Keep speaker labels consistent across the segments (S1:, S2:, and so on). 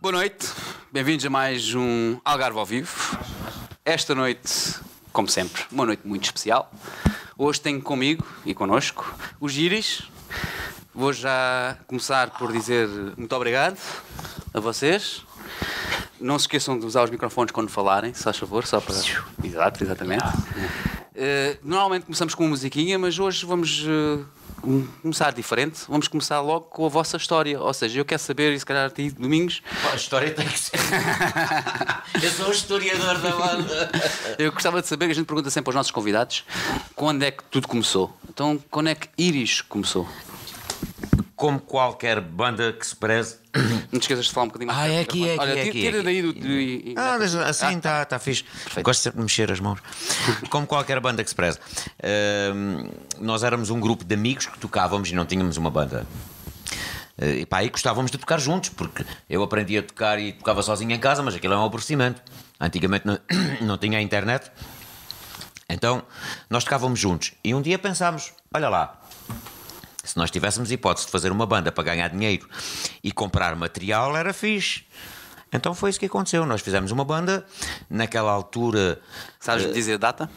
S1: Boa noite, bem-vindos a mais um Algarve ao Vivo. Esta noite, como sempre, uma noite muito especial. Hoje tenho comigo e connosco os Giris. Vou já começar por dizer muito obrigado a vocês. Não se esqueçam de usar os microfones quando falarem, se faz favor, só para. Exato, exatamente. Eh, normalmente começamos com uma musiquinha, mas hoje vamos eh, um- começar diferente. Vamos começar logo com a vossa história. Ou seja, eu quero saber, e se calhar, ti, Domingos,
S2: Pá, A história tem que ser. Eu sou o historiador da banda.
S1: Eu gostava de saber, a gente pergunta sempre aos nossos convidados quando é que tudo começou. Então, quando é que Iris começou?
S2: Como qualquer banda que se preze.
S1: Não te esqueças de falar um bocadinho mais.
S2: Ah,
S1: perto do
S2: é aqui, é
S1: microfone.
S2: aqui.
S1: Olha,
S2: é
S1: ti-
S2: aqui, é
S1: tira
S2: aqui.
S1: daí do. do- e-
S2: Ah, deixa- assim está, está fixe. Gosto sempre de mexer as mãos. Como qualquer banda que se preze. Ahm, nós éramos um grupo de amigos que tocávamos e não tínhamos uma banda. Eh, E pá, aí gostávamos de tocar juntos, porque eu aprendi a tocar e tocava sozinho em casa, mas aquilo é um aborrecimento. Antigamente não, não tinha internet. Então, nós tocávamos juntos. E um dia pensámos: olha lá, se nós tivéssemos hipótese de fazer uma banda para ganhar dinheiro e comprar material, era fixe. Então foi isso que aconteceu. Nós fizemos uma banda, naquela altura,
S1: Sabes me dizer a data?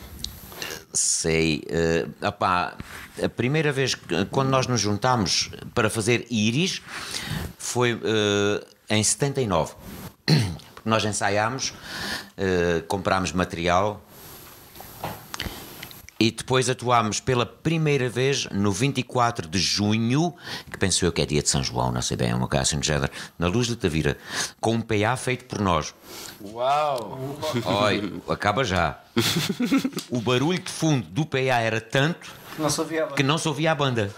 S2: sei, eh, opá, a primeira vez que- quando nós nos juntámos para fazer Iris foi eh, em 79. Porque nós ensaiámos, eh, comprámos material e depois atuámos pela primeira vez no 24 de junho, que penso eu que é dia de São João, não sei bem, é uma coisa assim do género, na Luz de Tavira, com um PA feito por nós. Uau! Oi, acaba já. O barulho de fundo do PA era tanto
S3: Não se ouvia a
S2: que não se ouvia a banda.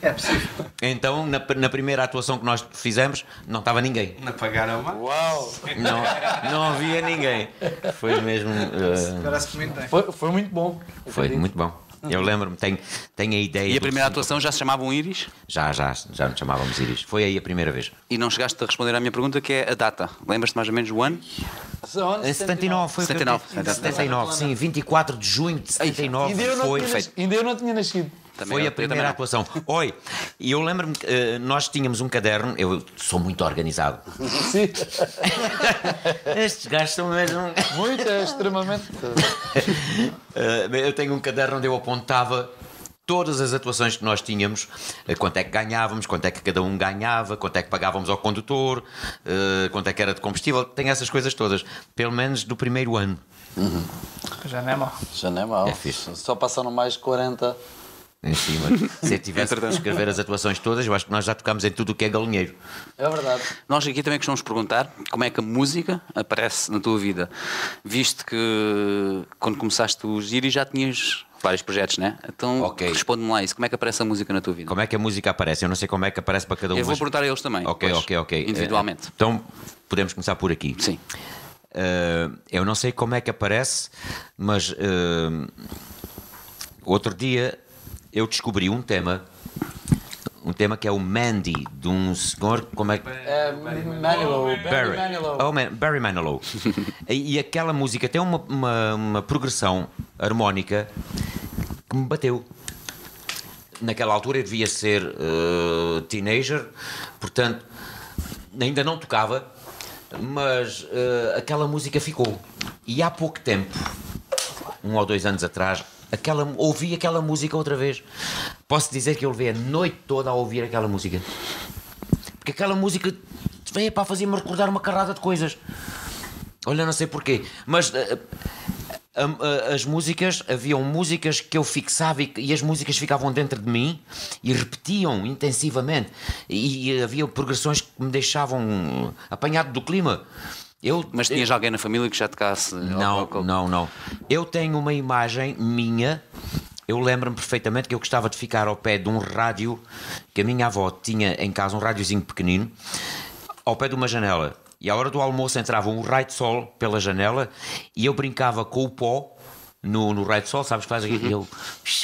S3: É possível.
S2: Então, na, na primeira atuação que nós fizemos, não estava ninguém.
S3: Apagaram mais.
S2: Não, não havia ninguém. Foi mesmo. eh,
S3: Parece muito bem.
S4: Foi, foi muito bom.
S2: foi muito bom. Eu lembro-me, tenho, tenho a ideia.
S1: E a
S2: do-
S1: primeira atuação já se chamavam Iris?
S2: Já, já, já nos chamávamos Iris. Foi aí a primeira vez.
S1: E não chegaste a responder à minha pergunta, que é a data. Lembras-te mais ou menos o ano?
S2: Em 79, foi o que eu
S1: 79,
S2: disse. 79, sim, 24 de junho de
S4: Ainda
S2: 79
S4: eu, não
S2: foi
S4: tinha
S2: feito.
S4: nas- ainda eu não tinha nascido.
S1: Também
S2: foi
S1: eu-
S2: a
S1: eu também
S2: primeira
S1: não.
S2: atuação. Oi, e eu lembro-me que eh, nós tínhamos um caderno, eu sou muito organizado.
S4: Sim,
S2: Estes gajos são mesmo.
S4: muito, é extremamente.
S2: Eh, eu tenho um caderno onde eu apontava todas as atuações que nós tínhamos, eh, quanto é que ganhávamos, quanto é que cada um ganhava, quanto é que pagávamos ao condutor, eh, quanto é que era de combustível, tenho essas coisas todas, pelo menos do primeiro ano.
S4: Já não é mau.
S5: Já não é mau.
S2: É fixe.
S5: Só passaram mais de 40.
S2: Em cima. Se eu tivesse que escrever as atuações todas, eu acho que nós já tocámos em tudo o que é galinheiro.
S5: É verdade.
S1: Nós aqui também costumamos perguntar como é que a música aparece na tua vida. Visto que quando começaste os Iris já tinhas vários projetos, né? Então,
S2: Ok.
S1: responde-me lá isso. Como é que aparece a música na tua vida?
S2: Como é que a música aparece? Eu não sei como é que aparece para cada um.
S1: Eu vou
S2: mas-
S1: perguntar a eles também.
S2: Ok,
S1: depois,
S2: ok, ok.
S1: Individualmente.
S2: Eh, Então podemos começar por aqui.
S1: Sim.
S2: Eh, eu não sei como é que aparece, mas eh, outro dia eu descobri um tema. Um tema que é o Mandy, de um senhor. Como é que.
S5: É Manilow. Barry Manilow.
S2: Oh, man, Barry Manilow. e, e aquela música tem uma, uma, uma progressão harmónica que me bateu. Naquela altura eu devia ser eh, teenager, portanto ainda não tocava, mas eh, aquela música ficou. E há pouco tempo, um ou dois anos atrás, aquela, ouvi aquela música outra vez. Posso dizer que eu levei a noite toda a ouvir aquela música. Porque aquela música veio para fazer-me recordar uma carrada de coisas. Olha, não sei porquê, mas eh, am- eh, as músicas, haviam músicas que eu fixava e, que- e as músicas ficavam dentro de mim e repetiam intensivamente. E, e havia progressões que me deixavam apanhado do clima. Eu,
S1: Mas tinhas alguém na família que já tocasse?
S2: não, não, não. Eu tenho uma imagem minha. Eu lembro-me perfeitamente que eu gostava de ficar ao pé de um rádio que a minha avó tinha em casa, um rádiozinho pequenino, ao pé de uma janela. E à hora do almoço entrava um raio de sol pela janela e eu brincava com o pó no, no raio de sol, sabes que faz aquilo? E eu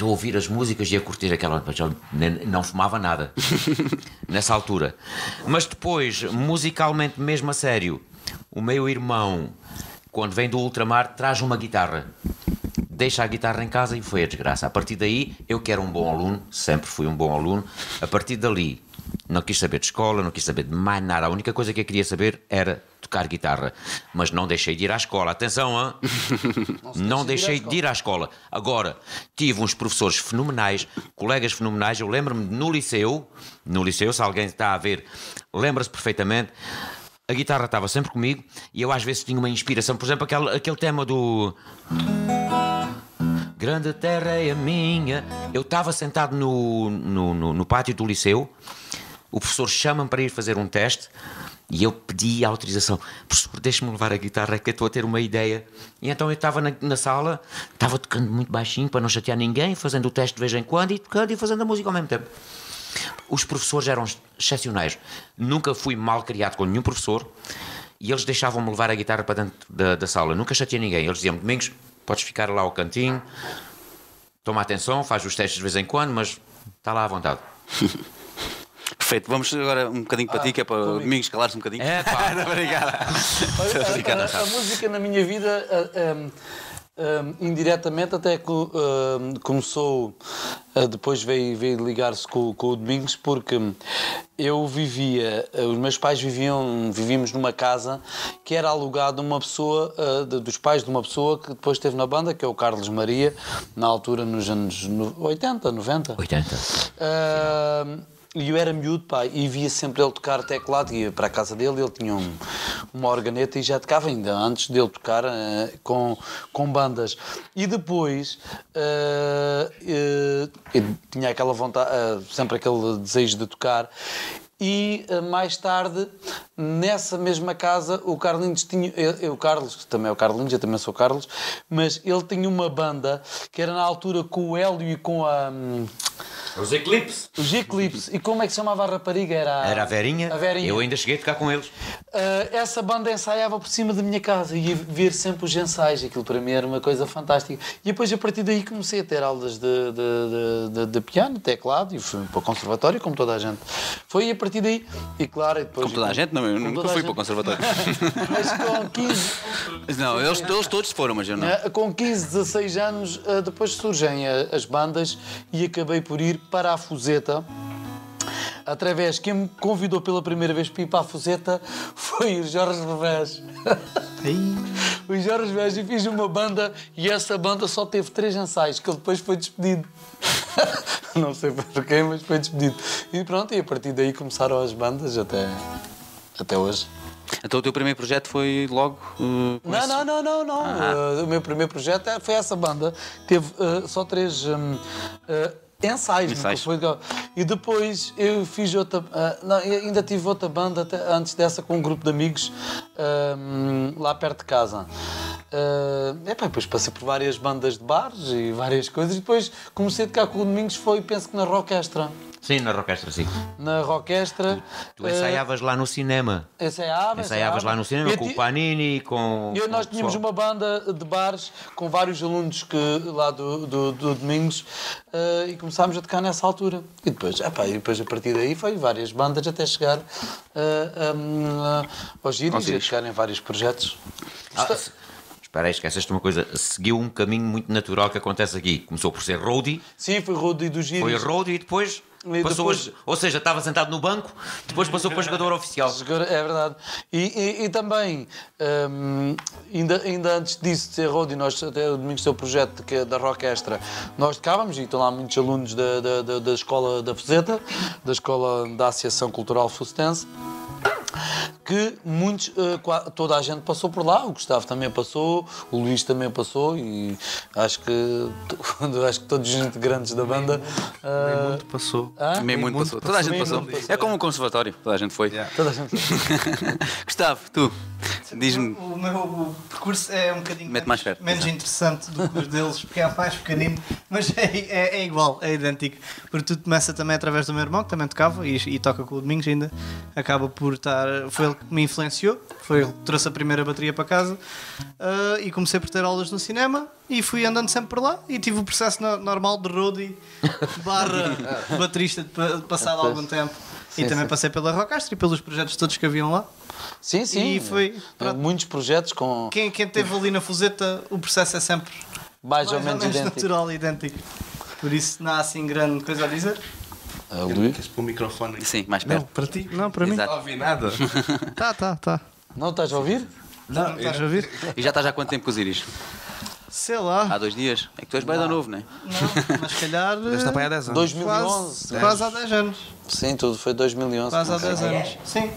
S2: a ouvir as músicas e a curtir aquela. mas eu nem- Não fumava nada nessa altura. Mas depois, musicalmente, mesmo a sério, o meu irmão quando vem do ultramar, traz uma guitarra. Deixa a guitarra em casa e foi a desgraça. A partir daí, eu que era um bom aluno, sempre fui um bom aluno, a partir dali Não quis saber de escola, não quis saber de mais nada. A única coisa que eu queria saber era tocar guitarra. Mas não deixei de ir à escola. Atenção, hã? não deixei de ir à escola. Agora, tive uns professores fenomenais, colegas fenomenais. Eu lembro-me no liceu, no liceu, se alguém está a ver, lembra-se perfeitamente. A guitarra estava sempre comigo e eu às vezes tinha uma inspiração, por exemplo, aquele, aquele tema do. Grande terra é a minha. Eu estava sentado no, no, no- no pátio do liceu, o professor chama-me para ir fazer um teste e eu pedi a autorização. Professor, deixe-me levar a guitarra é que eu estou a ter uma ideia. E então eu estava na, na sala, estava tocando muito baixinho para não chatear ninguém, fazendo o teste de vez em quando e tocando e fazendo a música ao mesmo tempo. Os professores eram ex- excepcionais. Nunca fui mal criado com nenhum professor e eles deixavam-me levar a guitarra para dentro da, da sala. Nunca chateei ninguém. Eles diziam-me: Domingos, podes ficar lá ao cantinho, toma atenção, faz os testes de vez em quando, mas está lá à vontade.
S1: Perfeito, vamos agora um bocadinho para ti, que é para Domingos calar-se um bocadinho.
S2: É, pá.
S1: Não, Obrigado.
S5: A, a- a música na minha vida, a- a- a- indiretamente, até que a, começou, a, depois veio, veio ligar-se com, com o Domingos, porque eu vivia, a, os meus pais viviam, vivíamos numa casa que era alugada a uma pessoa, a, de- dos pais de uma pessoa que depois esteve na banda, que é o Carlos Maria, na altura nos anos no- 80, 90.
S2: 80.
S5: Ah, E eu era miúdo, pá, e via sempre ele tocar teclado, ia para a casa dele, ele tinha um- uma organeta e já tocava ainda antes dele tocar ah, com, com bandas. E depois ah, eh, eu tinha aquela vontade, ah, sempre aquele desejo de tocar. E ah, mais tarde, nessa mesma casa, o Carlinhos tinha. eu- eu- O Carlos, que também é o Carlinhos, eu também sou o Carlos, mas ele tinha uma banda que era na altura com o Hélio e com a. hum,
S2: Os Eclipse.
S5: os Eclipse. E como é que se chamava a rapariga? Era a,
S2: Era a Verinha.
S5: A Verinha.
S2: Eu ainda cheguei a tocar com eles.
S5: Ah, essa banda ensaiava por cima da minha casa e ia ver sempre os ensaios. Aquilo para mim era uma coisa fantástica. E depois, a partir daí, comecei a ter aulas de, de, de, de- de piano, teclado e fui para o conservatório, como toda a gente. Foi a partir daí. E claro, e depois.
S1: Como toda a gente, não, é? eu
S5: Como
S1: nunca
S5: toda a
S1: fui
S5: gente.
S1: para o conservatório.
S5: Mas com 15,
S1: Não, eles, eles todos foram, mas eu não.
S5: Ah, Com 15, 16 anos, ah, depois surgem ah, as bandas e acabei por ir para a Fuseta. Através, quem me convidou pela primeira vez para ir para a Fuseta foi o Jorge Revés. o Jorge Revés, e fiz uma banda e essa banda só teve três ensaios, que ele depois foi despedido. Não sei porquê, mas foi despedido. E pronto, e a partir daí começaram as bandas até, até hoje.
S1: Então o teu primeiro projeto foi logo. uh, com
S5: Não,
S1: esse-
S5: não, não, não, não.
S2: Ah.
S5: Uh, o meu primeiro projeto era- foi essa banda. Teve uh, só três um, uh, ensaios. nunca
S1: Ensaios.
S5: foi- E depois eu fiz outra. uh, não, eu ainda tive outra banda até- antes dessa com um grupo de amigos um, lá perto de casa. Uh, epá, depois passei por várias bandas de bares e várias coisas. Depois comecei a tocar com o Domingos, foi penso que na Rockestra.
S2: Sim, na orquestra, sim.
S5: Na Rockestra.
S2: Tu ensaiavas lá no cinema.
S5: Uh, ensaiava,
S2: Ensaiavas lá no cinema
S5: Eu
S2: com
S5: ti-
S2: o Panini, com.
S5: eu, nós
S2: com o
S5: tínhamos
S2: pessoal.
S5: uma banda de bares com vários alunos que, lá do, do, do Domingos eh, e começámos a tocar nessa altura. E depois, epá, e depois a partir daí foi várias bandas até chegar eh, hum, eh, aos Giros e a
S1: Giros.
S5: chegar em vários projetos.
S2: Ah, se- Espera aí, esqueceste uma coisa. Seguiu um caminho muito natural que acontece aqui. Começou por ser roadie,
S5: Sim, foi Rudy dos Giros.
S2: foi roadie e depois.
S5: E
S2: passou
S5: depois-
S2: a- Ou seja, estava sentado no banco, depois passou para jogador oficial.
S5: Segura- É verdade. E, e- e também, hum, ainda, ainda antes disso, de ser Rodi, nós até o Domingos teu projeto que é da Rockestra, nós tocávamos e estão lá muitos alunos da, da, da, da escola da Fuseta, da escola da Associação Cultural Fusetense. Que muitos, eh, qua- toda a gente passou por lá, o Gustavo também passou, o Luís também passou e acho que, to- acho que todos os integrantes da banda. eh,
S3: Muito passou.
S5: hã?
S1: Meio mundo passou. Toda a gente passou. É como um conservatório, toda a gente foi.
S3: Yeah.
S5: Toda a gente.
S1: Gustavo, tu, diz-me.
S3: O meu percurso é um bocadinho
S1: Mete mais perto,
S3: menos
S1: exato.
S3: interessante do que os deles, porque é mais pequenino, mas é, é- é igual, é idêntico. Porque tudo começa também através do meu irmão, que também tocava e, e toca com o Domingos ainda. Acaba por estar. Foi ele que me influenciou, foi ele que trouxe a primeira bateria para casa ah, e comecei por ter aulas no cinema e fui andando sempre por lá e tive o processo no- normal de roadie barra baterista de pa- passado algum tempo.
S5: Sim,
S3: e também
S5: sim.
S3: passei pela Rockastro e pelos projetos todos que haviam lá.
S5: Sim, sim.
S3: E foi- pronto.
S5: Muitos projetos com.
S3: Quem, quem teve ali na fuzeta, o processo é sempre
S5: mais ou menos idêntico.
S3: natural e idêntico. Por isso não há assim grande coisa a dizer.
S5: Ah,
S6: Eu
S5: o
S6: não
S5: Luís?
S6: queres pôr o microfone aqui.
S1: Sim, mais
S5: É.
S3: Não,
S1: perto.
S3: para ti? Não, para mim.
S6: Não
S1: Exato.
S6: ouvi nada.
S3: Tá, tá, tá.
S5: Não estás a ouvir?
S6: Não, eu
S3: Estás a ouvir?
S1: E já estás há quanto tempo com os Iris?
S3: Sei
S1: Há
S3: lá.
S1: dois dias? É que tu és bem da novo, não é?
S5: Ah.
S3: Não, mas se calhar.
S7: Deve estar para aí há
S3: eh,
S7: 10 anos.
S5: 2011.
S3: Quase, quase há 10 anos.
S5: Sim, tudo foi 2011.
S3: Quase há
S5: Ok.
S3: 10 anos. Sim.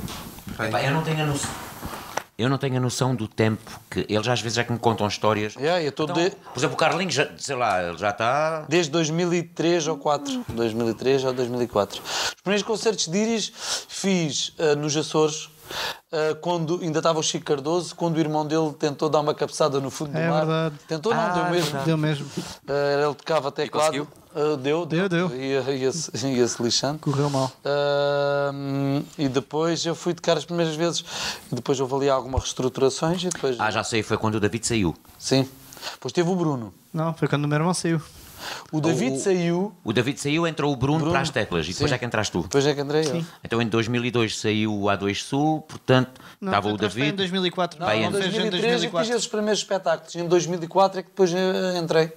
S2: Epá, eu não tenho a noção. Eu não tenho a noção do tempo que eles às vezes é que me contam histórias.
S5: Yeah, eu estou
S2: Então,
S5: de-
S2: Por exemplo, o Carlinhos, já- sei lá, ele já está.
S5: desde 2003 ou 4. 2003 ou 2004. Os primeiros concertos de Iris fiz ah, nos Açores. ah, quando ainda estava o Chico Cardoso, quando o irmão dele tentou dar uma cabeçada no fundo
S3: É
S5: do mar.
S3: verdade.
S5: Tentou, não, deu mesmo.
S3: Deu mesmo.
S5: Ah, ele tocava teclado.
S1: conseguiu?
S5: Ah, deu, eh,
S3: Deu, deu.
S5: Ia- Ia-se ia-se lixando.
S3: Correu mal.
S5: Ahm, Eh, e depois eu fui tocar as primeiras vezes. Depois houve ali algumas reestruturações e depois.
S2: Ah, já sei, foi quando o David saiu.
S5: Sim. Depois teve o Bruno.
S3: Não, foi quando o meu irmão saiu.
S5: O David
S2: o-
S5: saiu.
S2: O David saiu, entrou o Bruno,
S5: Bruno.
S2: para as teclas e depois
S5: Sim.
S2: é que entraste tu.
S5: Depois é que entrei eu.
S2: Então em 2002 saiu o A2 Sul, portanto
S3: Não,
S2: estava o
S3: tu entraste
S2: David.
S3: Em 2004.
S5: Não,
S2: Vai,
S5: em
S2: entra.
S3: fez em
S5: 2003 eu fiz
S3: 2004.
S5: esses primeiros espetáculos. Em 2004 é que depois eh, entrei.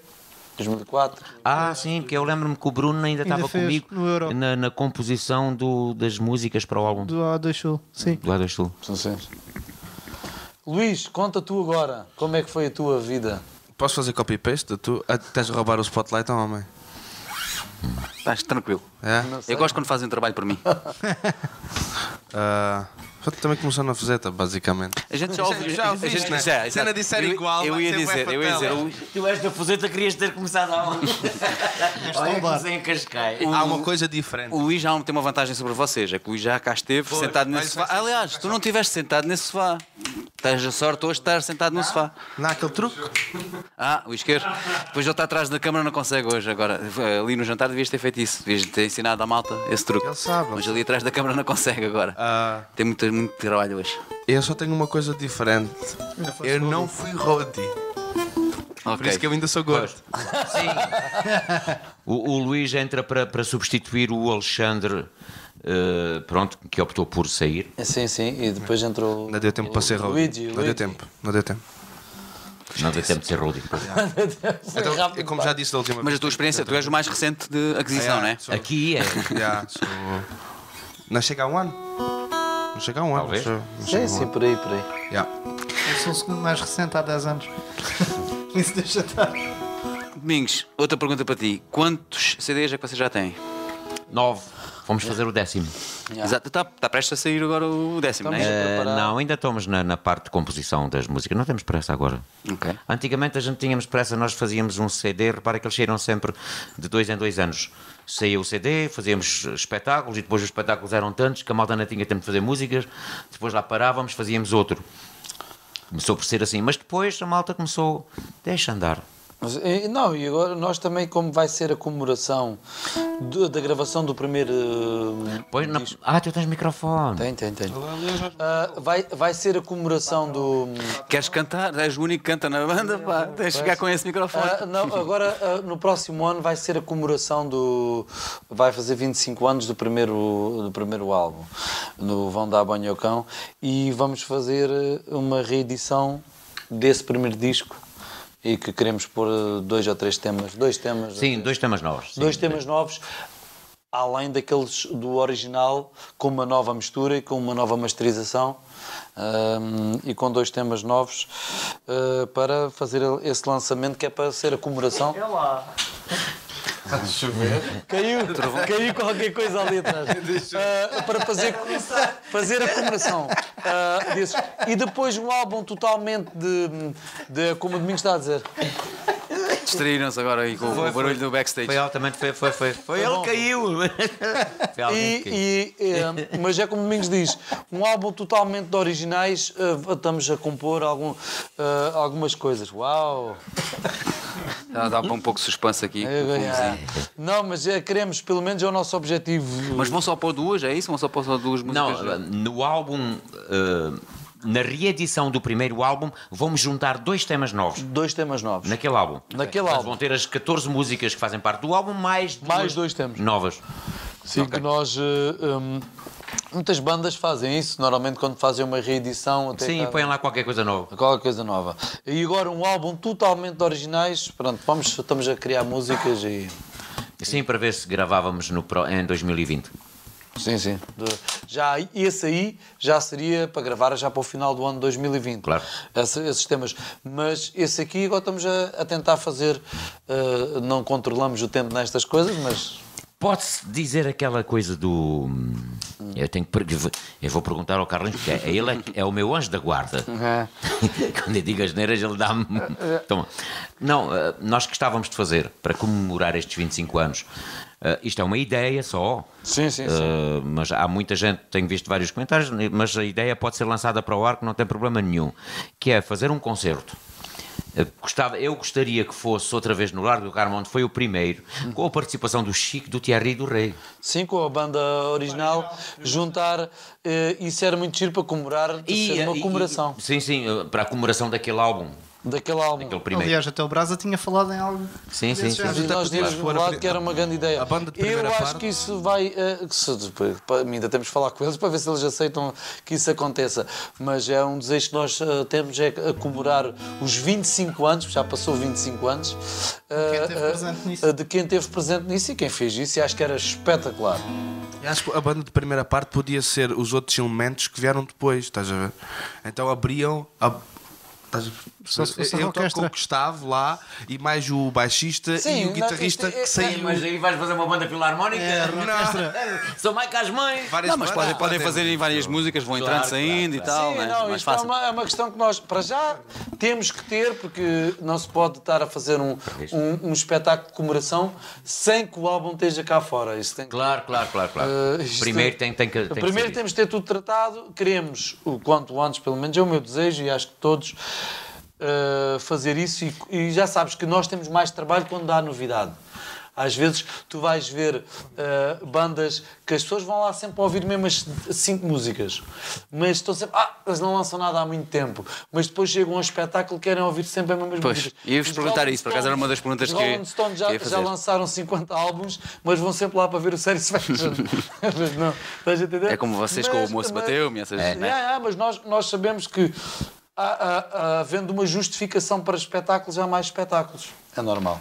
S5: 2004.
S2: Ah, sim, porque eu lembro-me que o Bruno ainda
S3: Ainda
S2: estava
S3: fez
S2: comigo
S3: no Euro.
S2: na, na composição do- das músicas para o álbum do
S3: Do A2 Sul. Sim.
S2: A2 Sul.
S5: Não sei. Luís, conta tu agora. Como é que foi a tua vida?
S7: Posso fazer copy-paste? Tu ah, tens de roubar o spotlight ao homem.
S1: Estás tranquilo.
S7: É?
S1: Eu gosto quando fazem trabalho para mim.
S7: Ah, só que também começou na fuseta, basicamente.
S1: A gente já ouviu.
S7: já
S1: a- a
S7: ouviste,
S1: gente-
S7: né?
S1: já,
S7: Se ainda
S1: exato.
S7: disser
S1: Eu-
S7: igual, né? é
S1: eu
S7: vai
S1: ia
S7: ser bué
S1: dizer, eu ia dizer.
S7: fatela.
S1: o-
S2: Tu és da fuseta, querias ter começado a álbum. Olha que em Cascais.
S7: Há uma coisa diferente.
S1: O Luís já tem uma vantagem sobre vocês, é que o Luís já cá esteve sentado nesse
S7: mas
S1: sofá.
S7: vai ser-
S1: Aliás, tu não estiveste sentado nesse sofá. Tens a sorte hoje de estar sentado no sofá.
S7: Não há aquele truque?
S1: Ah, o isqueiro. Depois ele está atrás da câmara, não consegue hoje. Agora, ali no jantar devias ter feito isso. Devias ter ensinado à malta esse truque.
S7: Ele sabe.
S1: Mas ali atrás da câmara não consegue agora.
S7: Ah,
S1: Tem muito, muito trabalho hoje.
S7: eu só tenho uma coisa diferente. Eu não fui roadie. Por
S1: Ok.
S7: isso que eu ainda sou gordo.
S2: O, o Luís entra para, para substituir o Alexandre, eh, pronto, que optou por sair.
S5: É, Sim, sim. E depois entrou.
S7: Não deu tempo para ser roadie.
S5: Luigi,
S7: não
S5: Luigi.
S7: deu tempo. Não deu tempo.
S2: Não deu tempo de ser Rodrigo.
S5: Foi
S7: Então,
S5: rápido,
S7: eu, como
S5: pá.
S7: já disse da última
S1: Mas
S7: vez.
S1: a tua experiência, tu és o mais recente de aquisição,
S7: Ah,
S1: não
S7: é.
S1: é?
S7: Sou-
S2: Aqui é.
S7: Já, sou- Não chega a um ano. Não chega a um ano.
S2: Talvez.
S7: Não chega- não chega a
S5: Sim,
S7: um
S5: sim, por aí, por aí.
S7: ano. Já.
S3: Eu sou o segundo mais recente há 10 anos. Isso deixa estar.
S1: Domingos, outra pergunta para ti. Quantos CDs é que vocês já têm?
S2: Nove. Vamos fazer o décimo.
S1: Exato, está tá prestes a sair agora o décimo, não
S5: Estamos
S1: é?
S5: a
S2: Eh,
S5: preparar.
S2: não, ainda estamos na, na parte de composição das músicas. Não temos pressa agora.
S1: Ok.
S2: Antigamente a gente tínhamos pressa, nós fazíamos um CD, repara que eles saíram sempre de dois em dois anos. Saía o CD, fazíamos espetáculos e depois os espetáculos eram tantos que a malta não tinha tempo de fazer músicas, depois lá parávamos, fazíamos outro. Começou por ser assim, mas depois a malta começou, deixa andar.
S5: Mas, eh, Não, e agora nós também, como vai ser a comemoração do- da gravação do primeiro. eh,
S2: Pois na- Ah, tu tens microfone.
S5: Tem, tem, tem. Ah, vai, vai ser a comemoração do.
S1: Queres cantar? És o único que canta na banda, pá. Tens de chegar com esse microfone.
S5: Ah, não, agora, ah, no próximo ano, vai ser a comemoração do. Vai fazer 25 anos do primeiro, do primeiro álbum, no Vão dar Banho ao Cão, e vamos fazer eh, uma reedição desse primeiro disco e que queremos pôr eh, dois ou três temas. Dois temas.
S2: Sim, dois temas novos. Sim.
S5: dois temas novos além daqueles do original com uma nova mistura e com uma nova masterização hum, e com dois temas novos uh, para fazer esse lançamento que é para ser a comemoração caiu caiu qualquer coisa ali atrás Uh, para fazer fazer a comemoração uh, disso. e depois um álbum totalmente de, de como o Domingos está a dizer
S1: Distraíram-se agora aí com o barulho do backstage.
S2: Foi altamente, foi, foi, foi. Foi ele que caiu. Foi alguém que caiu.
S5: E, e, eh, mas é como o Domingos diz, um álbum totalmente de originais, eh, estamos a compor algum, eh, algumas coisas. Uau!
S1: Já dá para um pouco de suspense aqui.
S5: É.
S1: com o fumozinho.
S5: Não, mas eh, queremos, pelo menos é o nosso objetivo.
S1: Mas vão só pôr duas, é isso? Vão só pôr só duas músicas?
S5: é.
S2: Não, ah, no álbum, eh, na reedição do primeiro álbum, vamos juntar dois temas novos.
S5: Dois temas novos.
S2: Naquele álbum.
S5: Naquele
S2: Portanto,
S5: álbum.
S2: Vão ter as 14 músicas que fazem parte do álbum, mais,
S5: Mais
S2: duas
S5: dois temas.
S2: novas.
S5: Sim, que nós. eh, hum, muitas bandas fazem isso, normalmente quando fazem uma reedição. Até
S2: Sim,
S5: cá-
S2: e põem lá qualquer coisa nova.
S5: Qualquer coisa nova. E agora um álbum totalmente de originais. Pronto, vamos, estamos a criar músicas e,
S2: Sim, para ver se gravávamos no, pro- em 2020.
S5: Sim, sim. Do- Já esse aí já seria para gravar já para o final do ano 2020.
S2: Claro.
S5: Esse- esses temas. Mas esse aqui agora estamos a, a tentar fazer. eh, não controlamos o tempo nestas coisas, mas.
S2: Pode-se dizer aquela coisa do. hum, Eu tenho que. per- eu vou- Eu vou perguntar ao Carlinhos, porque é- ele é, é o meu anjo da guarda. Quando eu digo as neiras, ele dá-me. Toma. Não, eh, nós gostávamos de fazer para comemorar estes 25 anos. eh, isto é uma ideia só.
S5: Sim, sim, sim.
S2: Eh, mas há muita gente, tenho visto vários comentários, mas a ideia pode ser lançada para o ar que não tem problema nenhum, que é fazer um concerto. Eh, Gostava, eu gostaria que fosse outra vez no Largo do Carmo, onde foi o primeiro, com a participação do Chico, do Thierry e do Rei.
S5: Eh, Sim, com a banda original, juntar. eh, isso era muito giro para comemorar, ser é uma
S2: eh,
S5: comemoração
S2: e- sim, sim, eh, para a comemoração daquele álbum,
S5: daquele álbum.
S2: aquele primeiro.
S3: Aliás, até o Brasa tinha falado em algo.
S2: Sim, sim, sim.
S5: E nós tínhamos falado que era uma grande ideia.
S7: a banda de
S5: Eu
S7: primeira
S5: acho
S7: parte.
S5: que isso vai. eh, que se- pa- ainda temos de falar com eles para ver se eles aceitam que isso aconteça. Mas é um desejo que nós eh, temos é a comemorar os 25 anos, já passou 25 anos, eh,
S3: esteve
S5: eh,
S3: presente nisso.
S5: de quem esteve presente nisso e quem fez isso. E acho que era espetacular.
S7: Eu acho que a banda de primeira parte podia ser os outros elementos que vieram depois, estás a ver? Então abriam a. Estás a ver?
S3: Só se fosse a
S7: eu toco com
S3: orquestra.
S7: o Gustavo lá e mais o baixista
S5: Sim,
S7: e o
S5: não,
S7: guitarrista
S5: isto é-
S7: que saiu.
S2: Mas aí vais fazer uma banda filarmónica? Sou Mike às mães!
S7: Várias
S1: Não, mas podem,
S7: bandas,
S1: podem
S7: até-
S1: fazer em várias músicas, vão entrando,
S2: claro.
S1: saindo e
S7: Então,
S1: tal,
S5: Sim,
S1: né?
S5: não,
S1: mais
S5: isto é
S1: fácil.
S5: uma, é uma questão que nós, para já, temos que ter, porque não se pode estar a fazer um, um, um espetáculo de comemoração sem que o álbum esteja cá fora. Isso tem que
S2: Claro, claro, claro, claro.
S5: Eh, isto-
S2: Primeiro tem, tem que. Tem que
S5: Primeiro
S2: ser
S5: temos de ter tudo tratado, queremos o quanto antes, pelo menos é o meu desejo e acho que todos eh, fazer isso. E, e já sabes que nós temos mais trabalho quando há novidade. Às vezes tu vais ver eh, bandas que as pessoas vão lá sempre ouvir mesmo as cinco músicas, mas estão sempre. Ah, eles não lançam nada há muito tempo, mas depois chegam a um espetáculo e querem ouvir sempre as mesmas
S1: Pois,
S5: músicas.
S1: ia-vos
S5: Os
S1: perguntar
S5: Rolling
S1: isso, por acaso era uma das perguntas
S5: os
S1: que
S5: Rolling Stones
S1: que
S5: já,
S1: ia fazer.
S5: já lançaram 50 álbuns, mas vão sempre lá para ver o Series Fashion. mas não, estás a entender?
S1: É como vocês com o Moço Bateu-me, essas-
S5: É,
S1: né?
S5: é, mas nós, nós sabemos que há- há- há- havendo uma justificação para espetáculos, há mais espetáculos. É normal.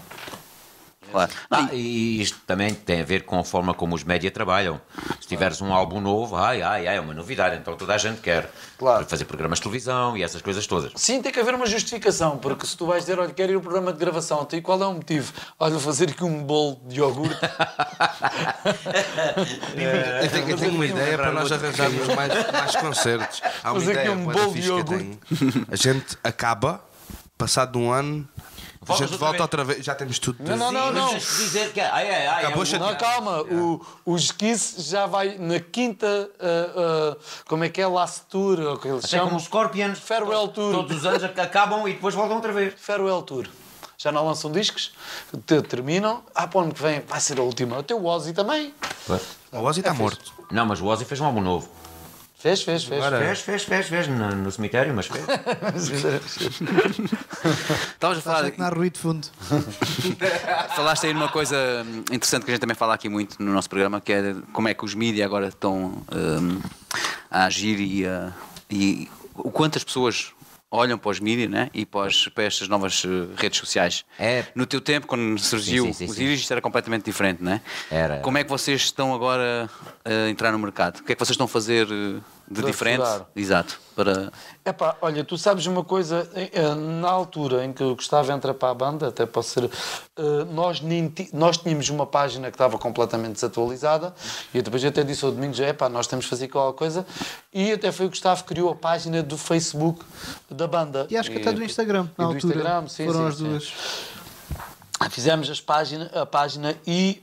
S1: Claro.
S2: Ah, e isto também tem a ver com a forma como os média trabalham. Se tiveres um álbum novo, ai, ai, ai, é uma novidade, então toda a gente quer
S5: Claro.
S2: fazer programas de televisão e essas coisas todas.
S5: Sim, tem que haver uma justificação, porque se tu vais dizer, olha, quero ir ao programa de gravação, então, e qual é o motivo? Olha, vou fazer aqui um bolo de iogurte.
S7: Eu tenho, eu tenho uma ideia para nós arranjarmos mais, mais concertos. Há uma
S5: Fazer aqui
S7: ideia
S5: um
S7: bué
S5: bolo
S7: fixe
S5: de
S7: que eu tenho. A gente acaba, passado um ano, a
S2: Voltas
S7: gente
S2: outra
S7: volta
S2: vez.
S7: outra vez. Já temos tudo.
S5: Não, não, não,
S2: Mas
S5: não.
S2: dizer que ai, ai, ai,
S7: Acabou
S2: é
S7: chateado.
S5: Não, calma, o, o esquice já vai na quinta, ah, ah, como é que é, last tour, ou o que eles
S2: Até É como
S5: chamam?
S2: os Scorpions,
S5: Farewell Tour.
S2: todos os anos ac- acabam e depois voltam outra vez.
S5: Farewell Tour. Já não lançam discos, te- terminam. Ah, para o ano que vem vai ser a última. Até o Ozzy também.
S7: O Ozzy está morto.
S2: Não, mas o Ozzy fez um álbum novo.
S5: Fez, fez, fez.
S2: Fez, fez, fez, fez no, no cemitério, mas fez.
S1: Estavas a falar,
S3: Na ruído de fundo.
S1: falaste aí numa coisa hum, interessante que a gente também fala aqui muito no nosso programa, que é como é que os mídias agora estão hum, a agir e, a- e o quanto as pessoas olham para os mídias né? e para, as- para estas novas eh, redes sociais.
S2: É.
S1: No teu tempo, quando surgiu
S2: Sim, sim, sim,
S1: os
S2: sim.
S1: íris, isto era completamente diferente, não é?
S2: Era.
S1: Como é que vocês estão agora eh, a entrar no mercado? O que é que vocês estão a fazer eh, de
S5: Para
S1: diferente?
S5: explorar.
S1: Exato. Para...
S5: Epá, olha, tu sabes uma coisa, eh, eh, na altura em que o Gustavo entra para a banda, até pode ser, eh, nós, nem ti- nós tínhamos uma página que estava completamente desatualizada e depois eu até disse ao Domingos, epá, nós temos de fazer qualquer coisa e até foi o Gustavo que criou a página do Facebook da banda.
S3: E acho que até do Instagram,
S5: e
S3: na
S5: do
S3: altura.
S5: Instagram, sim,
S3: foram
S5: sim,
S3: as
S5: sim.
S3: duas.
S5: fizemos as página, a página e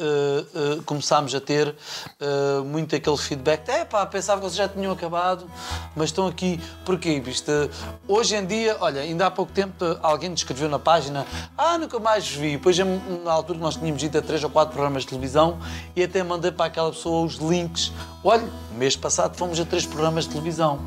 S5: uh, uh, começámos a ter uh, muito aquele feedback. É pá, pensava que vocês já tinham acabado, mas estão aqui. Porquê? Isto, uh, hoje em dia, olha, ainda há pouco tempo uh, alguém nos escreveu na página Ah, nunca mais vos vi. Pois em- na altura nós tínhamos ido a três ou quatro programas de televisão e até mandei para aquela pessoa os links. Olha, mês passado fomos a três programas de televisão.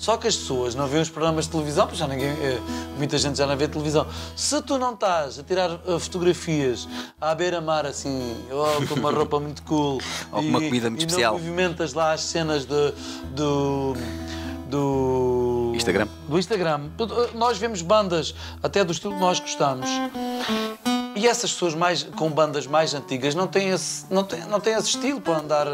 S5: Só que as pessoas não vêem os programas de televisão, porque já ninguém, eh, muita gente já não vê televisão. Se tu não estás a tirar eh, fotografias à beira-mar, assim, ou com uma roupa muito cool,
S1: Ou com uma comida muito especial.
S5: não movimentas lá as cenas de- do. do.
S1: Instagram.
S5: Do Instagram. Nós vemos bandas até do estilo que nós gostamos. E E essas pessoas mais, com bandas mais antigas não têm, esse, não, têm, não têm esse estilo para andar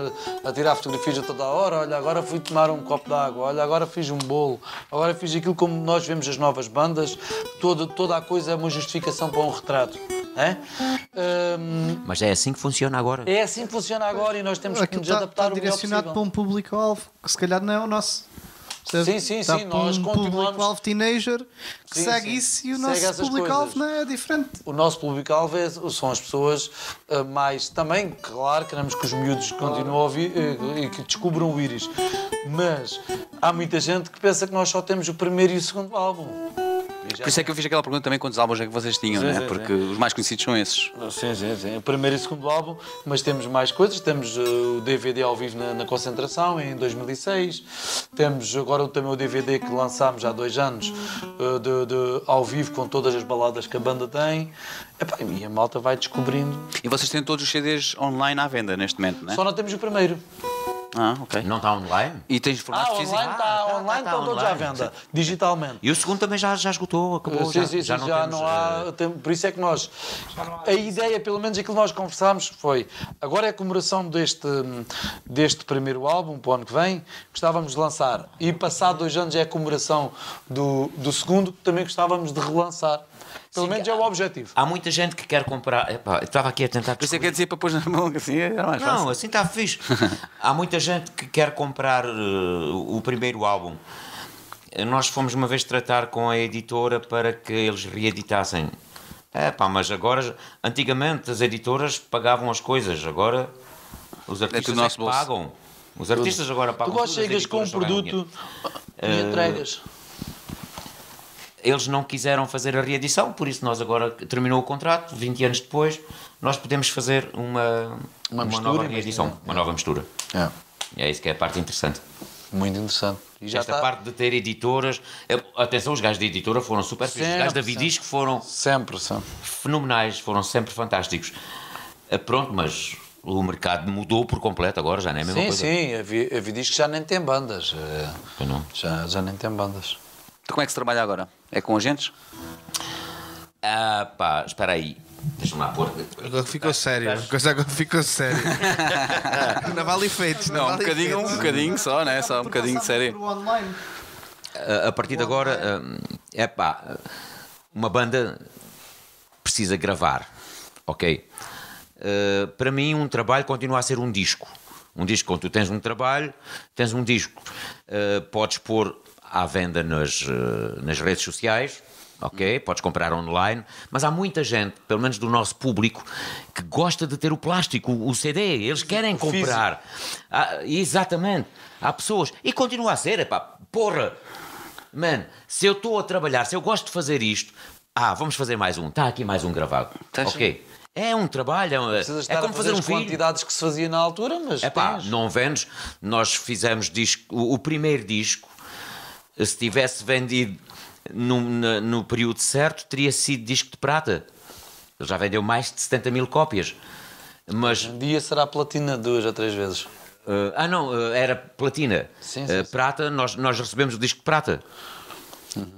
S5: a tirar fotografias a toda a hora. Olha, agora fui tomar um copo de água, olha, agora fiz um bolo, agora fiz aquilo como nós vemos as novas bandas. Todo, toda a coisa é uma justificação para um retrato. É? Hum,
S2: Mas é assim que funciona agora.
S5: é assim que funciona agora e nós temos que
S3: Aquilo
S5: nos
S3: está
S5: adaptar o melhor
S3: direcionado
S5: possível.
S3: para um público-alvo que se calhar não é o nosso. Percebes?
S5: Sim, sim,
S3: Está
S5: sim,
S3: para
S5: nós
S3: um
S5: continuamos-
S3: público-alvo teenager que
S5: Sim,
S3: segue
S5: sim.
S3: isso e o
S5: Segue
S3: nosso
S5: essas
S3: público-alvo
S5: coisas.
S3: não é diferente.
S5: O nosso público-alvo é- são as pessoas ah, mais. Também, claro, queremos que os miúdos continuem a ouvir eh, e que descubram o Íris. Mas há muita gente que pensa que nós só temos o primeiro e o segundo álbum. E já-
S1: Por isso é que eu fiz aquela pergunta também quantos álbuns é que vocês tinham,
S5: Sim,
S1: né?
S5: sim,
S1: Porque os mais conhecidos são esses.
S5: Sim, sim, sim. O primeiro e o segundo álbum, mas temos mais coisas. Temos eh, o DVD ao vivo na, na Concentração, em 2006. Temos agora o- também o DVD que lançámos há dois anos, eh, de, de- ao vivo, com todas as baladas que a banda tem. Epá, e a malta vai descobrindo.
S1: E vocês têm todos os CDs online à venda neste momento, né?
S5: Só não temos o primeiro.
S1: Ah, ok.
S2: Não está online?
S1: E tens
S5: Ah,
S1: formato
S5: online
S1: físico?
S5: está,
S2: Ah, tá,
S5: online
S2: tá,
S5: estão todos
S2: online.
S5: à venda, digitalmente.
S2: E o segundo também já, já esgotou, acabou.
S5: Sim, sim, sim, já, não,
S2: temos, eh,
S5: há. tem- Por isso é que nós. A ideia, pelo menos aquilo que nós conversámos, foi. Agora é a comemoração deste, deste primeiro álbum, para o ano que vem, gostávamos de lançar. E passado dois anos é a comemoração do, do segundo, que também gostávamos de relançar. Pelo
S2: Sim,
S5: menos
S2: há-
S5: é o objetivo.
S2: Há muita gente que quer comprar. Epá, eu estava aqui a tentar.
S1: Por isso é que
S2: descobrir.
S1: é dizer para pôr na mão que assim era mais fácil.
S2: Não, assim está fixe. Há muita gente que quer comprar eh, o primeiro álbum. Eh, Nós fomos uma vez tratar com a editora para que eles reeditassem. É pá, mas agora, antigamente as editoras pagavam as coisas, agora os artistas
S1: do nosso
S2: é que
S1: bolso.
S2: pagam. Os artistas agora
S5: Tu
S2: pagam.
S5: agora
S2: tudo, as
S5: chegas com um
S2: editoras só ganham dinheiro.
S5: produto e entregas.
S2: Eles não quiseram fazer a reedição, por isso nós agora terminou o contrato, 20 anos depois, nós podemos fazer uma, uma,
S5: mistura,
S2: nova
S5: mas-
S2: reedição, uma nova mistura.
S5: É,
S2: É isso que é a parte interessante.
S5: muito interessante. E já tá
S2: Esta
S5: está
S2: parte de ter editoras. eu- Atenção, os gajos de editora foram super fixos. Os gajos da
S5: Sempre,
S2: Vidisco foram
S5: sempre, sempre.
S2: fenomenais, foram sempre fantásticos. Ah, Pronto, mas o mercado mudou por completo agora, já não é a mesma
S5: Sim,
S2: coisa.
S5: sim, a Vi- a Vidisco já nem tem bandas. eh,
S2: Pois não.
S5: Já, já nem tem bandas.
S1: Então como é que se trabalha agora? É com agentes?
S2: Ah, pá, espera aí. Deixa-me lá pôr.
S7: Agora ficou sério. A coisa agora ficou sério. não vale efeitos.
S1: Não, um
S7: vale
S1: bocadinho, um
S5: é
S7: efeitos.
S1: bocadinho só, né? Só um bocadinho de série.
S3: Por online.
S2: Ah, A partir de agora, é pá, uma banda precisa gravar, ok? Ah, para mim, um trabalho continua a ser um disco. Um disco, quando tu tens um trabalho, tens um disco. Ah, podes pôr à venda nas, ah, nas redes sociais, ok? Podes comprar online, mas há muita gente, pelo menos do nosso público, que gosta de ter o plástico, o CD. Eles querem comprar. Ah, exatamente. Há pessoas. E continua a ser, epá, porra. Mano, se eu estou a trabalhar, se eu gosto de fazer isto, ah, vamos fazer mais um. Está aqui mais um gravado.
S1: Tá
S2: ok. É um trabalho, é um- é,
S5: Precisas estar
S2: como fazer um
S5: as
S2: vídeo.
S5: quantidades que se fazia na altura, mas
S2: É pá,
S5: tens.
S2: não vendes. Nós fizemos disco, o, o primeiro disco, se tivesse vendido no, na- no período certo, teria sido disco de prata. Ele já vendeu mais de 70 mil cópias. Mas
S5: um dia será platina duas ou três vezes.
S2: Uh, ah, não, uh, era platina.
S5: Sim, sim,
S2: Uh,
S5: sim.
S2: prata, nós, nós recebemos o disco de prata.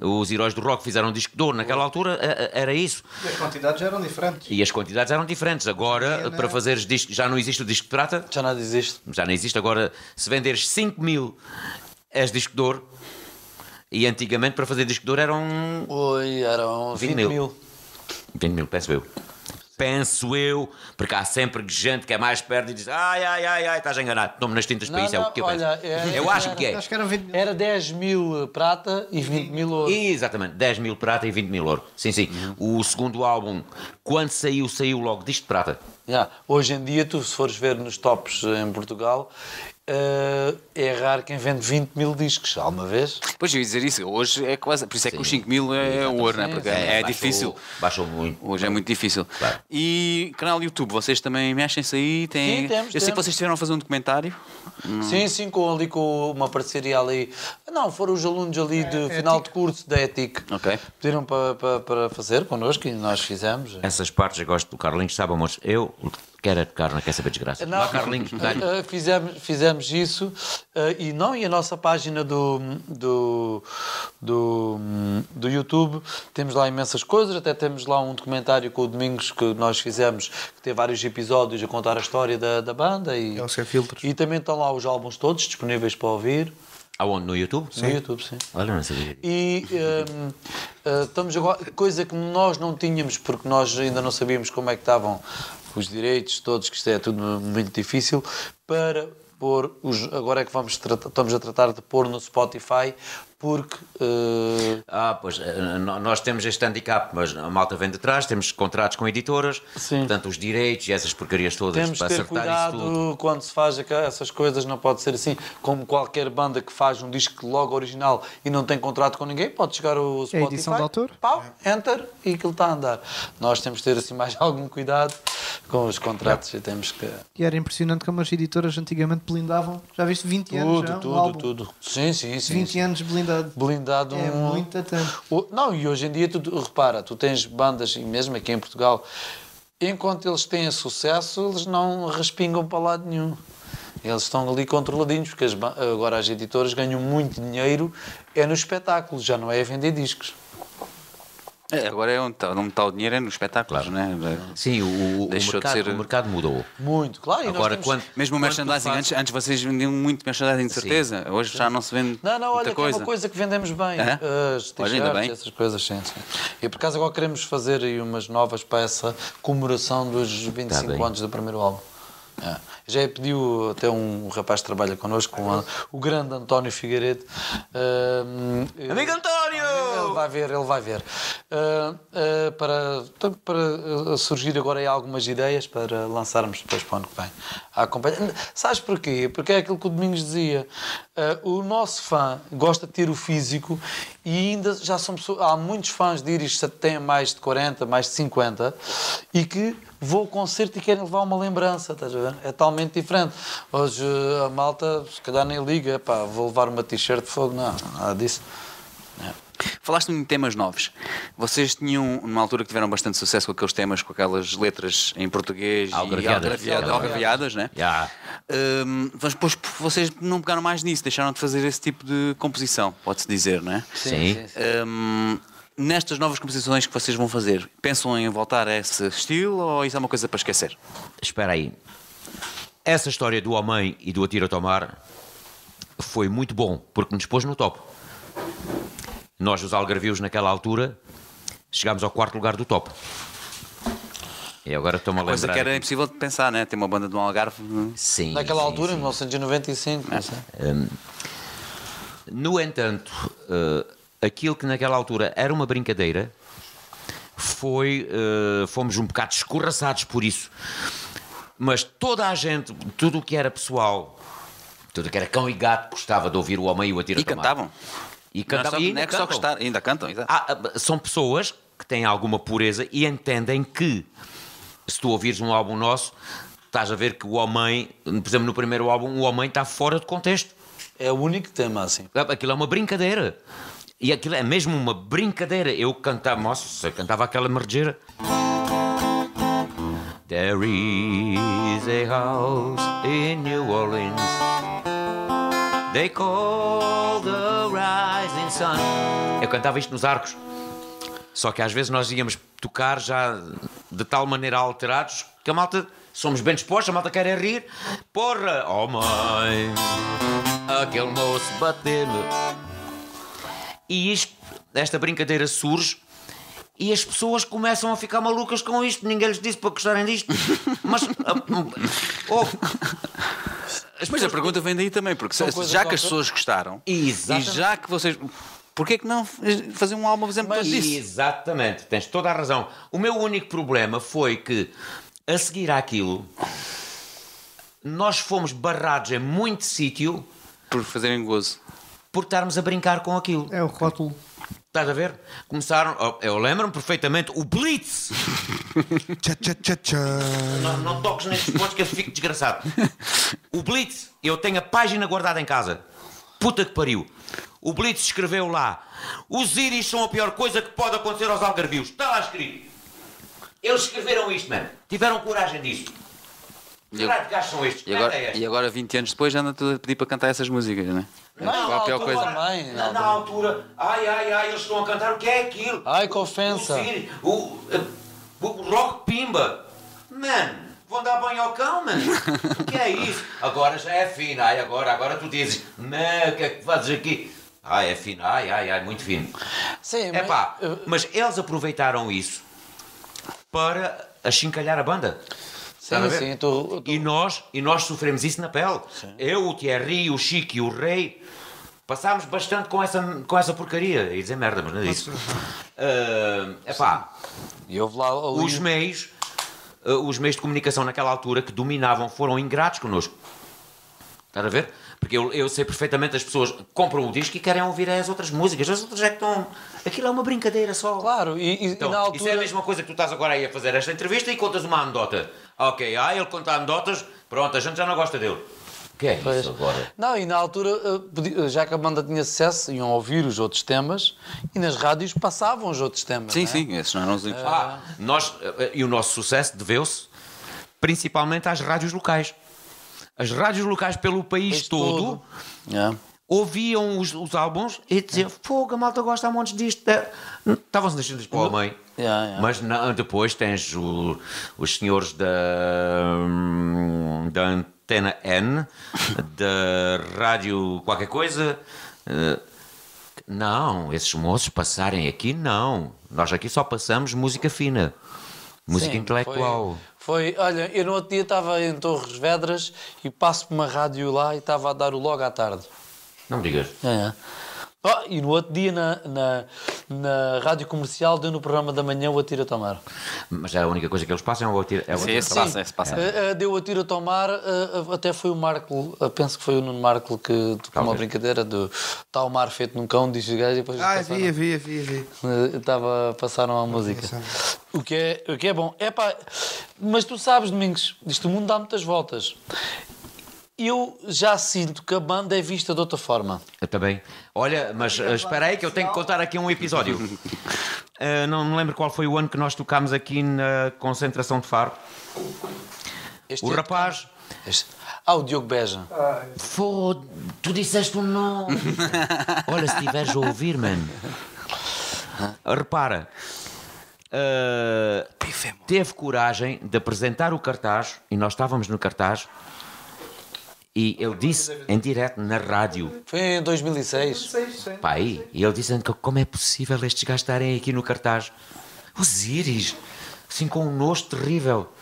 S5: Uhum.
S2: Os heróis do rock fizeram um disco de ouro. Naquela altura uh, uh, era isso.
S3: As quantidades eram diferentes.
S2: E as quantidades eram diferentes. Agora, uh, para fazeres disco, já não existe o disco de prata.
S5: Já nada existe.
S2: Já não existe. Agora, se venderes 5 mil, és disco de ouro. E antigamente, para fazer disco de ouro, eram
S5: Oi, eram
S2: 20
S5: 20,
S2: mil.
S5: mil.
S2: 20 mil, penso eu. Penso eu, porque há sempre gente que é mais perto e diz: ai, ai, ai, ai, estás enganado. Tome nas tintas para
S5: Não,
S2: isso, é o
S5: não,
S2: que eu
S5: olha,
S2: penso.
S5: é-
S2: eu acho que é.
S3: Acho que eram 20 mil.
S5: Era 10 mil eh, prata e 20 mil ouro.
S2: Exatamente, 10 mil prata e 20 mil ouro. Sim, sim. O segundo álbum, quando saiu, saiu logo disto de prata.
S5: Já. Hoje em dia, tu se fores ver nos tops eh, em Portugal, eh, é raro quem vende 20 mil discos. Alguma vez?
S1: Pois eu ia dizer isso, hoje é quase. Por isso é que os 5 mil é o ouro, né? Porque é,
S2: Baixou-
S1: difícil.
S2: Baixou muito.
S1: Hoje é muito difícil.
S2: Claro.
S1: E canal YouTube, vocês também mexem-se aí? Têm...
S5: Sim, temos,
S1: eu sei que
S5: temos.
S1: vocês tiveram a fazer um documentário.
S5: Sim,
S2: é?
S5: sim, com, ali com uma parceria ali. Não, foram os alunos
S7: É,
S5: ali de final
S7: tipo
S5: de curso da ETIC.
S1: Ok.
S5: Pediram para pa, para fazer connosco e nós fizemos.
S2: Essas partes eu gosto do Carlinhos, sabe, amores? Eu quero é tocar, não quer saber desgraça.
S5: Não.
S2: Lá, Carlinhos, dá-lhe.
S5: Ah, ah, eh, fizemos, fizemos isso ah, e não, e a nossa página do, do, do, do YouTube. Temos lá imensas coisas, até temos lá um documentário com o Domingos que nós fizemos, que tem vários episódios a contar a história da, da banda. E,
S7: É o Sem Filtros.
S5: E também estão lá os álbuns todos disponíveis para ouvir.
S2: Aonde? No YouTube?
S5: No YouTube, sim.
S2: Olha, não sabia.
S5: E hum, ah, estamos agora, coisa que nós não tínhamos, porque nós ainda não sabíamos como é que estavam os direitos todos, que isto é tudo muito difícil, para pôr os. Agora é que vamos tratar- estamos a tratar de pôr no Spotify, porque. ah,
S2: Ah, pois, eh, no- nós temos este handicap, mas a malta vem de trás, temos contratos com editoras,
S5: Sim.
S2: portanto, os direitos e essas porcarias todas
S5: temos que
S2: para
S5: ter
S2: acertar isso tudo.
S5: cuidado quando se faz aqua- essas coisas, não pode ser assim. Como qualquer banda que faz um disco logo original e não tem contrato com ninguém, pode chegar ao Spotify.
S3: É edição de autor?
S5: Pau, enter e aquilo está a andar. Nós temos que ter assim mais algum cuidado com os contratos e temos que.
S3: E era impressionante como as editoras antigamente blindavam. Já viste 20 anos? já,
S5: Tudo,
S3: um
S5: tudo,
S3: álbum.
S5: tudo. Sim, sim, sim.
S3: 20
S5: sim.
S3: anos blindado.
S5: Blindado
S3: É
S5: um-
S3: muito tanto.
S5: O- Não, e hoje em dia, tu, repara, tu tens bandas, e mesmo aqui em Portugal, enquanto eles têm sucesso, eles não respingam para lado nenhum. Eles estão ali controladinhos, porque as ba- agora as editoras ganham muito dinheiro, é no espetáculo, já não é a vender discos.
S1: É, agora é onde está, onde está o dinheiro é nos espetáculos, não é?
S2: Sim, o, o- o
S1: Deixou de
S2: mercado,
S1: ser-
S2: o mercado mudou.
S5: Muito, claro. E nós
S2: Agora,
S5: temos-
S2: quando,
S1: Mesmo o merchandising, antes, antes vocês vendiam muito merchandising, de certeza. Hoje já não se vende
S5: Não, não,
S1: muita
S5: olha, que é
S1: coisa.
S5: uma coisa que vendemos bem.
S1: É?
S5: As
S1: Olha, ainda
S5: t-shirts,
S1: bem.
S5: essas coisas, sim, sim. E por acaso agora queremos fazer aí umas novas para essa comemoração dos
S1: Tá
S5: 25
S2: bem.
S5: anos do primeiro álbum. É. Já pediu até um rapaz que trabalha connosco, um- o grande António Figueiredo. hum,
S2: Amigo António!
S5: ele vai ver, ele vai ver. Ah, ah, para tanto para ah, surgir agora aí algumas ideias para lançarmos depois para o ano que vem. A acompanha- Sabes porquê? Porque é aquilo que o Domingos dizia. Ah, o nosso fã gosta de ter o físico e ainda já são pessoas. Há muitos fãs de Iris que têm mais de 40, mais de 50 e que vão ao concerto e querem levar uma lembrança, estás a ver? É totalmente diferente. Hoje ah, a malta, se calhar, nem liga. Pá, vou levar uma t-shirt de fogo. Não, nada disso.
S1: Falaste em temas novos. Vocês tinham, numa altura que tiveram bastante sucesso com aqueles temas, com aquelas letras em português
S2: Algarviadas.
S1: e algarviadas, algarviadas né?
S2: Já.
S1: Hum, mas depois vocês não pegaram mais nisso, deixaram de fazer esse tipo de composição, pode-se dizer, não é?
S2: Sim.
S1: Hum, nestas novas composições que vocês vão fazer, pensam em voltar a esse estilo ou isso é uma coisa para esquecer?
S2: Espera aí. Essa história do homem e do atira tomar foi muito bom, porque nos pôs no top. Nós, os algarvios, naquela altura, chegámos ao quarto lugar do top. E agora estou-me a lembrar...
S1: Coisa que era
S2: aqui-
S1: impossível de pensar, né? Ter uma banda de um Algarve. não é?
S2: Sim,
S5: Naquela
S2: sim,
S5: altura, em
S2: sim.
S5: 1995, não sei.
S2: No entanto, eh, aquilo que naquela altura era uma brincadeira, foi, eh, fomos um bocado escorraçados por isso. Mas toda a gente, tudo o que era pessoal, tudo o que era cão e gato, gostava de ouvir o homem e o atira
S1: E cantavam. Não é
S2: E
S1: só-
S2: cantavam. e ainda
S1: não é que só
S2: cantam.
S1: gostar, ainda cantam. exato.
S2: Há, ah, são pessoas que têm alguma pureza e entendem que se tu ouvires um álbum nosso, estás a ver que o homem, por exemplo, no primeiro álbum, o homem está fora de contexto.
S5: É o único tema assim.
S2: Aquilo é uma brincadeira. E aquilo é mesmo uma brincadeira. Eu cantava, nossa, eu cantava aquela merdeira. There is a house in New Orleans. They call the rising sun. Eu cantava isto nos arcos. Só que às vezes nós íamos tocar já de tal maneira alterados que a malta, somos bem dispostos, a malta quer é rir. Porra, oh mãe, aquele moço bateu-me. E isto, esta brincadeira surge e as pessoas começam a ficar malucas com isto. Ninguém lhes disse para gostarem disto. Mas. ah, hum, houve. As
S1: Mas a
S2: pessoas-
S1: pergunta vem daí também, porque se-
S5: coisas
S1: já que as
S5: qualquer-
S1: pessoas gostaram
S2: Exatamente.
S1: e já que vocês. Porquê que não fazer um álbum, por exemplo,
S2: Mas
S1: todo disso?
S2: Exatamente, tens toda a razão. O meu único problema foi que, a seguir àquilo, nós fomos barrados em muito sítio
S1: Por fazerem gozo.
S2: por estarmos a brincar com aquilo.
S3: É o rótulo.
S2: Estás a ver? Começaram, oh, eu lembro-me perfeitamente, o Blitz!
S7: Tchá, tchá, tchá, tchá.
S2: Não, não toques nestes pontos que eu fico desgraçado. O Blitz, eu tenho a página guardada em casa. Puta que pariu. O Blitz escreveu lá: Os íris são a pior coisa que pode acontecer aos algarvios. Está lá escrito. Eles escreveram isto, mano. Tiveram coragem disso.
S1: E eu-
S2: Caralho, que gajos são estes? Que
S1: E agora,
S2: merda é esta?
S1: e agora, 20 anos depois, anda tudo a pedir para cantar essas músicas, não é?
S5: Não,
S1: é
S5: na
S1: a pior
S5: altura
S1: coisa.
S5: também,
S2: Na,
S5: na
S2: na altura, ai, ai, ai, eles estão a cantar o que é aquilo?
S5: Ai, que ofensa.
S2: O, Siri, o, o- o rock pimba. Mano, vão dar banho ao cão, mano. O que é isso? Agora já é fino, ai, agora, agora tu dizes, mas o que é que fazes aqui? Ai, é fino, ai, ai, ai, muito fino.
S5: Sim,
S2: É pá,
S5: mas-
S2: mas eles aproveitaram isso para achincalhar a banda. Estás a
S5: Sim,
S2: ver?
S5: sim, tu, tu-
S2: E nós, e nós sofremos isso na pele. Eu, o Thierry, o Chico e o Rei passámos bastante com essa, com essa porcaria. E dizer merda, mas não é isso. É epá,
S5: e houve lá ali-
S2: os meios, ah, os meios de comunicação naquela altura que dominavam foram ingratos connosco. Estás a ver? Porque eu, eu sei perfeitamente as pessoas compram o disco e querem ouvir as outras músicas. As outras é que estão. Aquilo é uma brincadeira só.
S5: Claro, e, e- e
S2: Então,
S5: na
S2: isso é
S5: altura.
S2: a mesma coisa que tu estás agora aí a fazer esta entrevista e contas uma anedota. Ok, ah, ele conta anedotas, pronto, a gente já não gosta dele. O que é
S5: Pois.
S2: isso agora?
S5: Não, e na altura, eh, podi- já que a banda tinha sucesso, iam ouvir os outros temas e nas rádios passavam os outros temas.
S1: Sim,
S5: não é?
S1: sim, esses não eram os únicos.
S2: Ah, nós, eh, e o nosso sucesso deveu-se principalmente às rádios locais. As rádios locais pelo país
S5: Pois
S2: todo,
S5: todo. É.
S2: ouviam os, os álbuns e diziam: Fogo, a malta gosta há montes disto. É, n- Estavam-se deixando para a mãe.
S5: Yeah, yeah.
S2: Mas não, depois tens o- os senhores da, da Antena N, da Rádio Qualquer Coisa. eh, Não, esses moços passarem aqui, não. Nós aqui só passamos música fina, música
S5: Sim,
S2: intelectual.
S5: Foi, foi- olha, eu no outro dia estava em Torres Vedras e passo por uma rádio lá e estava a dar o logo à tarde.
S2: Não me digas.
S5: É, é. Ah, e no outro dia na, na, na rádio comercial deu no programa da manhã o Atira a Tomar.
S2: Mas é a única coisa que eles passam é o atira- é o
S1: Sim,
S2: atira-
S1: esse passa, esse passa.
S5: Eh, eh, deu o Atira a Tomar, eh, eh, até foi o Marco, eh, penso que foi o Nuno Marco que, com uma
S2: Talvez.
S5: brincadeira do tal mar feito num cão, diz o gajo e depois
S7: Ah,
S5: passaram-
S7: vi, vi, vi, vi.
S5: Eh, Estava passaram a música. O que é, o que é bom. Epá, mas tu sabes, Domingos, isto o mundo dá muitas voltas. Eu já sinto que a banda é vista de outra forma.
S2: Eu também. Olha, mas eh, espera aí que eu tenho que contar aqui um episódio. Eh, não me lembro qual foi o ano que nós tocámos aqui na concentração de Faro.
S5: Este
S2: O
S5: é-
S2: rapaz.
S5: este- Ah, o Diogo Beja.
S2: Fô, tu disseste um nome. Olha, se tiveres a ouvir, mano. Repara. eh, teve coragem de apresentar o cartaz e nós estávamos no cartaz e ele disse em direto na rádio
S5: Foi em 2006.
S2: Pai, e ele dizendo que como é possível estes gajos estarem aqui no cartaz? Os íris, assim com um nojo terrível.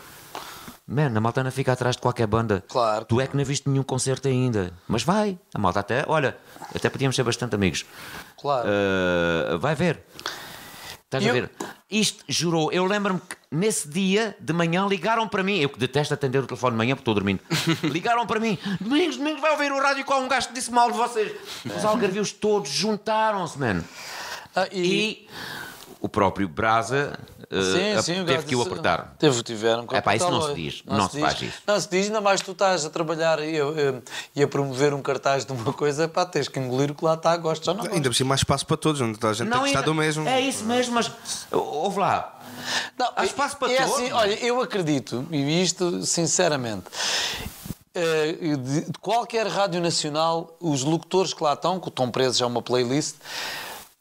S2: Mano, a malta não fica atrás de qualquer banda.
S5: Claro.
S2: Tu é que não viste nenhum concerto ainda. Mas vai, a malta até, olha, até podíamos ser bastante amigos.
S5: Claro.
S2: Ah, vai ver. Estás a
S5: Eu-
S2: ver? Isto jurou. Eu lembro-me que nesse dia de manhã ligaram para mim. Eu que detesto atender o telefone de manhã porque estou dormindo. ligaram para mim. Domingos, domingos, vai ouvir o rádio com um gajo que disse mal de vocês. Os algarvios todos juntaram-se, mano.
S5: Ah,
S2: E o próprio Brasa eh,
S5: Sim, sim, o
S2: teve
S5: gajo
S2: que o
S5: disse-
S2: apertar.
S5: Teve, tiveram que
S2: É pá, isso
S5: apertar
S2: não se
S5: logo.
S2: diz, não se faz isso.
S5: Não se diz, ainda mais tu estás a trabalhar e, a- e a promover um cartaz de uma coisa, pá, tens que engolir o que lá está, gostas ou não gostas.
S7: Ainda por cima, há espaço para todos, onde toda a gente tem que
S2: e-
S7: estar do mesmo.
S2: É isso mesmo, mas ouve lá.
S5: Não,
S2: Há espaço para
S5: é
S2: todos,
S5: assim,
S2: mano.
S5: olha, eu acredito, e isto sinceramente, eh, de de qualquer rádio nacional, os locutores que lá estão, que estão presos a uma playlist,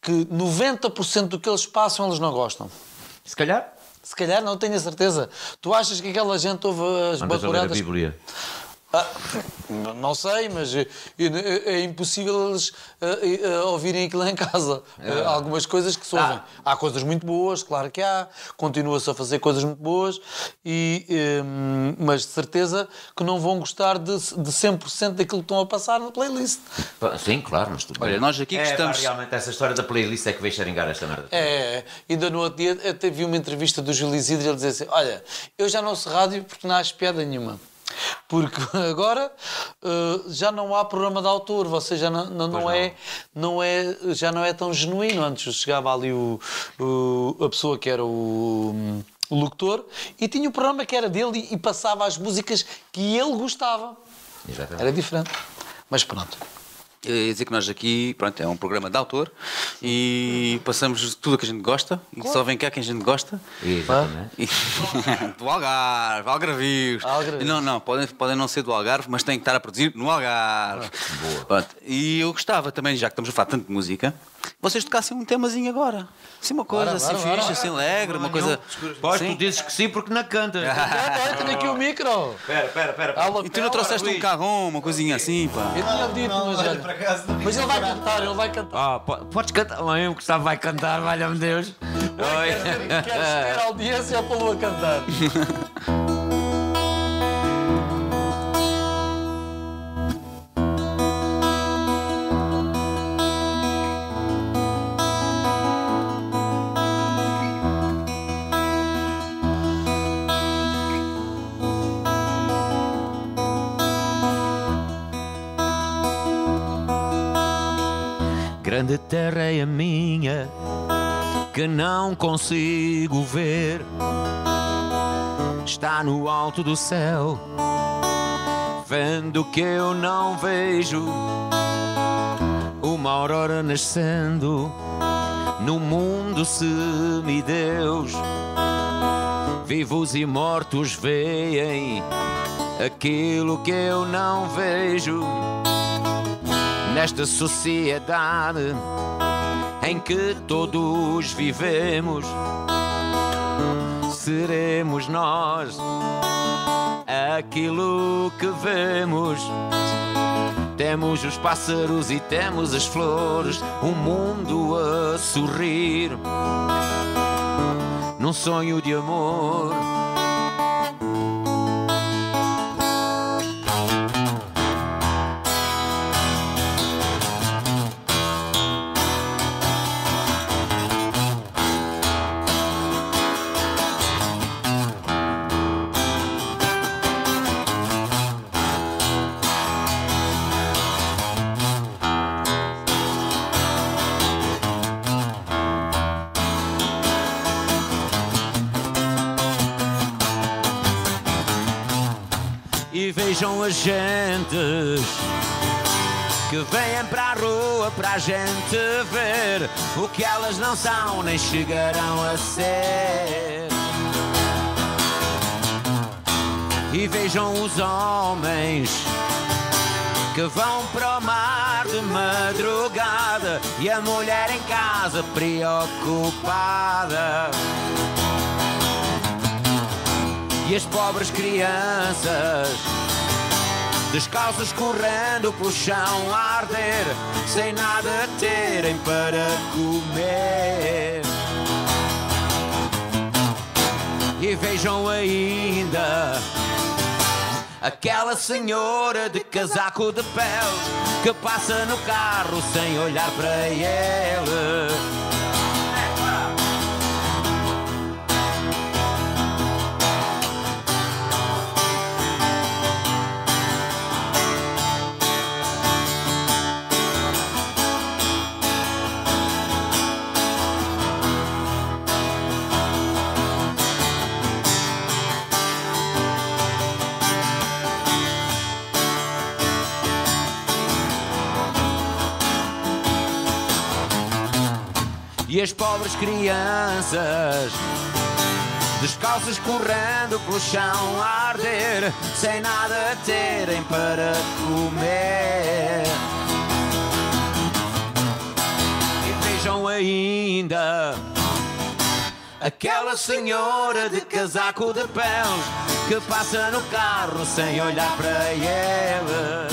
S5: que 90% do que eles passam eles não gostam.
S2: Se calhar,
S5: Se calhar não tenho a certeza. Tu achas que aquela gente ouve as
S2: andas a ler a
S5: bacuradas?
S2: Bíblia.
S5: Ah, n- não sei, mas eh, eh, é, impossível eles eh, eh, ouvirem aquilo lá em casa. Eh, algumas coisas que se ouvem. Há coisas muito boas, claro que há. Continua-se a fazer coisas muito boas, e, eh, mas de certeza que não vão gostar de, de 100% daquilo que estão a passar na playlist.
S2: Pá, Sim, claro, mas tudo bem.
S1: Olha, nós aqui
S2: É, pá,
S1: gostamos-
S2: realmente essa história da playlist é que veio xeringar esta merda.
S5: É, ainda no outro dia até vi uma entrevista do Gil Isidro e ele dizia assim: Olha, eu já não ouço rádio porque não há piada nenhuma. Porque agora eh, já não há programa de autor, você já não, não, não
S2: Pois
S5: É, não é já não é tão genuíno. Antes chegava ali o, o- a pessoa que era o, o locutor e tinha o programa que era dele e, e passava as músicas que ele gostava.
S2: Exatamente.
S5: Era diferente. Mas pronto.
S1: eh, Eu ia dizer que nós aqui, pronto, é um programa de autor e passamos tudo o que a gente gosta e só vem cá quem a gente gosta.
S6: Exatamente.
S1: E- do Algarve, Algarvios.
S4: Algarvios.
S1: Não, não, podem, podem não ser do Algarve, mas têm que estar a produzir no
S4: Ah,
S1: Algarve. Pronto, E eu gostava também, já que estamos a falar tanto de música, vocês tocassem um temazinho agora. Assim, uma coisa
S4: Bora,
S1: assim
S4: bora,
S1: fixe,
S4: bora.
S1: assim alegre, uma coisa. assim.
S6: Pois
S1: Sim.
S6: tu dizes que sim porque não cantas.
S4: Ah, olha, tenho aqui o micro.
S6: Espera, espera, espera.
S4: Aula
S1: E tu não trouxeste um carrom, uma coisinha assim, pá.
S4: Eu tinha dito, mas
S8: olha,
S4: olha.
S8: por acaso, não.
S4: Mas ele vai cantar, ele vai cantar.
S6: Ah, po- podes cantar é? lá mesmo que sabe vai cantar, valha-me Deus. Oi.
S4: Queres ter audiência ou pô-lo a cantar?
S6: Grande terra é a minha que não consigo ver. Está no alto do céu, vendo que eu não vejo. Uma aurora nascendo no mundo semideus. Vivos e mortos veem aquilo que eu não vejo nesta sociedade em que todos vivemos. Seremos nós aquilo que vemos. Temos os pássaros e temos as flores, o mundo a sorrir. Num sonho de amor. e vejam as gentes que vêm para a rua para a gente ver o que elas não são nem chegarão a ser. E vejam os homens que vão para o mar de madrugada e a mulher em casa preocupada e as pobres crianças descalças correndo pelo chão a arder sem nada terem para comer e vejam ainda Aquela senhora de casaco de peles que passa no carro sem olhar para ele. e as pobres crianças descalças correndo pelo chão a arder sem nada terem para comer e vejam ainda aquela senhora de casaco de peles que passa no carro sem olhar para ela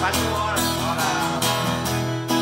S6: Faz fora, fora.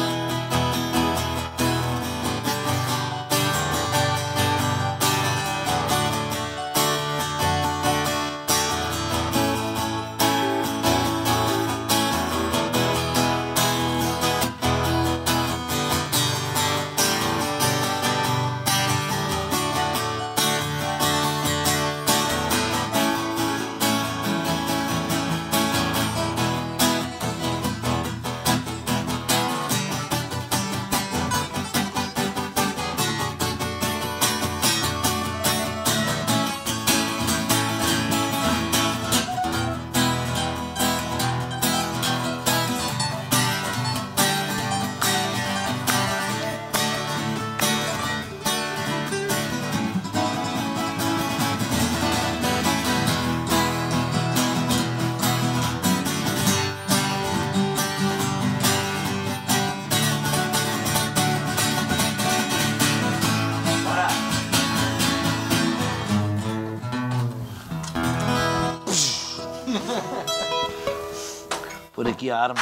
S5: Por aqui a arma.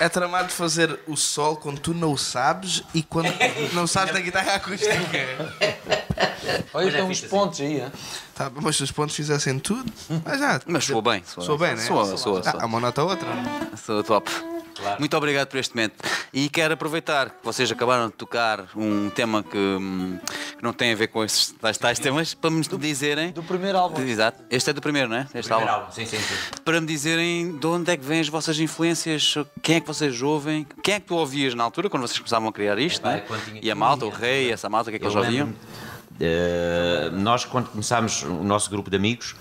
S7: É tramado fazer o sol quando tu não o sabes e quando não sabes da guitarra acústica.
S5: Olha,
S2: é
S5: tem uns
S2: fixe assim.
S5: pontos aí, hein?
S7: Tá, bom, mas se os pontos fizessem tudo, mas já.
S1: Mas soa bem.
S7: Soa bem, né?
S1: Soa, soa,
S7: Ah, há
S1: soa.
S7: uma nota ou outra.
S1: Soa top. Muito obrigado por este momento. E quero aproveitar que vocês acabaram de tocar um tema que, hum, que não tem a ver com esses tais, tais temas para me dizerem.
S5: Do primeiro álbum.
S1: Exato. Este é do primeiro, não é? Este álbum.
S2: Sim, sim, sim.
S1: para me dizerem de onde é que vêm as vossas influências, quem é que vocês ouvem, quem é que tu ouvias na altura, quando vocês começavam a criar isto,
S2: Epá,
S1: né?
S2: quando tinha
S1: e a
S2: 15
S1: malta, o
S2: anos,
S1: rei, essa malta, o que é que eles
S2: Eu
S1: ouviam?
S2: lembro-me, eh, nós, quando começámos o nosso grupo de amigos,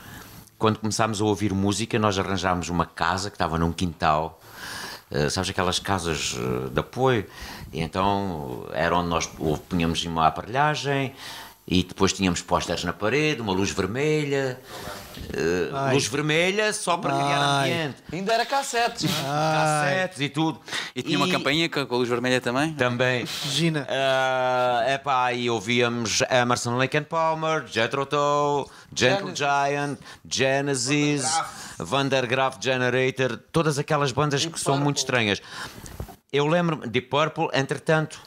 S2: quando começámos a ouvir música, nós arranjámos uma casa que estava num quintal. eh, sabes aquelas casas eh, de apoio? E então era onde nós ou- punhamos uma aparelhagem e depois tínhamos posters na parede, uma luz vermelha. eh, luz vermelha só para criar
S3: Ai.
S2: ambiente.
S5: Ainda era cassetes. não é?
S2: Cassetes e tudo.
S1: E tinha uma campainha com com a luz vermelha também?
S2: Também.
S3: Gina.
S2: É epá, e ouvíamos Emerson Lake and Palmer, Jethro Tull, Gentle Giant, Genesis, Vandergraaf Generator, todas aquelas bandas que são muito estranhas. Eu lembro-me de Purple, entretanto,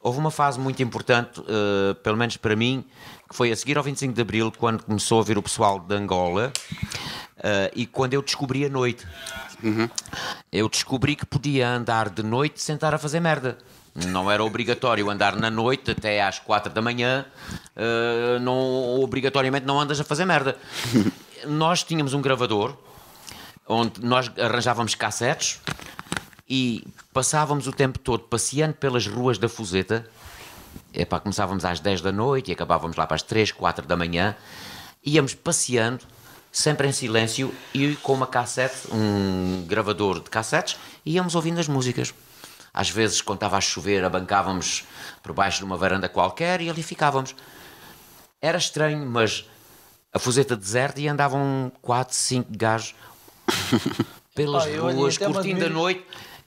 S2: houve uma fase muito importante, eh, pelo menos para mim, que foi a seguir ao 25 de Abril, quando começou a vir o pessoal de Angola eh, e quando eu descobri a noite eu descobri que podia andar de noite sem estar a fazer merda. Não era obrigatório andar na noite até às quatro da manhã, eh, não, obrigatoriamente não andas a fazer merda. nós tínhamos um gravador onde nós arranjávamos cassetes e passávamos o tempo todo passeando pelas ruas da Fuseta. Epá, começávamos às 10 da noite e acabávamos lá para as 3, 4 da manhã. Íamos passeando, sempre em silêncio e com uma cassete, um gravador de cassetes, e íamos ouvindo as músicas. Às vezes, quando estava a chover, abancávamos por baixo de uma varanda qualquer e ali ficávamos. Era estranho, mas a fuseta deserta e andavam 4, 5 gajos pelas
S5: Epá, eu olhei
S2: ruas,
S5: até me
S2: curtindo a
S5: admiro.
S2: noite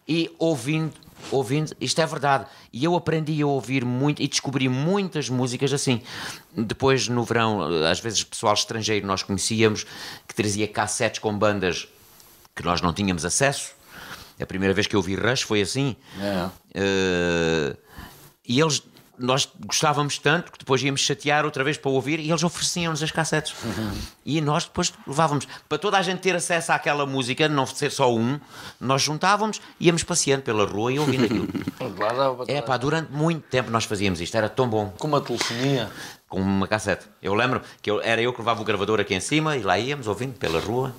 S2: e ouvindo, ouvindo, isto é verdade. E eu aprendi a ouvir muito e descobri muitas músicas assim. Depois, no verão, às vezes pessoal estrangeiro nós conhecíamos que trazia cassetes com bandas que nós não tínhamos acesso. A primeira vez que eu ouvi Rush foi assim.
S5: É,
S2: Eh, e eles nós gostávamos tanto que depois íamos chatear outra vez para ouvir e eles ofereciam-nos as cassetes e nós depois levávamos para toda a gente ter acesso àquela música não ser só um, nós juntávamos íamos passeando pela rua e ouvindo aquilo
S5: Lá dava para
S2: é
S5: trás.
S2: pá, durante muito tempo nós fazíamos isto era tão bom,
S5: Com uma telefonia.
S2: com uma cassete eu lembro que eu- era eu que levava o gravador aqui em cima e lá íamos ouvindo pela rua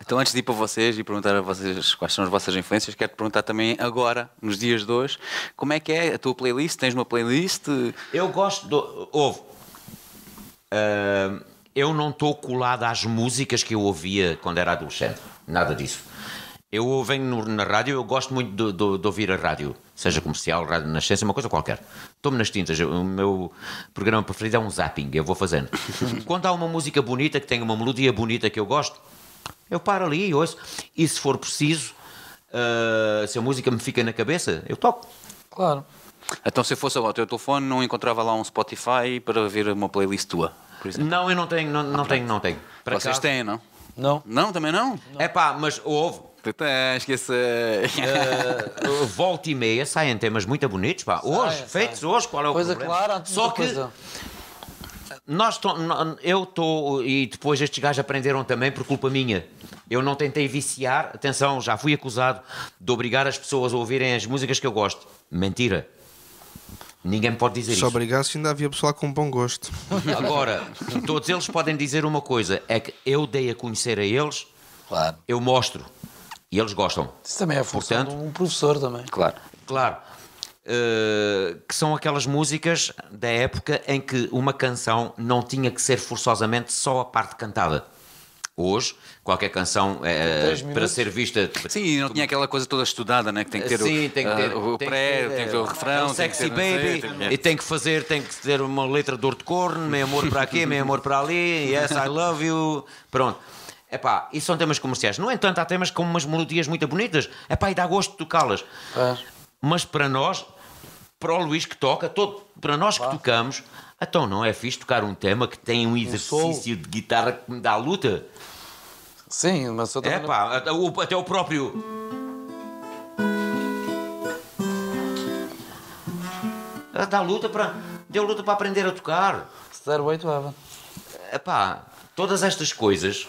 S1: Então, antes de ir para vocês e perguntar a vocês quais são as vossas influências, quero te perguntar também agora, nos dias de hoje, como é que é a tua playlist? Tens uma playlist?
S2: Eu gosto do. Ouve. Ah, eu não estou colado às músicas que eu ouvia quando era adolescente. Nada disso. Eu venho no- na rádio, eu gosto muito de, de- de ouvir a rádio, seja comercial, rádio nascença, uma coisa qualquer. Estou-me nas tintas, eu- o meu programa preferido é um zapping, eu vou fazendo. quando há uma música bonita, que tem uma melodia bonita que eu gosto, eu paro ali e ouço. E se for preciso, ah, se a música me fica na cabeça, eu toco.
S5: Claro.
S1: Então, se eu fosse ao teu telefone, não encontrava lá um Spotify para ver uma playlist tua, por exemplo.
S2: Não, eu não tenho, não, não tenho, não tenho. Hum, Por
S1: Ah, vocês
S2: acaso-
S1: têm, não?
S5: Não?
S1: Não, também não?
S2: É pá, mas houve.
S1: Tu tens, esquece.
S2: eh, volta e meia saem temas muito bonitos, pá. Hoje,
S5: sai.
S2: feitos hoje, qual é o
S5: Coisa
S2: problema?
S5: clara, antes
S2: Só
S5: muita
S2: que
S5: coisa.
S2: nós to- n- eu estou e depois estes gajos aprenderam também por culpa minha. Eu não tentei viciar, atenção, já fui acusado de obrigar as pessoas a ouvirem as músicas que eu gosto. Mentira. Ninguém me pode dizer
S7: Só
S2: isso.
S7: obrigasse ainda havia pessoal com bom gosto.
S2: Agora, todos eles podem dizer uma coisa, é que eu dei a conhecer a eles,
S5: Claro.
S2: eu mostro e eles gostam.
S5: Isso também é a função
S2: Portanto-
S5: de um professor também.
S1: Claro.
S2: Claro. Eh, que são aquelas músicas da época em que uma canção não tinha que ser forçosamente só a parte cantada. Hoje, qualquer canção eh,
S5: Três
S2: para
S5: minutos.
S2: ser vista.
S1: Sim, e não tinha aquela coisa toda estudada, né? Que tem que ter
S2: Eh, Sim,
S1: o,
S2: tem que
S1: ah,
S2: ter-
S1: o
S2: tem que
S1: pré,
S2: ter,
S1: tem que ter
S2: eh,
S1: o
S2: é
S1: refrão,
S2: um
S1: tem que
S2: sexy
S1: ter, não sei,
S2: baby
S1: tem que-
S2: e tem que fazer, tem que ter uma letra de dor de corno, meu amor para aqui, meu amor para ali, yes, I love you. Pronto. Epá, isso são temas comerciais. No entanto, há temas com umas melodias muito bonitas. Epá, e dá gosto de tocá-las.
S5: Claro.
S2: Mas para nós, para o Luís que toca, todo, para nós que tocamos, então não é fixe tocar um tema que tem um exercício de guitarra que me dá luta?
S5: Sim, mas eu
S2: É
S5: também. não-
S2: pá, até o- até o próprio. Ah, Dá luta para. Deu luta para aprender a tocar.
S5: Stairway to Heaven.
S2: É pá, todas estas coisas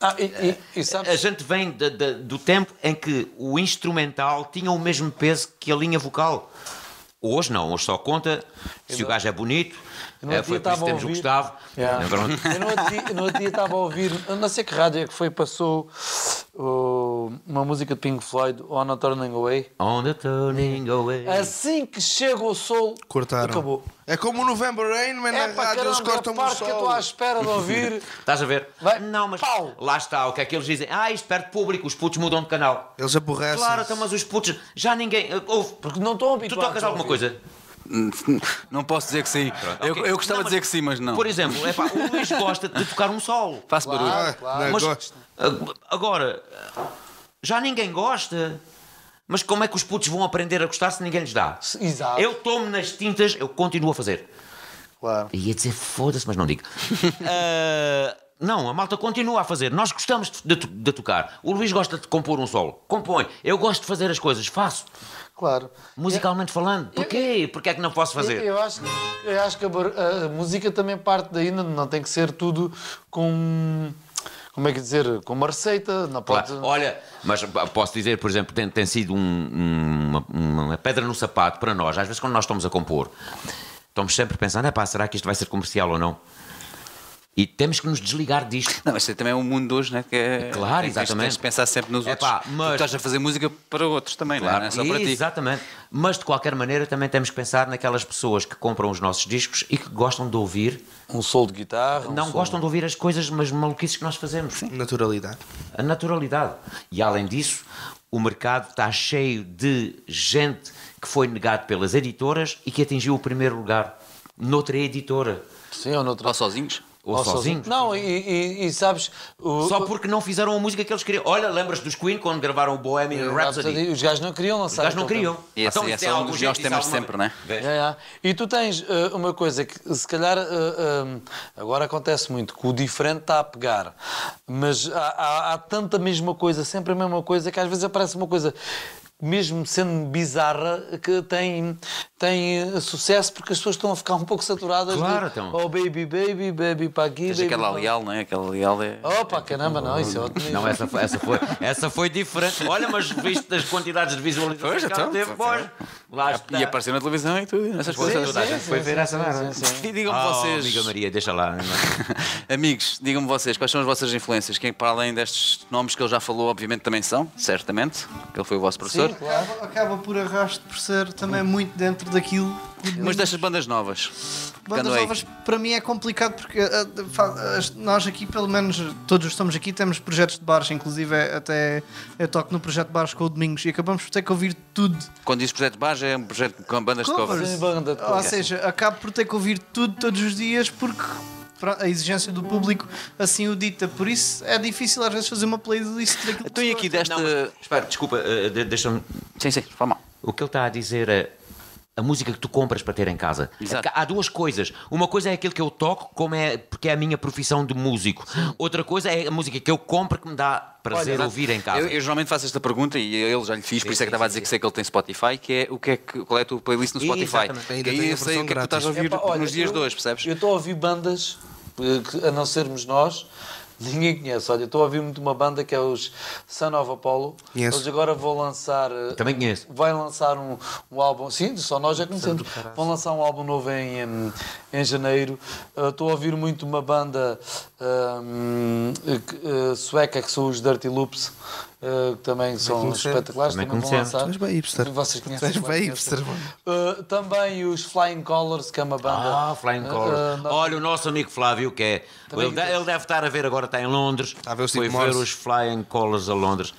S5: Ah, e, e, e
S6: É,
S5: sabes?
S2: A gente vem da- da- do tempo em que o instrumental tinha o mesmo peso que a linha vocal. Hoje não, hoje só conta se o gajo é bonito.
S5: Eu não
S2: eh, foi por
S5: tava
S2: isso
S5: a
S2: que temos o
S5: ouvir.
S2: Gustavo. é
S5: Yeah.
S2: Lembram-te?
S5: Eu no outro dia- no outro dia estava a ouvir, eu não sei que rádio é que foi, passou oh, uma música de Pink Floyd, On a Turning Away.
S2: On the turning away.
S5: Assim que chega o sol,
S7: Cortaram.
S5: acabou.
S7: É como o November Rain, mas
S5: É
S7: na
S5: para
S7: rádio eles
S5: caramba, a
S7: cortam o
S5: parte que eu estou
S7: sol.
S5: à espera de ouvir.
S2: Estás a ver?
S5: Vai-
S2: Não, mas
S5: Pau!
S2: lá está, o que é que eles dizem? Ah, isto perde público, os putos mudam de canal.
S7: Eles aborrecem.
S2: Claro, então, mas os putos, já ninguém. eh, ouve,
S5: Porque não estão
S2: tu
S5: habituados.
S2: tocas
S5: a
S2: alguma
S5: ouvir.
S2: coisa?
S1: Não posso dizer que sim. Eu,
S2: Ok.
S1: eu gostava
S2: Não,
S1: de dizer que sim, mas não.
S2: Por exemplo, epá, o Luís gosta de tocar um solo.
S1: Faço barulho.
S7: Ah, não
S2: Mas,
S7: gosto.
S2: ag- agora, já ninguém gosta. Mas como é que os putos vão aprender a gostar se ninguém lhes dá?
S5: Se- Exato.
S2: Eu tomo nas tintas, eu continuo a fazer.
S5: Claro.
S2: Ia dizer foda-se, mas não digo. Ah, não, a malta continua a fazer. Nós gostamos de, de- de tocar. O Luís gosta de compor um solo. Compõe. Eu gosto de fazer as coisas. Faço.
S5: Claro.
S2: Musicalmente falando. Porquê? Porquê é que não posso fazer?
S5: Eu acho, eu acho que a, bar- a música também parte daí, não- não tem que ser tudo com. Como é que dizer? Com uma receita, não
S2: Claro.
S5: pode.
S2: Olha, mas p- posso dizer, por exemplo, tem, tem sido um- um- uma, uma pedra no sapato para nós. Às vezes, quando nós estamos a compor, estamos sempre pensando: "Epá, será que isto vai ser comercial ou não? E temos que nos desligar disto.
S1: Não, mas isso também é o mundo de hoje, né? Que é,
S2: Claro,
S1: tens-
S2: exatamente.
S1: Tens de pensar sempre nos outros.
S2: Epá, mas-
S1: Tu estás a fazer música para outros também, não é? não é? Só para ti.
S2: Exatamente. Mas, de qualquer maneira, também temos que pensar naquelas pessoas que compram os nossos discos e que gostam de ouvir.
S5: Um solo de guitarra.
S2: Não gostam de ouvir as coisas, mas maluquices que nós fazemos.
S7: Naturalidade.
S2: a naturalidade. E além disso, o mercado está cheio de gente que foi negado pelas editoras e que atingiu o primeiro lugar noutra editora.
S5: Sim, ou noutra.
S1: Ou sozinhos.
S2: Ou, sozinho.
S5: Não, e, e- e sabes. O,
S2: Só porque não fizeram a música que eles queriam. Olha, lembras dos Queen quando gravaram o Bohemian Rhapsody?
S5: Os gajos não queriam
S2: Os
S5: lançar.
S2: gajos não
S5: É, aquele
S2: queriam.
S1: E esse-
S2: isso
S1: esse
S2: tem
S1: é um
S2: algum
S1: dos
S2: jeito,
S1: melhores
S2: isso
S1: temas
S2: alguma-
S1: sempre, não é?
S2: Vês?
S5: Já, já. E tu tens eh, uma coisa que se calhar eh, eh, agora acontece muito, que o diferente está a pegar, mas há, há- há tanta mesma coisa, sempre a mesma coisa, que às vezes aparece uma coisa, mesmo sendo bizarra, que tem, tem eh, sucesso porque as pessoas estão a ficar um pouco saturadas
S2: Claro,
S5: de,
S2: então.
S5: oh baby, baby, baby para aqui,
S1: Tens
S5: baby
S1: aquela
S5: para-
S1: leal, não é? Aquela leal é.
S5: Opa, caramba, não, isso é outro nível.
S2: Não, essa foi, essa, foi, essa foi diferente. Olha, mas visto as quantidades de visualizações
S1: Pois,
S2: que ela
S1: então,
S2: teve,
S1: foi-
S2: pois, lá está.
S1: E apareceu na televisão e tudo, essas
S2: Pois, é,
S1: coisas.
S2: toda a gente foi ver essa merda.
S1: E digam-me
S2: Oh,
S1: vocês.
S2: amiga Maria, deixa lá.
S1: Amigos, digam-me vocês, quais são as vossas influências? Quem, é para além destes nomes que ele já falou, obviamente também são, certamente, que ele foi o vosso professor.
S5: Sim, claro.
S3: Acaba, acaba por arrasto por ser também muito dentro daquilo.
S1: Mas destas bandas novas.
S3: Bandas
S1: Canoei.
S3: novas para mim é complicado porque ah, ah, fa- as- nós aqui, pelo menos todos estamos aqui, temos projetos de bares, inclusive é- até eu toco no projeto de bares com o Domingos e acabamos por ter que ouvir tudo.
S1: Quando diz projeto de Bars, é um projeto com bandas de covers.
S5: Sim, banda de
S3: Ou
S5: covers.
S3: seja, acabo por ter que ouvir tudo todos os dias porque pronto, a exigência do público assim o dita. Por isso é difícil às vezes fazer uma playlist daquilo
S1: Então
S3: se
S1: e aqui
S3: gosta.
S1: desta.
S2: Espera, desculpa, eh, de- deixa-me
S1: Sim, sim, foi mal.
S2: O que ele está a dizer é a música que tu compras para ter em casa. É
S1: Exato.
S2: Há duas coisas. Uma coisa é aquilo que eu toco, como é, porque é a minha profissão de músico. Outra coisa é a música que eu compro que me dá prazer ouvir em casa.
S1: Eu, eu geralmente faço esta pergunta e ele já lhe fiz, por isso é que estava a dizer que sei que ele tem Spotify, que é o que é que, qual é a tua playlist no Spotify.
S2: Exatamente.
S1: Que
S7: Ainda
S1: aí
S7: tem a
S1: eu sei o que é que tu
S7: versão
S1: estás a
S7: grátis.
S1: ouvir
S5: Epá, olha,
S1: nos dias
S5: eu-
S1: de hoje, percebes?
S5: Eu estou a ouvir bandas, eh, que, a não sermos nós, ninguém conhece. Olha, eu estou a ouvir muito uma banda que é os Son of Apollo.
S7: Conheço.
S5: Eles agora vão lançar. eh,
S2: Também conheço.
S5: Vai lançar um, um álbum, sim, só nós já conhecemos. Vão lançar um álbum novo em, em, em janeiro. Eh, Estou a ouvir muito uma banda hum, eh, que, eh, sueca que são os Dirty Loops, eh, que também são
S7: conhecemos.
S5: espetaculares.
S2: Também
S5: Também, vão
S2: conhecemos.
S5: lançar.
S7: Tu és bem hipster.
S5: Vocês
S7: Tu
S5: conhecem?
S7: és
S5: claro,
S7: bem
S5: conhecem.
S7: hipster, mano.
S5: Uh, também os Flying Colors, que é uma banda.
S2: Ah, Flying
S5: Uh,
S2: Colors.
S5: uh, nós-
S2: Olha, o nosso amigo Flávio, que é.
S5: Também
S2: Ele, de- ele deve estar a ver agora, está em Londres.
S7: a ver
S2: foi
S7: o Steve
S2: ver
S7: Morse.
S2: os Flying Colors a Londres.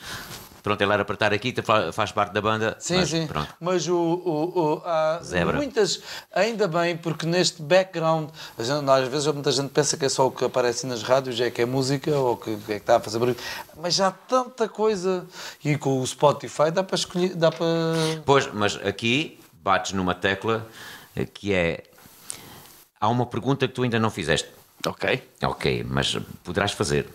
S2: Pronto, ele era para estar aqui, fa- faz parte da banda.
S5: Sim,
S2: mas
S5: sim.
S2: Pronto.
S5: Mas o, o- o- há
S2: Zebra.
S5: muitas, ainda bem, porque neste background, a gente- nós, às vezes muita gente pensa que é só o que aparece nas rádios, é que é música ou que, que é que está a fazer barulho. Mas já há tanta coisa. E com o Spotify dá para escolher, dá para.
S2: Pois, mas aqui bates numa tecla eh, que é. Há uma pergunta que tu ainda não fizeste.
S1: Ok.
S2: Ok, mas poderás fazer.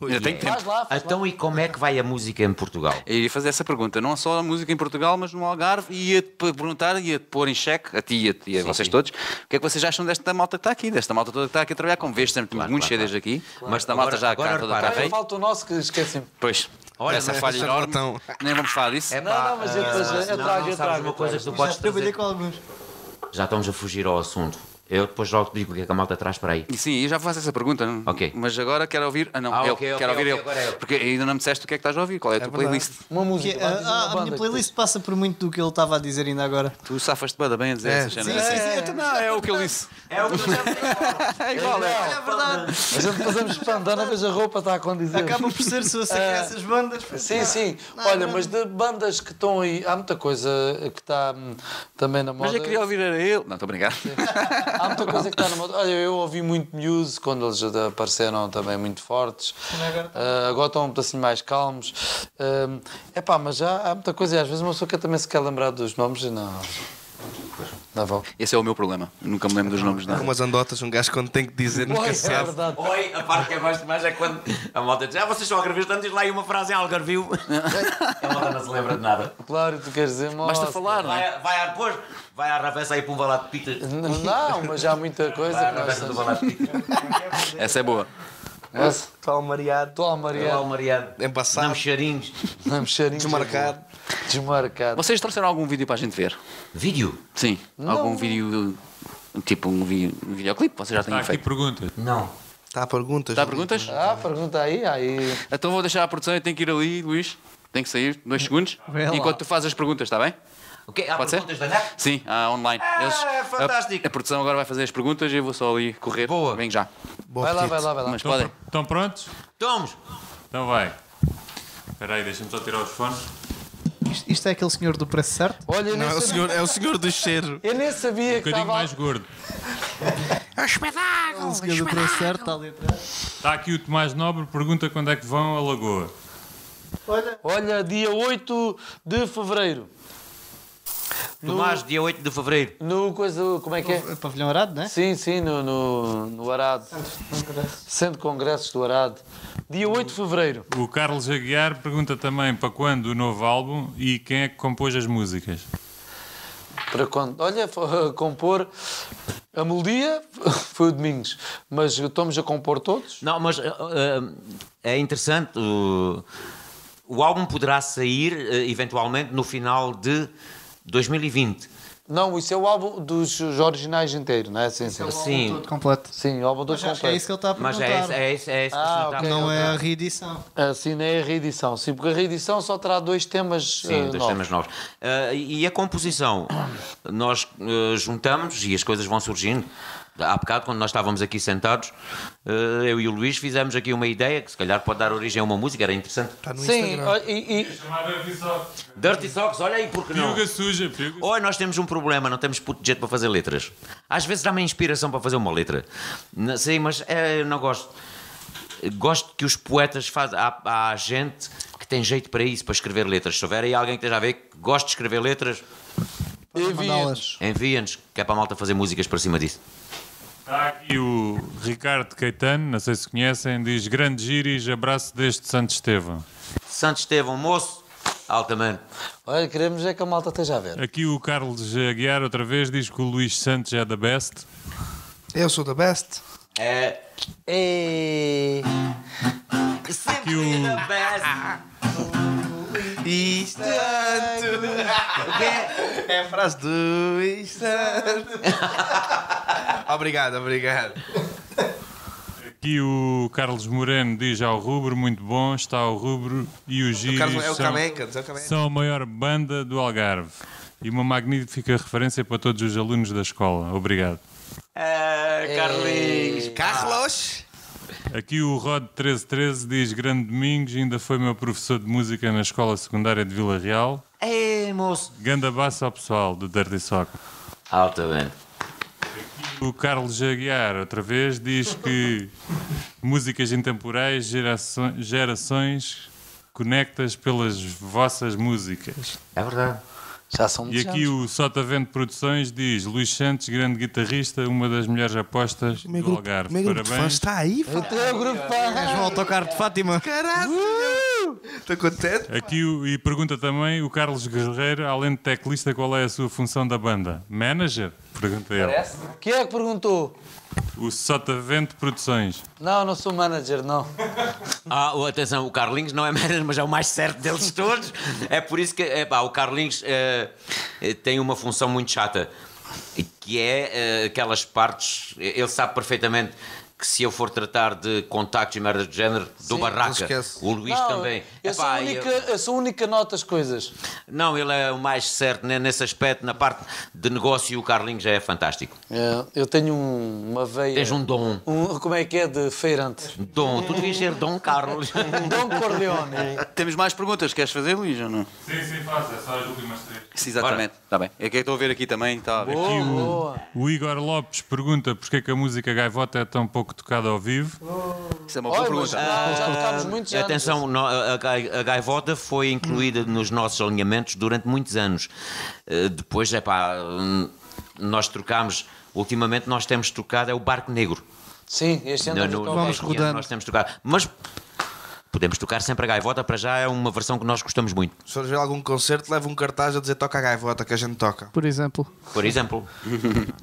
S1: Ainda tenho tempo.
S5: Faz lá, faz
S2: Então, e como é que vai a música em Portugal?
S1: Eu iria fazer essa pergunta, não só a música em Portugal, mas no Algarve, e ia-te pe- perguntar, ia-te pôr em xeque, a ti e a, e a vocês todos, o que é que vocês acham desta malta que está aqui, desta malta toda que está aqui a trabalhar, como vês, sempre muito cheio desde aqui, mas da malta
S2: Agora-
S1: já
S2: agora
S1: cá toda
S2: repara.
S1: cá
S5: lá.
S1: veio.
S5: Falta o nosso que esquecemos.
S1: Pois,
S2: Olha,
S1: essa
S2: mas
S1: falha
S7: esse
S1: enorme,
S7: botão.
S1: nem vamos falar disso.
S2: É
S5: Ah, Não, não, mas eu depois eu trago, eu trago.
S2: uma
S5: eu
S2: coisa que
S5: trago.
S2: tu
S3: Já
S2: podes
S3: trabalhei
S2: fazer.
S3: com alguns.
S2: Já estamos a fugir ao assunto. Eu depois logo te digo o que é que a malta traz para aí.
S1: E Sim, eu já faço essa pergunta, não?
S2: Ok.
S1: mas agora quero ouvir. Ah, não,
S2: Ah,
S1: eu
S2: ok, ok,
S1: quero ouvir
S2: ok,
S1: ele.
S2: agora é eu.
S1: Porque ainda não me disseste o que é que estás a ouvir, qual é a tua playlist.
S5: Uma
S3: Que,
S5: música.
S3: ah,
S5: vá, diz uma
S3: ah, a
S5: banda
S3: minha
S5: que
S3: playlist passa por muito do que ele estava a dizer ainda agora.
S1: Tu safas-te bada bem a dizer essas cenas.
S3: sim, sim,
S1: Então, não, é o que ele disse. É igual, é.
S3: É verdade,
S5: tu- A gente fazemos espantando, mas a roupa está a condizer.
S3: acaba por ser se você quer essas bandas.
S5: Sim, sim. Olha, mas de bandas que estão aí, há muita coisa que está hum, também na moda.
S1: Mas eu queria ouvir era ele. Não, estou a brincar.
S5: Há muita coisa que está na moda. Olha, eu ouvi muito Muse quando eles apareceram também muito fortes.
S3: agora
S5: Ah, agora estão um assim mais calmos. É pá, mas já há muita coisa. E às vezes uma pessoa que também se quer lembrar dos nomes e não. Não vou.
S1: Esse é o meu problema. Nunca me lembro dos nomes,
S7: Há
S1: não.
S7: umas andotas, um gajo quando tem que dizer
S5: Oi,
S7: nunca
S5: é
S7: se sabe.
S5: verdade.
S2: Oi, a parte que eu gosto mais é quando a malta diz: Ah, vocês são algarvios, então diz lá aí uma frase em algarvio. a malta não se lembra de nada.
S5: Claro, tu queres dizer mal.
S1: Basta falar, não é?
S2: Vai, vai, a- pois, vai à Ravessa aí para um balado de pitas.
S5: Não, mas já há muita coisa
S2: Vai à
S5: que nós
S2: Ravessa do
S5: estamos.
S2: balado de pitas.
S1: Essa é boa.
S5: Nossa,
S7: Estou almareado,
S5: Estou a
S2: Vai lá
S5: Maria,
S2: o Mariado.
S7: embaçado,
S2: Não charinhos.
S5: não mexer em
S7: desmarcado.
S5: Desmarcado.
S1: Vocês trouxeram algum vídeo para a gente ver?
S2: Vídeo?
S1: Sim. Algum vídeo, tipo um, vi- um videoclipe, vocês já têm
S6: Há aqui
S1: feito.
S6: perguntas.
S2: Não.
S7: Está a perguntas?
S1: Está a perguntas?
S5: Ah, pergunta aí, aí.
S1: Então vou deixar a produção, eu tenho que ir ali, Luís. Tenho que sair, dois segundos. Enquanto tu fazes as perguntas, está bem?
S2: Ok, há
S1: Pode ser?
S2: perguntas da net?
S1: Sim, ah, online. Eles-
S2: é
S1: a-
S2: fantástico.
S1: A, produção agora vai fazer as perguntas e eu vou só ali correr.
S2: Boa.
S1: Vem já.
S7: Bom
S5: Vai lá,
S7: apetite.
S5: vai lá, vai lá.
S1: Mas
S6: Estão,
S1: podem.
S6: pr- estão prontos?
S2: Tomos!
S6: Então vai. Espera aí, deixa-me só tirar os fones. Um
S3: Isto, isto é aquele senhor do preço certo?
S5: Olha, eu nem,
S7: Não, é o
S5: sabia,
S7: senhor, é o senhor do cheiro.
S5: eu nem sabia
S6: Um
S5: que
S6: bocadinho
S5: estava.
S6: mais gordo.
S3: O senhor do preço certo está ali atrás.
S6: Está aqui o Tomás Nobre, pergunta quando é que vão a Lagoa.
S3: Olha,
S5: Olha, dia 8 de fevereiro.
S2: Tomás, dia 8 de fevereiro.
S5: No coisa. Como é que é?
S3: é pavilhão arado, não é?
S5: Sim, sim, no, no, no Arado. Centro de Congressos do Arado. Dia 8 de fevereiro.
S6: O Carlos Aguiar pergunta também para quando o novo álbum e quem é que compôs as músicas.
S5: Para quando? Olha, f- compor. A melodia foi o Domingos, mas estamos a compor todos.
S2: Não, mas ah, ah, é interessante. O, o álbum poderá sair, ah, eventualmente, no final de 2020.
S5: Não, isso é o álbum dos originais inteiro, não é? Sim, sim.
S2: Sim,
S3: Todo completo.
S5: Sim, o álbum dos
S3: Mas acho que é
S5: completos.
S3: isso que ele está a
S2: mas
S3: perguntar.
S2: é isso é, isso- é, isso que
S5: Ah,
S2: se nota.
S5: ok.
S3: Não é a reedição.
S5: Assim, não é a reedição. Sim, porque a reedição só terá dois temas
S2: Sim,
S5: eh,
S2: dois
S5: novos.
S2: temas novos. Ah, e a composição? Nós ah, juntamos e as coisas vão surgindo. Há bocado, quando nós estávamos aqui sentados, ah, eu e o Luís fizemos aqui uma ideia que se calhar pode dar origem a uma música, era interessante.
S4: Tá.
S7: Está no
S5: Sim,
S7: Instagram.
S5: olha, e- e-
S6: Chamada só.
S2: Dirty Socks, olha aí, porque não?
S6: Piuga suja, piuga suja.
S2: Oi, nós temos um problema, não temos puto de jeito para fazer letras. Às vezes dá-me inspiração para fazer uma letra. Não sei, mas é, eu não gosto. Gosto que os poetas fazem. Há, há gente que tem jeito para isso, para escrever letras. Se houver aí alguém que esteja a ver que gosta de escrever letras,
S3: Mandá-las.
S2: enviem-nos, que é para a malta fazer músicas para cima disso.
S6: Está Tá aqui o Ricardo Caetano, não sei se conhecem, diz grande giris, abraço deste Santo Estevão.
S2: Santo Estevão, moço, altamente.
S5: olha, queremos é que a malta esteja a ver.
S6: Aqui o Carlos Aguiar outra vez diz que o Luís Santos é da best.
S7: Eu sou da best.
S2: É.
S3: É.
S5: E...
S2: Sempre
S6: Que o-
S2: the best.
S7: É a frase do instante. obrigado, obrigado.
S6: Aqui o Carlos Moreno diz ao Rubro, muito bom, está ao Rubro e o
S7: O
S6: Giris
S7: Carlos, é o
S6: são,
S7: Camencas, é o Camencas.
S6: são a maior banda do Algarve. E uma magnífica referência para todos os alunos da escola. Obrigado.
S2: É, Carlinhos.
S7: Carlos!
S6: Aqui o Rod 1313 diz Grande Domingos, ainda foi meu professor de música na escola secundária de Vila Real.
S2: É, moço.
S6: Ganda baça ao pessoal do Dirty Sock.
S2: Altamente.
S6: O Carlos Aguiar, outra vez, diz que músicas intemporais, geraço- gerações conectas pelas vossas músicas.
S2: É verdade.
S5: Já são
S6: E
S5: muitos
S6: aqui
S5: anos.
S6: o Sotavento Produções diz: Luís Santos, grande guitarrista, uma das melhores apostas
S7: O meu
S6: do
S7: grupo, o
S6: Algarve.
S7: meu grupo de fãs
S6: Parabéns.
S7: está aí, fã.
S5: Até o grupo
S3: És um autocarro de Fátima.
S7: Caralho! Estou contente?
S6: Aqui o- e pergunta também o Carlos Guerreiro, além de teclista, qual é a sua função da banda? Manager? Pergunta ele.
S5: Quem é que perguntou?
S6: O Sotavento Produções.
S5: Não, não sou manager, não.
S2: Ah, o- atenção, o Carlinhos não é manager, mas é o mais certo deles todos. É por isso que é, pá, o Carlinhos eh, eh, tem uma função muito chata, que é eh, aquelas partes. Ele sabe perfeitamente que se eu for tratar de contactos e merdas de género, do
S7: Sim,
S2: barraca.
S7: não esquece.
S2: O Luís
S5: não,
S2: também.
S5: Eu, sou
S2: Epá,
S5: a única,
S2: eu-
S5: eu... sou a única nota as coisas.
S2: Não, ele é o mais certo ne- nesse aspecto, na parte de negócio, o Carlinhos é fantástico.
S5: É, Eu tenho um- uma
S7: É.
S5: veia.
S2: Tens um dom.
S5: um- Como é que é? De feirante.
S2: Dom, tu devias ser Dom Carlos.
S5: Dom Corleone.
S1: Então, Temos mais perguntas, queres fazer, Luís, ou não?
S6: Sim, sim, faz, é só as últimas três.
S1: Sim, exatamente, está bem. É que eu estou a ver aqui também, está a ver.
S6: Aqui o,
S5: boa.
S6: o Igor Lopes pergunta porque é que a música gaivota é tão pouco tocada ao vivo.
S1: Isso é uma boa
S5: Olha, mas
S1: pergunta.
S5: já, já tocámos muitos anos.
S2: Atenção, no- a, a gai- a gaivota foi incluída nos nossos alinhamentos durante muitos anos. Eh, Depois, é pá, hum, nós trocámos. Ultimamente nós temos trocado é o Barco Negro.
S5: Sim, este ano
S2: No-
S5: não,
S2: no-
S3: Vamos
S2: no-
S3: rodando.
S2: Nós temos trocado. Mas podemos tocar sempre a gaivota, para já é uma versão que nós gostamos muito.
S7: Se fores ver algum concerto, leva um cartaz a dizer toca a gaivota que a gente toca.
S3: Por exemplo.
S2: Por exemplo.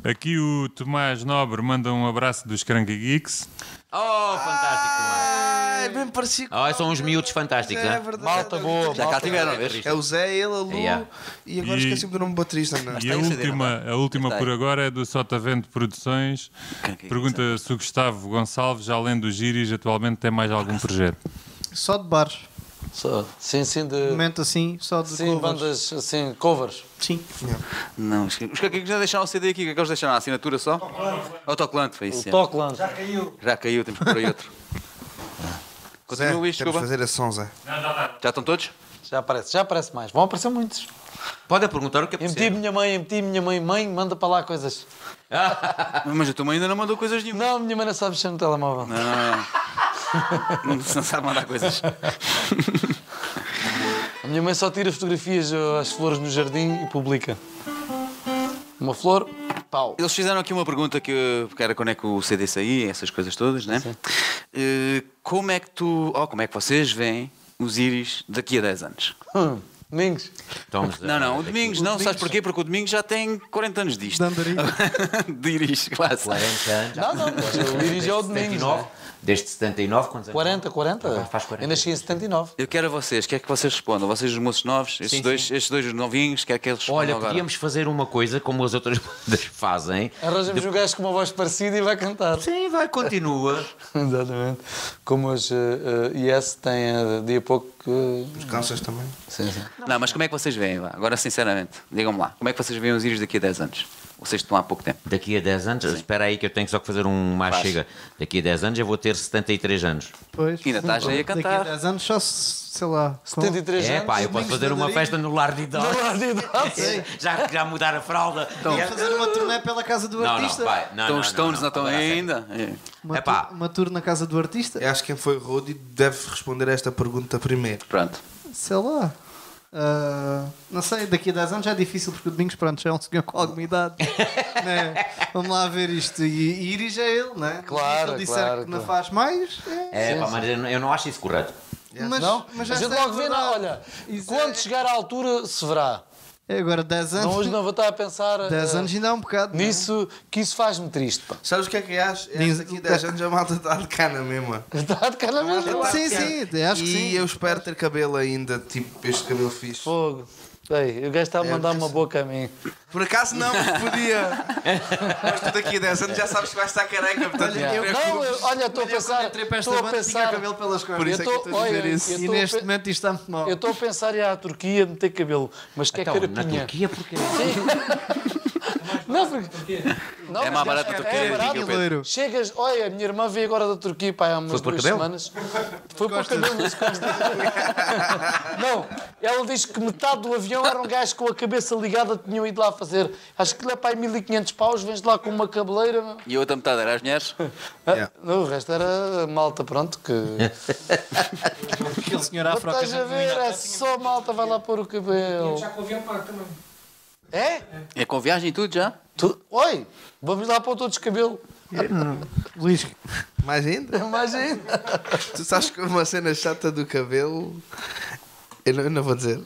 S6: Aqui o Tomás Nobre manda um abraço dos Cranky Geeks.
S2: Oh, fantástico!
S7: Ai, bem parecido.
S2: Oh, são uns miúdos fantásticos,
S7: É
S2: é?
S7: verdade.
S5: Malta boa.
S1: Já cá
S5: malta-
S1: tiveram, vês?
S7: É o Zé, ele, a Lu
S2: Yeah.
S7: e agora
S6: E-
S7: esqueci-me do nome do baterista, não é?
S6: E a
S1: aí o CD,
S6: última, a última
S1: Está aí.
S6: por agora é do Sotavento Produções.
S1: Cranky é.
S6: Pergunta se o Gustavo Gonçalves, além dos Giris, atualmente tem mais algum projeto.
S3: Só de bares.
S5: Só- Sim, sim,
S3: Um
S5: de.
S3: momento assim, só de
S5: Sim,
S3: covers.
S5: bandas assim, covers.
S3: Sim.
S1: Não, os que os que é que já deixaram o CD aqui, o que é que eles deixaram? A assinatura só? Autoclante, foi isso. é.
S5: Tocland.
S1: Já caiu, temos que pôr aí outro.
S7: Zé,
S1: Continua, Luís,
S7: temos de
S1: desculpa.
S7: fazer a som, Zé.
S1: Já estão todos?
S5: Já aparece, já aparece mais. Vão aparecer muitos.
S2: Podem perguntar o que é
S5: Meti minha mãe, meti minha mãe, mãe, manda para lá coisas.
S1: Mas a tua mãe ainda não mandou coisas nenhuma.
S5: Não, minha mãe não sabe mexer no telemóvel.
S1: Não, não sabe mandar coisas.
S5: A minha mãe só tira fotografias uh, às flores no jardim e publica. Uma flor, pau.
S1: Eles fizeram aqui uma pergunta que, eh, que era quando é que o CD saía, essas coisas todas, né? Eh, como é que tu, oh, como é que vocês veem os íris daqui a 10 anos?
S5: Hum, Domingos.
S2: Estamos a-
S1: Não, não, o Domingos não, sabes porquê? Porque o Domingos já tem 40 anos disto. De íris, quase.
S2: 40 anos.
S5: Não, não, mas eu dirigi ao Domingos. não
S2: 79,
S5: é?
S2: desde 79, quantos anos?
S5: 40, 40?
S2: Ah, faz 40.
S5: Eu nasci em 79.
S1: Eu quero a vocês, quero que vocês respondam. Vocês, os moços novos, estes,
S2: Sim,
S1: dois, estes dois novinhos, quero que eles respondam
S2: Olha,
S1: agora.
S2: podíamos fazer uma coisa como as outras bandas fazem.
S5: Arranjamos um gajo com uma voz parecida e vai cantar.
S2: Sim, vai, continua.
S5: Exatamente. Como os uh, uh, Yes têm uh, de a pouco. Uh,
S7: Os Cansas também.
S5: sim, sim.
S1: Não, mas como é que vocês veem lá? Agora, sinceramente, digam-me lá. Como é que vocês veem os íris daqui a 10 anos? Vocês estão há pouco tempo.
S2: Daqui a 10 anos, espera aí que eu tenho só que fazer um mais
S1: Faz.
S2: chega. Daqui a 10 anos eu vou ter 73 anos.
S3: Pois.
S1: Ainda estás aí a cantar.
S3: Daqui a 10 anos só, se- sei lá. com-
S5: 73
S2: É
S5: anos.
S2: pá, eu posso fazer uma festa no lar de idosos.
S3: É,
S2: já, já mudar a fralda.
S3: Ia fazer uma turnê pela casa do
S2: Não, não,
S3: Então, artista.
S2: vai. Não,
S1: Então
S2: não,
S1: os
S2: não,
S1: Stones não
S2: não,
S1: estão
S2: agora
S1: aí
S2: sim.
S1: ainda? É.
S3: Uma,
S2: Epá.
S3: tur- uma tour na casa do artista.
S5: É.
S7: Eu acho que quem foi rude deve responder a esta pergunta primeiro.
S1: Pronto.
S3: Sei lá. Ah, não sei, daqui a 10 anos já é difícil porque o Domingos pronto, já é um senhor com alguma idade. né? Vamos lá ver isto. E, e Iris é ele, né?
S5: Claro,
S3: Se ele disser
S5: claro,
S3: que não
S5: claro.
S3: faz mais, é.
S2: É pá, mas eu não- eu não acho isso correto.
S3: Mas,
S5: Não?
S3: mas
S5: a
S3: esta
S5: gente
S3: é
S5: logo vê,
S3: verdade.
S5: não, olha,
S3: Isso
S5: quando
S3: é-
S5: chegar à altura se verá.
S3: é Agora 10 anos.
S5: Não, hoje não vou estar a pensar
S3: 10
S5: eh,
S3: anos ainda é um bocado. né?
S5: nisso, que isso faz-me triste, pá.
S7: Sabes o que é que acho? É
S3: Diz-
S7: daqui a 10 anos a malta está de cana mesmo. ó.
S5: Está de cara mesmo.
S3: Sim, sim, acho que
S7: e
S3: sim.
S7: eu espero ter cabelo ainda, tipo este cabelo fixe.
S5: Fogo. Ei, o gajo está a
S3: É
S5: mandar uma boa caminho.
S7: Por acaso não, mas podia. mas tu daqui a 10 anos já sabes que vais estar careca, portanto não te preocupes.
S5: Não, eu- olha, estou a pensar.
S3: entrei para esta
S5: Estou a
S3: banda, tinha
S5: pensar.
S3: cabelo pelas costas.
S7: Por isso é que
S5: eu
S7: eu
S5: tô-
S7: estou a dizer
S5: olha,
S7: isso.
S5: eu
S3: E
S5: tô a
S3: neste
S5: pe-
S3: momento isto está muito mal.
S5: Eu estou a pensar em ir à Turquia meter cabelo, mas que é
S2: Então, na
S5: carapinha.
S2: Turquia, porque.
S5: Não, porque... não,
S1: É mais
S5: mas
S1: barato na Turquia,
S5: É
S1: diga,
S5: barato.
S1: Pedro.
S3: Loiro.
S5: Chegas, olha, a minha irmã veio agora da Turquia pá, há umas
S2: Foi por
S5: duas
S2: cabelo?
S5: semanas. Foi por cabelo nas costas. Não, ela diz que metade do avião era um gajo com a cabeça ligada que tinham ido lá fazer. Acho que é lá para aí 1500 paus, vens de lá com uma cabeleira. meu.
S1: E a outra metade era as mulheres?
S5: Ah,
S7: Yeah.
S5: não, o resto era malta, pronto, que...
S3: Aquele senhor
S5: Estás a ver, é só malta, vai lá pôr o cabelo.
S9: Já com o avião pago também.
S5: É?
S1: É com viagem e tudo já?
S5: Tu... Oi, vamos lá para o teu descabelo.
S3: Luís,
S7: Mais ainda?
S5: Mais ainda.
S7: Tu sabes que uma cena chata do cabelo. Eu não, eu não vou dizer.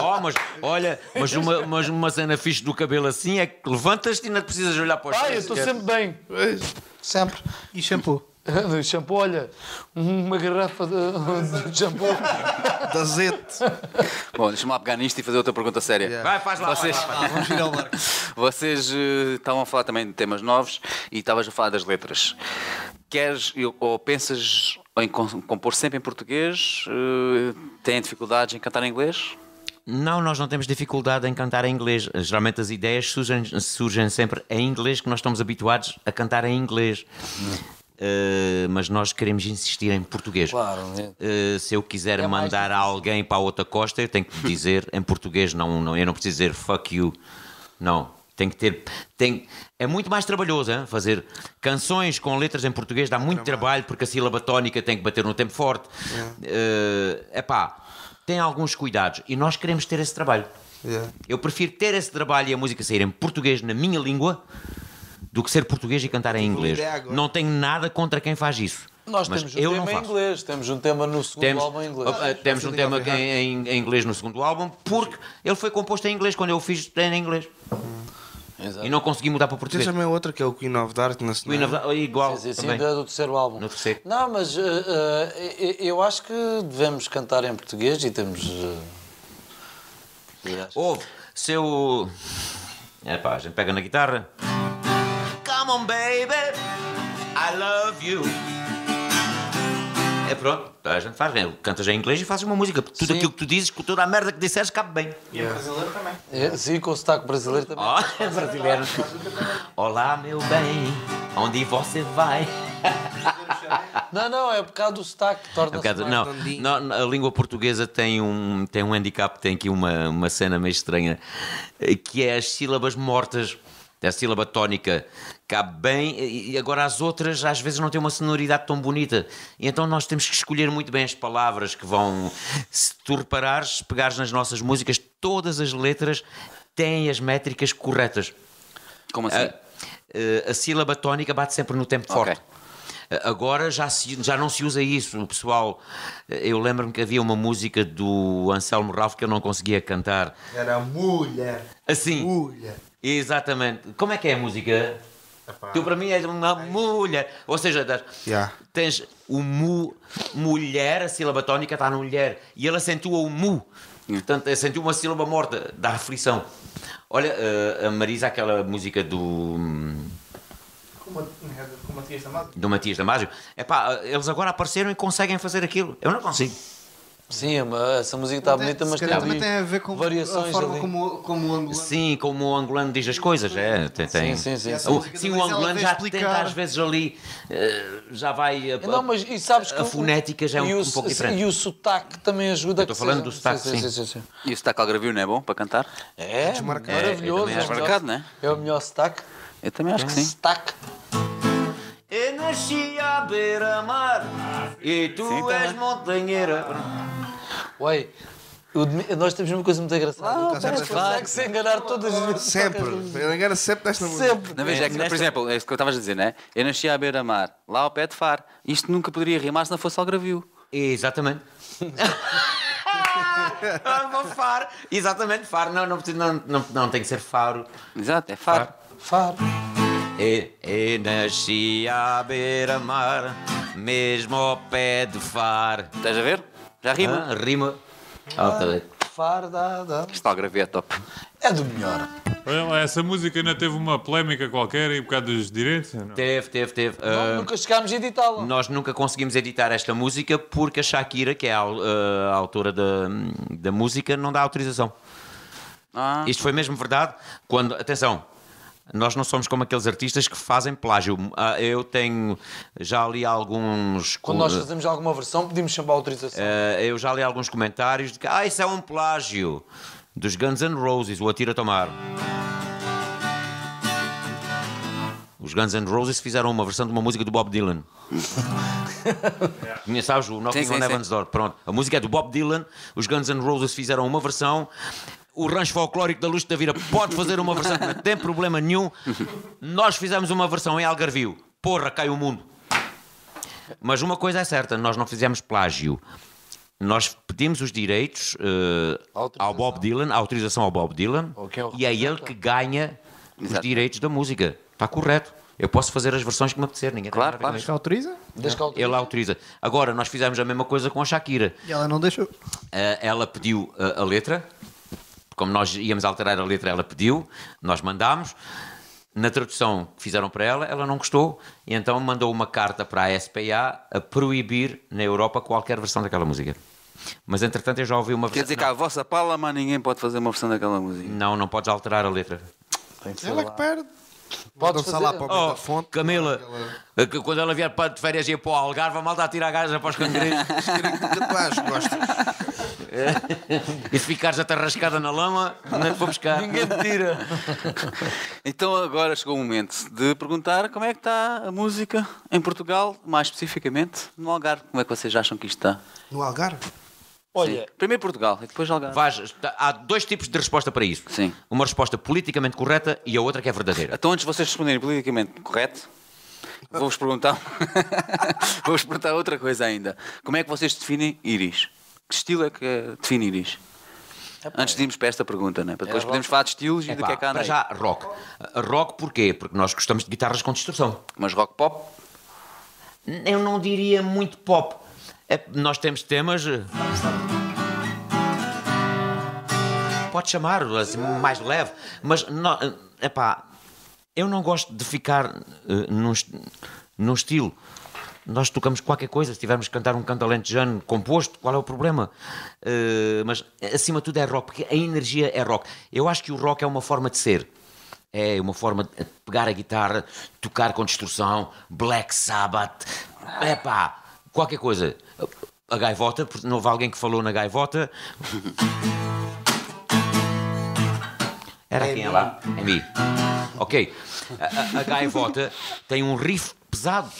S2: Oh, mas olha, mas uma, mas uma cena fixe do cabelo assim é que levantas-te e não precisas olhar para os
S5: Ai, eu
S2: pés
S5: estou
S2: sequer.
S5: sempre bem.
S7: Pois.
S5: Sempre.
S3: e shampoo?
S5: No shampoo, olha, um- uma garrafa de, de shampoo.
S7: Da Zete.
S1: Bom, deixa-me lá pegar nisto e fazer outra pergunta séria.
S2: Vai, faz lá,
S1: Vocês-
S2: vai lá, vai lá.
S3: Vamos ir ao barco.
S1: Vocês eh, estavam a falar também de temas novos e estavas a falar das letras. Queres eu- ou pensas em com- compor sempre em português? Eh, têm dificuldades em cantar em inglês?
S2: Não, nós não temos dificuldade em cantar em inglês. Geralmente as ideias surgem, surgem sempre em inglês, que nós estamos habituados a cantar em inglês. Eh, mas nós queremos insistir em português.
S5: Claro, né? É
S2: Eh, se eu quiser
S5: mais
S2: mandar alguém para a outra costa, eu tenho que dizer em português, não, não, eu não preciso dizer fuck you. Não. Tem que ter. Tem, é muito mais trabalhoso hein? fazer canções com letras em português, dá muito É trabalho porque a sílaba tónica tem que bater no tempo forte. É pá, tem alguns cuidados e nós queremos ter esse trabalho.
S7: Yeah.
S2: Eu prefiro ter esse trabalho e a música sair em português na minha língua do que ser português e cantar em inglês.
S7: ideia agora.
S2: Não tenho nada contra quem faz isso.
S5: Tipo Nós
S2: mas
S5: temos um
S2: eu
S5: tema
S2: não
S5: em
S2: faço.
S5: inglês, temos um tema no segundo
S2: Temos,
S5: álbum em inglês.
S2: ah, ah, temos um tema que em, em- em inglês no segundo álbum, porque ele foi composto em inglês, quando eu o fiz era em inglês.
S5: Exato.
S2: E não consegui mudar para
S7: Tens
S2: português.
S7: também outra que é o Queen of Darkness.
S2: Queen
S7: não é?
S2: of the- igual.
S5: Sim, sim, sim,
S2: também.
S5: do do terceiro álbum.
S2: No terceiro.
S5: Não, mas eh, eh, eu- eu acho que devemos cantar em português e temos. eh, eu acho-
S2: Ouve, se eu. É pá, a gente pega na guitarra. Come on, baby, I love you. É pronto, a gente faz, é, cantas em inglês e fazes uma música. Tudo
S5: Sim.
S2: aquilo que tu dizes, com toda a merda que disseres, cabe bem.
S5: Eh, Sim, com o sotaque brasileiro também.
S2: Ó, brasileiro. Olá, meu bem, onde você vai?
S5: Não, não, é por causa do sotaque,
S2: É um
S5: torna-se.
S2: bocado-
S5: mais-
S2: não, não, não, a língua portuguesa tem um, tem um handicap, tem aqui uma, uma cena meio estranha, eh, que é as sílabas mortas. A sílaba tónica cabe bem, e e agora as outras às vezes não têm uma sonoridade tão bonita. E então nós temos que escolher muito bem as palavras que vão. Se tu reparares, se pegares nas nossas músicas, todas as letras têm as métricas corretas.
S1: Como assim?
S2: A, eh, a sílaba tónica bate sempre no tempo
S1: Ok.
S2: forte. Eh, Agora já, se- já não se usa isso, o pessoal. eh, Eu lembro-me que havia uma música do Anselmo Ralph que eu não conseguia cantar.
S7: Era mulher.
S2: Assim.
S7: Mulher.
S2: Exatamente. Como é que é a música? Tu para mim és uma mulher. Ou seja, das-
S7: Yeah.
S2: tens o mu, mulher, a sílaba tónica está no mulher. E ele acentua o mu. Portanto, acentua uma sílaba morta, dá aflição. Olha, eh, a Marisa, aquela música do. hum,
S3: Como a tia Amado.
S2: do Matias Damasio, epá, eles agora apareceram e conseguem fazer aquilo. Eu não consigo.
S5: Sim, mas essa música está bonita, mas
S3: é, Se
S5: tem,
S3: calhar também
S5: ali
S3: tem a ver com a
S5: variações
S3: forma
S5: ali.
S3: como, como o angolano.
S2: Sim, como o angolano diz as coisas, é, tem. tem-
S5: Sim, sim, sim.
S2: O, sim, o angolano já tenta
S3: explicar.
S2: às vezes ali, eh, já vai. A,
S5: Não, mas e sabes que
S2: a
S5: o-
S2: fonética já é
S5: e
S2: um,
S5: o-
S2: um pouco diferente.
S5: E o sotaque também ajuda.
S2: Eu tô
S5: que
S2: falando
S5: seja-
S2: do sotaque, sim.
S1: E o sotaque algarvio não é bom para cantar?
S5: É, maravilhoso.
S2: também
S5: é o
S2: acho.
S5: melhor-
S1: Marcado, né?
S5: É o melhor sotaque.
S1: Eu também acho que sim.
S5: Sotaque.
S2: Eu nasci à beira-mar e tu
S1: Sim, também.
S2: és montanheira.
S5: Ué, o Dmi- nós temos uma coisa muito engraçada. Ah,
S7: sempre faz.
S5: consegue-se enganar todas as vezes.
S7: Sempre. Eu engano sempre nesta música.
S5: Sempre.
S1: Não, veja, é que, por exemplo, é isso que eu estavas a dizer, né? Eu nasci à beira-mar, lá ao pé de Far. Isto nunca poderia rimar se não fosse algarvio.
S2: Exatamente. Ah, vou faro. Exatamente, faro. Não, não, preciso- não, não, não tem que ser faro.
S1: Exato, é Far.
S5: Faro.
S2: E, e nasci à beira-mar, mesmo ao pé de far.
S1: Estás a ver? Já rima.
S2: Ah, rima. Ah, tá bem.
S5: Faro, dá, dá.
S1: Isto algarvio é top.
S5: É do melhor.
S6: Olha lá, essa música ainda teve uma polémica qualquer aí por causa dos direitos? ou Não?
S2: Teve, teve, teve.
S5: Não,
S2: Ah,
S5: nunca chegámos a editá-la.
S2: nós nunca conseguimos editar esta música porque a Shakira, que é a, au- ah, a autora da, da música, não dá autorização.
S1: Ah,
S2: Isto foi mesmo verdade quando. Atenção! Nós não somos como aqueles artistas que fazem plágio. Ah, Eu tenho já li alguns.
S5: Quando nós fazemos alguma versão, pedimos sempre a autorização.
S2: Eh, eu já li alguns comentários de que ah, isso é um plágio dos Guns N' Roses, o Atira Tomar. Os Guns N' Roses fizeram uma versão de uma música do Bob Dylan. Minha, sabes, o Knocking
S1: Sim, sim,
S2: on
S1: sim.
S2: Heaven's Door. Pronto, a música é do Bob Dylan, os Guns N' Roses fizeram uma versão. o rancho folclórico da Luz da Vira pode fazer uma versão que não tem problema nenhum. Nós fizemos uma versão em Algarvio. Porra, cai o mundo. Mas uma coisa é certa, nós não fizemos plágio. Nós pedimos os direitos eh,
S5: Autorização.
S2: ao Bob Dylan, a autorização ao Bob Dylan,
S5: Ou quem é o
S2: e é ele que ganha os direitos da música. Está correto. Eu posso fazer as versões que me apetecer, ninguém tem
S1: Claro,
S2: nada a ver com
S7: é
S1: claro.
S2: isso.
S3: Que autoriza?
S5: Desde que a altura-
S2: Ele autoriza. Agora, nós fizemos a mesma coisa com a Shakira.
S3: E ela não deixou.
S2: Eh, ela pediu eh, a letra, como nós íamos alterar a letra, ela pediu, nós mandámos. Na tradução que fizeram para ela, ela não gostou, e então mandou uma carta para a SPA a proibir na Europa qualquer versão daquela música. Mas entretanto eu já ouvi uma
S1: Quer
S2: versão.
S1: dizer que à vossa palma ninguém pode fazer uma versão daquela música.
S2: Não, não podes alterar a letra.
S5: Tem que ser
S7: Ela
S5: lá.
S7: que perde.
S5: Podes
S7: Podes lá
S5: fazer-
S7: para o
S2: Oh,
S7: da fonte.
S2: Camila, eh, que quando ela vier para de férias e ir para o Algarve, a malta atira a gaja para os cangrejos.
S7: Rapaz, gosto.
S2: e se ficares atarrascada na lama, não te vou buscar.
S5: Ninguém te tira.
S1: Então agora chegou o momento de perguntar como é que está a música em Portugal, mais especificamente no Algarve. Como é que vocês acham que isto está?
S7: No Algarve?
S5: Olha,
S1: Primeiro Portugal e depois Algarve.
S2: Vais- está- tá, há dois tipos de resposta para isso.
S1: Sim.
S2: Uma resposta politicamente correta e a outra que é verdadeira.
S1: Então antes de vocês responderem politicamente correto, vou-vos perguntar vou-vos perguntar outra coisa ainda. Como é que vocês definem íris? Que estilo é que eh, define íris? Antes de irmos para esta pergunta, né? para depois podemos falar de estilos e do
S2: É Epá,
S1: que é que há
S2: para
S1: aí.
S2: já, rock. Uh, Rock porquê? Porque nós gostamos de guitarras com distorção.
S1: Mas rock pop,
S2: N- Eu não diria muito pop. É- nós temos temas. uh, Pode chamar, assim, mais leve. Mas, nó- uh, epá, eu não gosto de ficar uh, num, est- num estilo. Nós tocamos qualquer coisa, se tivermos que cantar um canto alentejano composto, qual é o problema? Uh, mas, acima de tudo, é rock, porque a energia é rock. Eu acho que o rock é uma forma de ser. É uma forma de pegar a guitarra, tocar com distorção, Black Sabbath, epá, qualquer coisa. A gaivota, porque não houve alguém que falou na gaivota. Era quem é lá? É mim. Ok. A, a- a gaivota tem um riff pesado.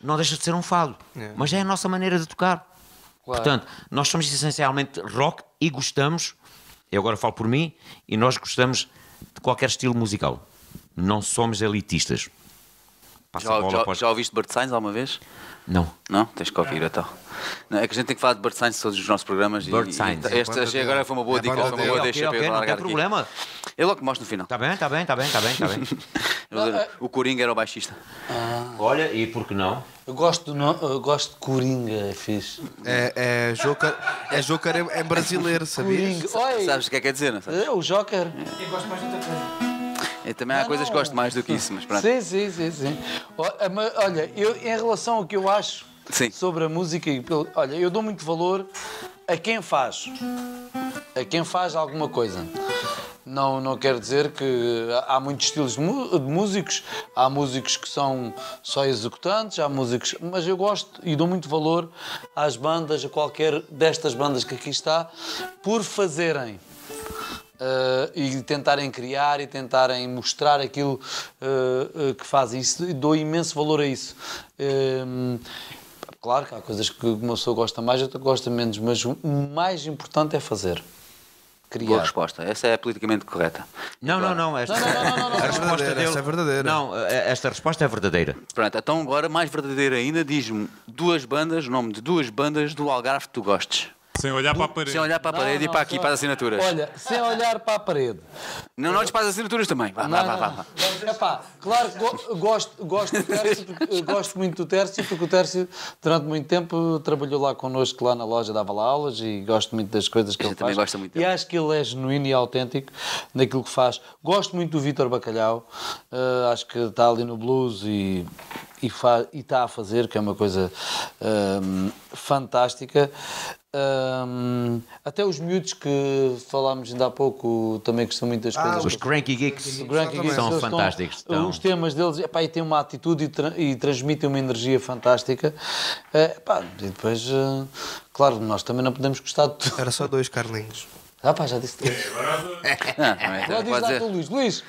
S2: Não deixa de ser um fado. Mas é a nossa maneira de tocar. Portanto, nós somos essencialmente rock e gostamos, eu agora falo por mim, e nós gostamos de qualquer estilo musical. Não somos elitistas. Passa a
S1: já,
S2: bola
S1: já,
S2: para os-
S1: já ouviste Bart Sainz alguma vez?
S2: Não.
S1: Não? Tens que ouvir, então. Não, é que a gente tem que falar de Bart Sainz todos os nossos programas. e-
S2: Bart
S1: e-
S2: Sainz.
S1: e- Esta, achei agora foi uma boa
S7: É
S1: dica,
S7: banda
S1: foi uma
S7: dele.
S1: boa
S2: Ok,
S1: deixa
S2: ok,
S1: para eu
S2: não tem
S1: largar aqui.
S2: problema. Tá.
S1: Eu logo mostro no final.
S2: Está bem, está bem, está bem, está bem, está bem.
S1: O Coringa era o baixista.
S2: Olha, e por que não?
S5: eu gosto, do no- eu gosto de Coringa, é fixe.
S7: É, é Joker, é Joker em, em brasileiro, sabias?
S5: Coringa, oi,
S1: Sabes o que é que quer dizer, não sabes?
S5: é o Joker.
S1: É, também há coisas que gosto mais do que isso, mas pronto.
S5: Sim, sim, sim, sim. Ó, a ma- Olha, eu, em relação ao que eu acho
S1: Sim.
S5: sobre a música, e pelo- olha, eu dou muito valor a quem faz. A quem faz alguma coisa. Não, não quer dizer que há muitos estilos de mu- de músicos, há músicos que são só executantes, há músicos. Mas eu gosto e dou muito valor às bandas, a qualquer destas bandas que aqui está, por fazerem. Uh, e tentarem criar e tentarem mostrar aquilo uh, uh, que fazem. Isso, e dou imenso valor a isso. Um, claro que há coisas que uma pessoa gosta mais, outra gosta menos, mas o mais importante é fazer.
S1: Boa
S5: Criar.
S1: resposta. Essa é a politicamente correta.
S2: Não, não, não. Esta,
S5: Não, não, não, não, não.
S2: A resposta
S7: Verdadeira,
S2: dele-
S7: essa é verdadeira.
S2: Não, a- a- esta resposta é verdadeira.
S1: Pronto, então agora, mais verdadeira ainda, diz-me duas bandas, o nome de duas bandas do Algarve que tu gostes.
S6: Sem olhar para a parede.
S1: Sem olhar para a
S5: Não,
S1: parede e
S5: não,
S1: para aqui,
S5: só-
S1: para as assinaturas.
S5: Olha, sem olhar para a parede.
S1: Não, não olhes para as assinaturas também. Vá, vá,
S5: Não,
S1: vá,
S5: não,
S1: vá,
S5: não.
S1: vá.
S5: Epá, claro que go- gosto, gosto, do Tércio, porque- gosto muito do Tércio, porque o Tércio, durante muito tempo, trabalhou lá connosco, lá na loja, dava lá aulas e gosto muito das coisas que
S1: Eu
S5: ele
S1: também
S5: faz.
S1: gosto muito
S5: E
S1: dele.
S5: acho que ele é genuíno e autêntico naquilo que faz. Gosto muito do Vítor Bacalhau, eh, acho que está ali no blues e. E fa- e está a fazer, que é uma coisa ehm, fantástica. Ehm, até os miúdos que falámos ainda há pouco também gostam muito das
S1: Ah,
S5: coisas.
S2: Ah, Os Cranky Geeks
S5: O Grand Kick
S2: são
S5: eles estão-
S2: fantásticos. estão-
S5: Os temas deles epá, e têm uma atitude e, tra- e transmitem uma energia fantástica. Eh, epá, e depois, eh, claro, nós também não podemos gostar de tudo.
S7: Era só dois Carlinhos.
S5: Ah, pá, já disse três.
S1: Não, não é-
S5: Já
S1: não
S5: diz
S1: pode
S5: lá tu,
S1: dizer.
S5: Luís. Luís,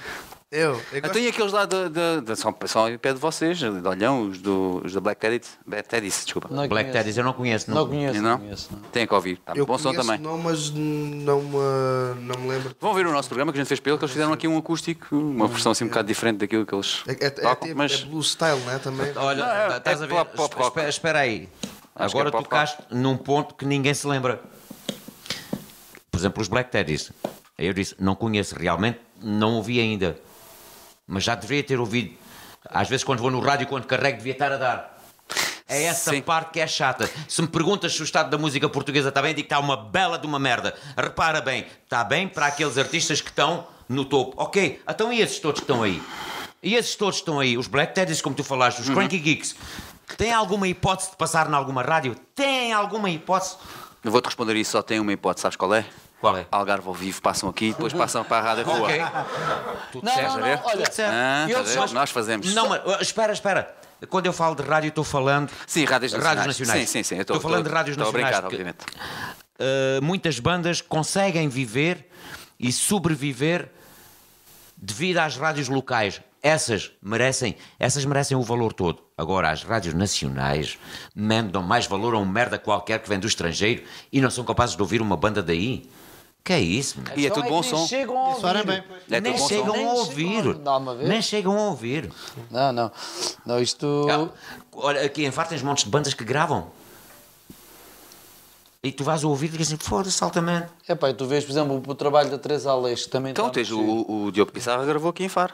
S7: Eu, eu
S1: Então e aqueles lá da. da, da são, são ao pé de vocês, de Olhão, os, do, os da Black Teddy, Black Teddies, desculpa.
S5: Não
S2: Black
S5: conheço.
S2: Teddies eu não conheço.
S5: Não conheço,
S1: Não?
S5: não conheço. não.
S1: Têm que ouvir. Tá,
S7: Eu
S1: bom som
S7: conheço
S1: também.
S7: o nome, mas n- não me, não me lembro.
S1: Vão ver o nosso programa que a gente fez para ele, que eles fizeram aqui um acústico, uma versão assim um bocado diferente daquilo que eles
S7: É, é,
S1: tocam,
S7: é,
S1: mas
S7: é Blue Style, né? Também.
S2: Olha, tá-
S1: Não, é-
S2: estás
S1: é
S2: a ver.
S1: pop- pop rock.
S2: espe- espera aí.
S1: Acho que
S2: Agora
S1: é pop
S2: tocaste num ponto que ninguém se lembra. Por exemplo, os Black Teddies. Eu disse, não conheço realmente, não ouvi ainda. Mas já deveria ter ouvido. Às vezes, quando vou no rádio, quando carrego, devia estar a dar. É essa
S1: Sim.
S2: parte que é chata. Se me perguntas se o estado da música portuguesa está bem, digo que está uma bela de uma merda. Repara bem, está bem para aqueles artistas que estão no topo. Ok, então e esses todos que estão aí? E esses todos que estão aí? Os Black Teddies, como tu falaste,
S1: Uhum.
S2: os Cranky Geeks. Tem alguma hipótese de passar em alguma rádio? Tem alguma hipótese?
S1: eu vou-te responder isso, só tem uma hipótese, sabes qual é?
S2: Qual é?
S1: Algarve ao vivo, passam aqui, depois passam para a Rádio Rua.
S2: Ok. Tu
S5: Não,
S2: disseste,
S5: não,
S2: a
S5: não,
S2: ver?
S5: olha,
S2: Tu disseste.
S1: Ah,
S5: E
S1: tá
S5: eles
S1: a ver?
S5: só-
S1: Nós fazemos.
S2: Não, mas uh, espera, espera. Quando eu falo de rádio, estou falando.
S1: Sim, rádios nacionais.
S2: Rádios nacionais.
S1: Sim, sim, sim. eu
S2: Estou falando de rádios
S1: estou
S2: nacionais.
S1: a brincar,
S2: que,
S1: obviamente.
S2: uh, muitas bandas conseguem viver e sobreviver devido às rádios locais. Essas merecem, essas merecem o valor todo. Agora, as rádios nacionais mesmo dão mais valor a um merda qualquer que vem do estrangeiro e não são capazes de ouvir uma banda daí. Que é isso, mano?
S1: E é
S5: Então
S1: tudo
S5: que
S1: bom
S5: nem
S1: som.
S5: Chegam a
S3: Ora
S5: ouvir.
S3: bem,
S1: É
S2: nem
S1: tudo bom som.
S2: chegam
S5: Nem
S2: a ouvir.
S5: chegam, dá uma vez.
S2: nem chegam a ouvir.
S5: Não, não. Não, isto.
S2: Ah, Olha, aqui em Faro tens montes de bandas que gravam. E tu vais ouvir e dizes assim, foda-se altamente.
S5: É pá, tu vês, por exemplo, o trabalho da Teresa Alex, que também
S1: Então
S5: está
S1: tens
S5: muito giro.
S1: o, o Diogo Pissarra gravou aqui em Faro.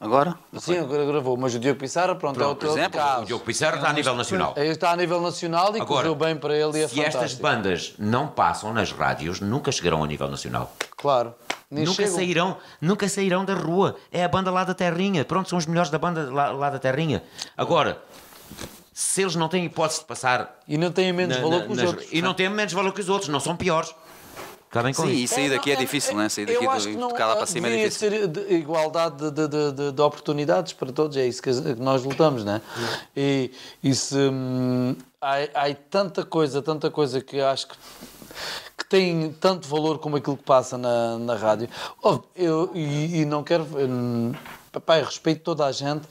S1: Agora?
S5: Sim, agora gravou, mas o Diogo Pissarra, pronto, é
S1: por
S5: outro, outro
S1: exemplo,
S5: caso.
S2: O Diogo Pissarro está a nível nacional.
S5: Ele está a nível nacional e
S2: Agora,
S5: correu bem para ele e é
S2: Se
S5: fantástico.
S2: estas bandas não passam nas rádios, nunca chegarão a nível nacional.
S5: Claro. Nem
S2: Nunca
S5: chegam.
S2: sairão, nunca sairão da rua. É a banda lá da Terrinha. Pronto, são os melhores da banda lá, lá da Terrinha. Agora, se eles não têm hipótese de passar.
S5: E não têm menos
S2: na-
S5: valor
S2: na-
S5: que os
S2: nas-
S5: outros. é?
S2: E não têm menos valor que os outros, não são piores. Acabem com
S1: Sim,
S2: isso.
S1: e sair daqui é difícil, não é? Sair daqui
S5: eu acho que
S1: do,
S5: não,
S1: tocar lá para cima é
S5: devia
S1: difícil.
S5: ser de- igualdade de, de- de- de oportunidades para todos, é isso que que nós lutamos, não é? E, e se hum, há, há tanta coisa, tanta coisa que acho que que tem tanto valor como aquilo que passa na, na rádio. Óbvio, eu, e, e não quero. hum, Papai, respeito toda a gente,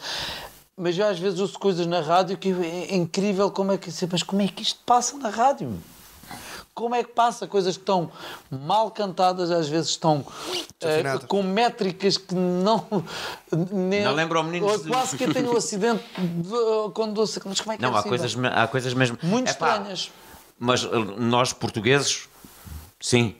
S5: mas eu às vezes ouço coisas na rádio que é incrível como é que. Mas como é que isto passa na rádio? Como é que passa? Coisas que estão mal cantadas, às vezes estão eh,
S7: Desafinado.
S5: com métricas que não. nem-
S2: Não lembra o menino
S5: Ou
S2: de-
S5: Quase que eu tenho um acidente de- quando ouço. Mas como é que é
S2: Não, há
S5: possível?
S2: coisas, me- há coisas mesmo.
S5: Muito
S2: Epá,
S5: estranhas.
S2: Mas uh, nós, portugueses, sim.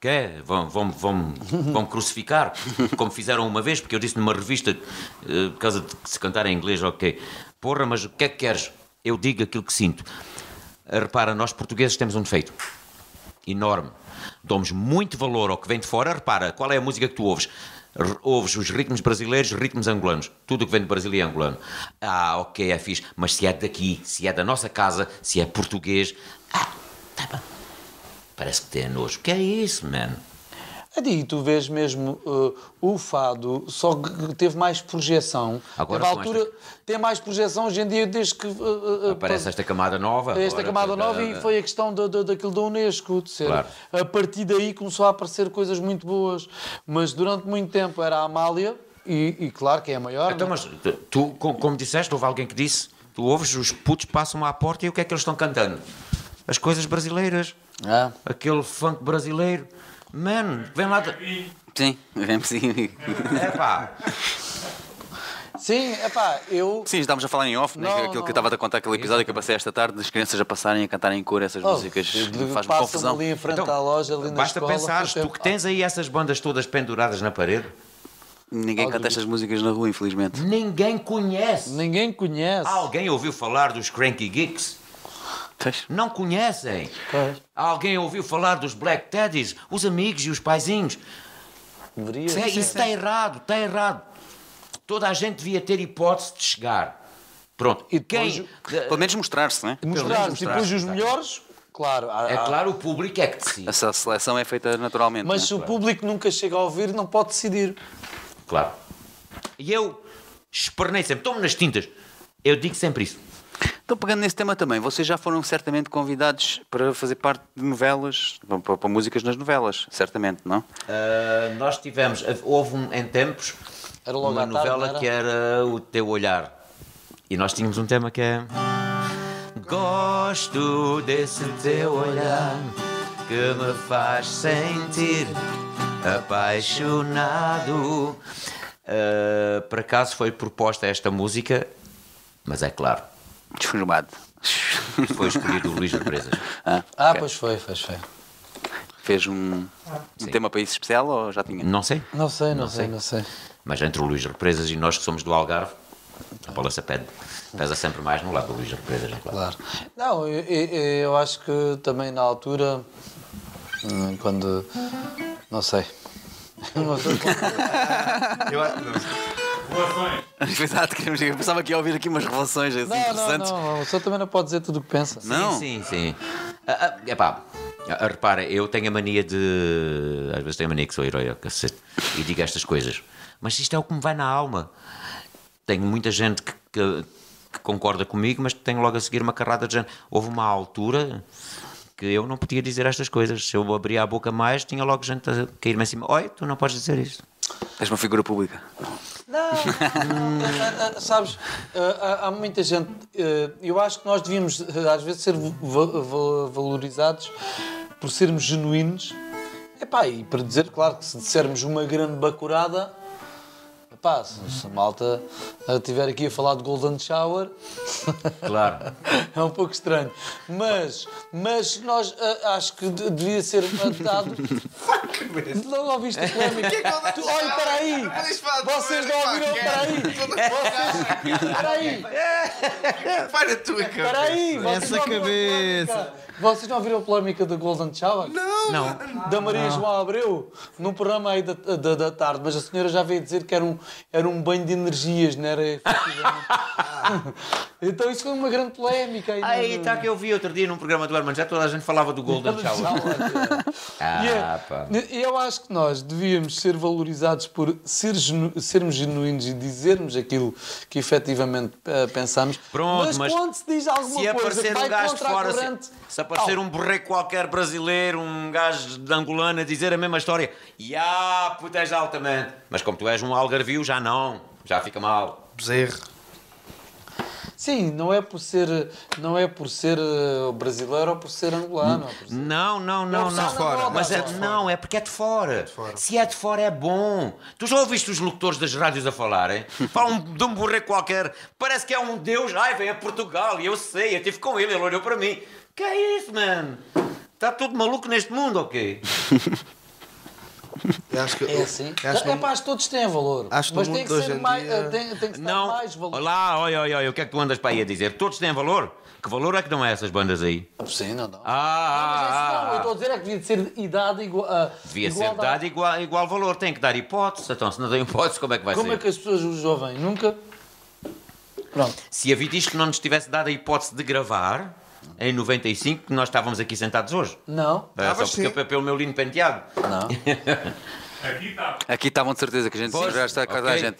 S2: Que é? Vão, vão, vão, vão crucificar, como fizeram uma vez, porque eu disse numa revista, eh, por causa de se cantar em inglês, ok. Porra, mas o que é que queres? Eu digo aquilo que sinto. Eh, Repara, nós portugueses temos um defeito enorme. Damos muito valor ao que vem de fora. Repara, qual é a música que tu ouves? R- Ouves os ritmos brasileiros, ritmos angolanos. Tudo o que vem do Brasil é angolano. Ah, ok, é fixe. Mas se é daqui, se é da nossa casa, se é português. Ah, tá bom. Parece que tem nojo. O que é isso, mano?
S5: E tu vês mesmo eh, o Fado, só que teve mais projeção.
S2: Agora
S5: Teve
S2: com
S5: altura, tem mais projeção hoje em dia desde que. eh, eh, eh,
S2: Aparece
S5: pa-
S2: esta camada nova.
S5: esta
S2: agora,
S5: camada
S2: da-
S5: nova e foi a questão da, da, daquilo da Unesco, de ser.
S2: Claro.
S5: A partir daí começou a aparecer coisas muito boas. Mas durante muito tempo era a Amália, e, e claro que é a maior.
S2: Então,
S5: né?
S2: mas tu- tu, como, como disseste, houve alguém que disse: tu ouves, os putos passam à porta e o que é que eles estão cantando? As coisas brasileiras.
S5: É.
S2: aquele funk brasileiro. Mano, vem lá. De...
S1: Sim, vemos sim.
S2: Epá,
S5: Sim, epá, eu.
S1: Sim, estávamos a falar em off, né?
S5: Não,
S1: aquilo
S5: não.
S1: que eu estava a contar, aquele episódio que eu passei esta tarde, das crianças a passarem a cantarem em cor essas
S5: Oh,
S1: músicas.
S5: de-
S1: Faz-me
S5: passam-me
S1: confusão.
S5: ali em frente
S2: Então,
S5: à loja, ali na
S2: basta
S5: escola,
S2: pensar,
S5: foi
S2: tu
S5: sempre-
S2: que tens aí essas bandas todas penduradas na parede,
S1: Ninguém canta estas músicas na rua, infelizmente.
S2: ninguém conhece.
S5: Ninguém conhece.
S2: Alguém ouviu falar dos Cranky Geeks?
S1: Pois.
S2: Não conhecem.
S5: Pois.
S2: Alguém ouviu falar dos Black Teddies? Os amigos e os paizinhos?
S5: Deveria.
S2: É, isso está errado, está errado. Toda a gente devia ter hipótese de chegar. Pronto.
S5: E depois-
S1: Pelo menos mostrar-se, né?
S5: Mostrar,
S2: menos
S5: e
S2: mostrar,
S5: depois os
S2: tá.
S5: melhores, claro. há-
S2: É
S5: há-
S2: claro, o público é que decide.
S1: Essa seleção é feita naturalmente.
S5: Mas
S1: né?
S5: se o público nunca chega a ouvir, não pode decidir.
S2: Claro. E eu espernei sempre, tomo nas tintas. Eu digo sempre isso.
S1: Então, pegando nesse tema também, vocês já foram certamente convidados para fazer parte de novelas, para, para-
S2: Ah,
S1: para músicas nas novelas, certamente, não?
S2: Uh, nós tivemos, houve um em tempos
S5: Era logo
S2: uma
S5: à tarde,
S2: novela
S5: não era?
S2: que era O Teu Olhar. E nós tínhamos um tema que é. Gosto desse teu olhar que me faz sentir apaixonado. Ah, por acaso foi proposta esta música, mas é claro,
S1: Desformado.
S2: foi escolhido o Luís Represas.
S1: Ah,
S5: Ah,
S1: ok.
S5: pois foi, pois foi.
S1: Fez um, um tema para isso especial ou já tinha?
S2: Não sei,
S5: Não sei, não, sei, não sei.
S2: mas entre o Luís Represas e nós que somos do Algarve, a balança pede, pesa sempre mais no lado do Luís Represas, é claro.
S5: Claro. Não, eu, eu- eu acho que também na altura, hum, quando. Não sei. Não sei.
S1: Exato, queríamos dizer, eu pensava que ia ouvir aqui umas relações assim,
S5: Não, não,
S1: interessantes.
S5: não. A pessoa também não pode dizer tudo o que pensa.
S1: Não?
S2: Sim, sim. Ah, ah, epá, ah, repara, eu tenho a mania de. Às vezes tenho a mania que sou herói ao cacete e digo estas coisas. Mas isto é o que me vai na alma. Tenho muita gente que, que- que concorda comigo, mas tenho logo a seguir uma carrada de gente. Houve uma altura que eu não podia dizer estas coisas. Se eu abria a boca mais, tinha logo gente a cair-me em cima. Oi, tu não podes dizer isto.
S1: És uma figura pública.
S5: Ah, ah, Sabes, ah, há- há muita gente. ah, Eu acho que nós devíamos, ah, às vezes, ser va- va- valorizados por sermos genuínos. Epá, e para dizer, claro, que se dissermos uma grande bacurada. Epá, se se a malta estiver aqui a falar de Golden Shower,
S2: Claro.
S5: é um pouco estranho. Mas, mas nós ah, acho que de- devia ser dado. Não ouviste a polémica?
S7: é
S5: Tu- Olha, para aí! Vocês não ouviram para aí! Espera aí,
S7: Para a é? tua
S5: espera
S7: cara.
S5: aí! Vocês
S3: Essa
S5: não ouviram a
S3: cabeça.
S5: polémica? Vocês não ouviram a polémica da Golden Shower?
S2: Não.
S5: Da Maria João Abreu? Num programa aí da, da, da tarde, mas a senhora já veio dizer que era um, era um banho de energias, não era? efetivamente. então isso foi uma grande polémica. aí
S2: Aí
S5: no-
S2: está que eu vi outro dia num programa do Herman, já toda a gente falava do Golden Shower.
S5: E é-
S2: Ah, pá.
S5: Eu acho que nós devíamos ser valorizados por ser genu- sermos genuínos e dizermos aquilo que efetivamente eh, pensamos.
S2: Pronto,
S5: mas,
S2: mas
S5: quando se diz alguma
S2: Se
S5: coisa que
S2: aparecer
S5: vai
S2: um gajo de
S5: contra
S2: fora,
S5: a
S2: se,
S5: corrente,
S2: se aparecer um borrego qualquer brasileiro, um gajo de angolano a dizer a mesma história, ya, puto, és altamente. Mas como tu és um algarvio, já não, já fica mal.
S7: Bezerro.
S5: Sim, não é por ser, não é por ser eh, brasileiro ou por ser angolano. ou por ser-
S2: Não, não, não,
S5: Não,
S2: não.
S5: de fora,
S2: Mas
S5: não,
S2: é-
S5: de fora.
S2: não, é porque é de fora. Se é de fora é bom. Tu já ouviste os locutores das rádios a falarem? Falam de um borrego qualquer, parece que é um deus. Ai, vem a Portugal e eu sei, eu estive com ele, ele olhou para mim. Que é isso, mano? Está tudo maluco neste mundo, ok?
S7: Eu acho que,
S5: É assim.
S7: eu acho que
S5: é pá, acho que todos têm valor.
S7: acho que
S5: mas
S7: no
S5: tem que
S7: mundo de
S5: ser
S7: hoje em
S5: mais,
S7: dia-
S5: eh, tem, tem que ser
S2: Não,
S5: mais valor.
S2: olá, oi, oi, oi, o que é que tu andas para aí a dizer? Todos têm valor? Que valor é que dão a essas bandas aí?
S5: Sim, não, não.
S4: assim,
S5: Mas isso não, eu
S2: Ah, ah,
S5: estou
S2: ah.
S5: a dizer é que devia de ser idade igual. ah, a
S2: Devia ser dado igual, igual valor, tem que dar hipótese. Então, se não tem hipótese, como é que vai
S5: Como
S2: ser?
S5: é que as pessoas, os jovens, nunca. Pronto.
S2: Se a Vitisco não nos tivesse dado a hipótese de gravar, em 95, nós estávávamos aqui sentados hoje.
S5: Não.
S2: É,
S7: Ah,
S2: só
S7: mas
S2: porque
S7: sim.
S2: eu- pelo meu lindo penteado.
S5: Não.
S6: Aqui está.
S1: Aqui estavam de certeza que a gente
S2: Pois,
S1: já está a casa
S2: ok.
S1: da gente.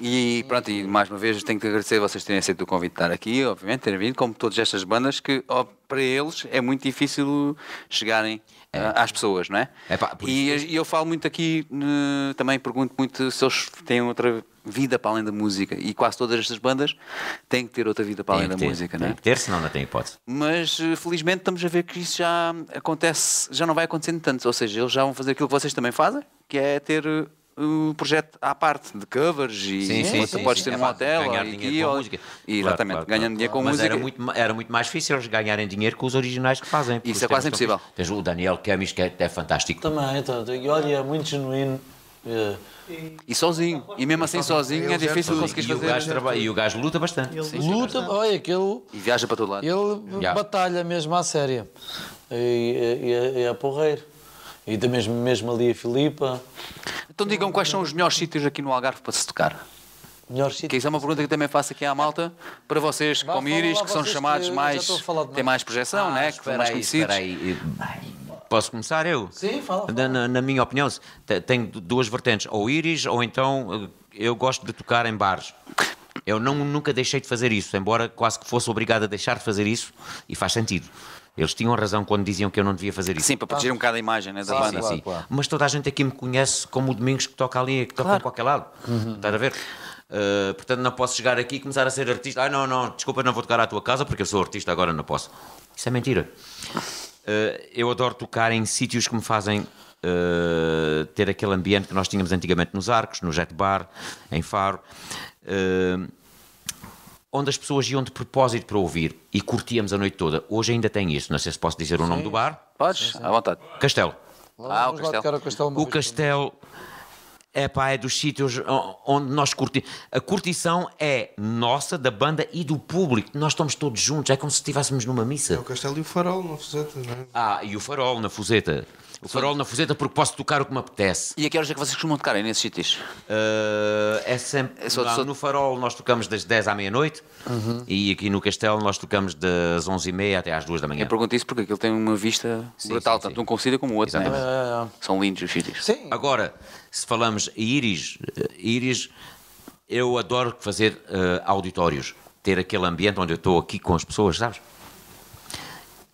S1: E pronto, e mais uma vez tenho que agradecer vocês terem aceito o convite de estar aqui, obviamente, terem vindo, como todas estas bandas, que ó, para eles é muito difícil chegarem ah, às pessoas, não é?
S2: É pá, por
S1: e, e eu falo muito aqui, eh, também pergunto muito se eles têm outra vida para além da música. E quase todas estas bandas têm que ter outra vida para além
S2: Tem que
S1: da
S2: ter,
S1: música, não
S2: tem
S1: é?
S2: que ter, senão não tem hipótese.
S1: mas eh, felizmente estamos a ver que isso já acontece, já não vai acontecendo tanto. Ou seja, eles já vão fazer aquilo que vocês também fazem, que é ter eh, um projeto à parte de covers e
S2: Sim, sim,
S1: tu
S2: sim,
S1: podes
S2: sim.
S1: ter
S2: É
S1: um
S2: fácil.
S1: hotel
S2: ganhar
S1: ou
S2: dinheiro
S1: aqui,
S2: com a
S1: ou-
S2: música.
S1: Exatamente,
S2: Claro, claro,
S1: ganhando
S2: claro.
S1: dinheiro com a
S2: Mas
S1: música.
S2: Era muito, ma- era muito mais difícil eles ganharem dinheiro com os originais que fazem. porque
S1: Isso é
S2: os temas
S1: quase
S2: são
S1: impossível.
S2: fixos. Tens o Daniel Camis, que é, é fantástico.
S5: Também, então, e olha, é muito genuíno. É.
S1: E sozinho, e mesmo assim sozinho é
S7: Eles já
S1: difícil
S7: estão-
S1: conseguir
S2: e, o gajo
S1: fazer.
S2: traba- e o gajo luta bastante.
S5: Luta, olha, aquele.
S1: E viaja para todo lado.
S5: Ele
S2: Já.
S5: batalha mesmo à séria. E, e, e é- é a porreiro. E da mesmo, mesmo ali a Filipa.
S1: Então digam quais são os melhores sítios aqui no Algarve para se tocar.
S5: Melhor
S1: Que
S5: sítio.
S1: isso é uma pergunta que eu também faço aqui à malta, para vocês
S5: Vá,
S1: como
S5: fala lá,
S1: íris, que são
S5: vocês
S1: chamados
S5: que eu já
S1: mais.
S5: estou a falar demais.
S1: têm mais projeção,
S2: Ah,
S1: né? Que são
S2: espera
S1: mais
S2: aí,
S1: conhecidos.
S2: espera aí. Posso começar eu?
S5: Sim, fala, fala.
S2: Na, na- na minha opinião, se- te- tenho du- duas vertentes, ou íris, ou então eh, eu gosto de tocar em bares. Eu não, nunca deixei de fazer isso, embora quase que fosse obrigado a deixar de fazer isso, e faz sentido. Eles tinham razão quando diziam que eu não devia fazer isso.
S1: Sim, para
S5: Tá.
S1: proteger um bocado a imagem né, da
S4: Sim,
S1: banda.
S4: claro,
S2: Sim.
S4: claro.
S2: assim. Mas toda a gente aqui me conhece como o Domingos que toca ali, que toca em qualquer lado.
S4: Uhum.
S2: Estás a ver? Uh, portanto, não posso chegar aqui e começar a ser artista. Ah, não, não, desculpa, não vou tocar à tua casa porque eu sou artista, agora não posso. Isso é mentira. Uh, eu adoro tocar em sítios que me fazem uh, ter aquele ambiente que nós tínhamos antigamente nos Arcos, no Jet Bar, em Faro. Uh, onde as pessoas iam de propósito para ouvir e curtíamos a noite toda. Hoje ainda tem isso, não sei se posso dizer o nome do bar.
S1: Podes? À vontade.
S2: Castelo.
S1: Ah,
S4: Vamos
S1: o Castelo.
S4: lá tocar ao Castelo uma
S2: O
S4: vez.
S2: Castelo é pá, é dos sítios o- onde nós curtimos. A curtição é nossa, da banda e do público. Nós estamos todos juntos, é como se estivéssemos numa
S7: É
S2: missa.
S7: o Castelo e o Farol, não fizeste, não é?
S2: Ah, e o farol na fuseta. O farol na fuseta porque posso tocar o que me apetece.
S1: E a que horas é que vocês costumam tocar aí nesses sítios?
S2: Ah, é Uhum. sempre.
S1: É só-
S2: lá
S1: só-
S2: No farol nós tocamos das 10 à meia-noite e aqui no Castelo nós tocamos das 11h30 até às 2 da manhã.
S1: Eu pergunto isso porque aquilo tem uma vista brutal,
S2: É. sim,
S1: tanto
S2: sim.
S1: um conhecido como o outro. né?
S4: Ah,
S1: São lindos os sítios.
S4: Sim,
S2: Agora, se falamos em íris, eh, íris, eu adoro fazer eh, auditórios, ter aquele ambiente onde eu estou aqui com as pessoas, sabes?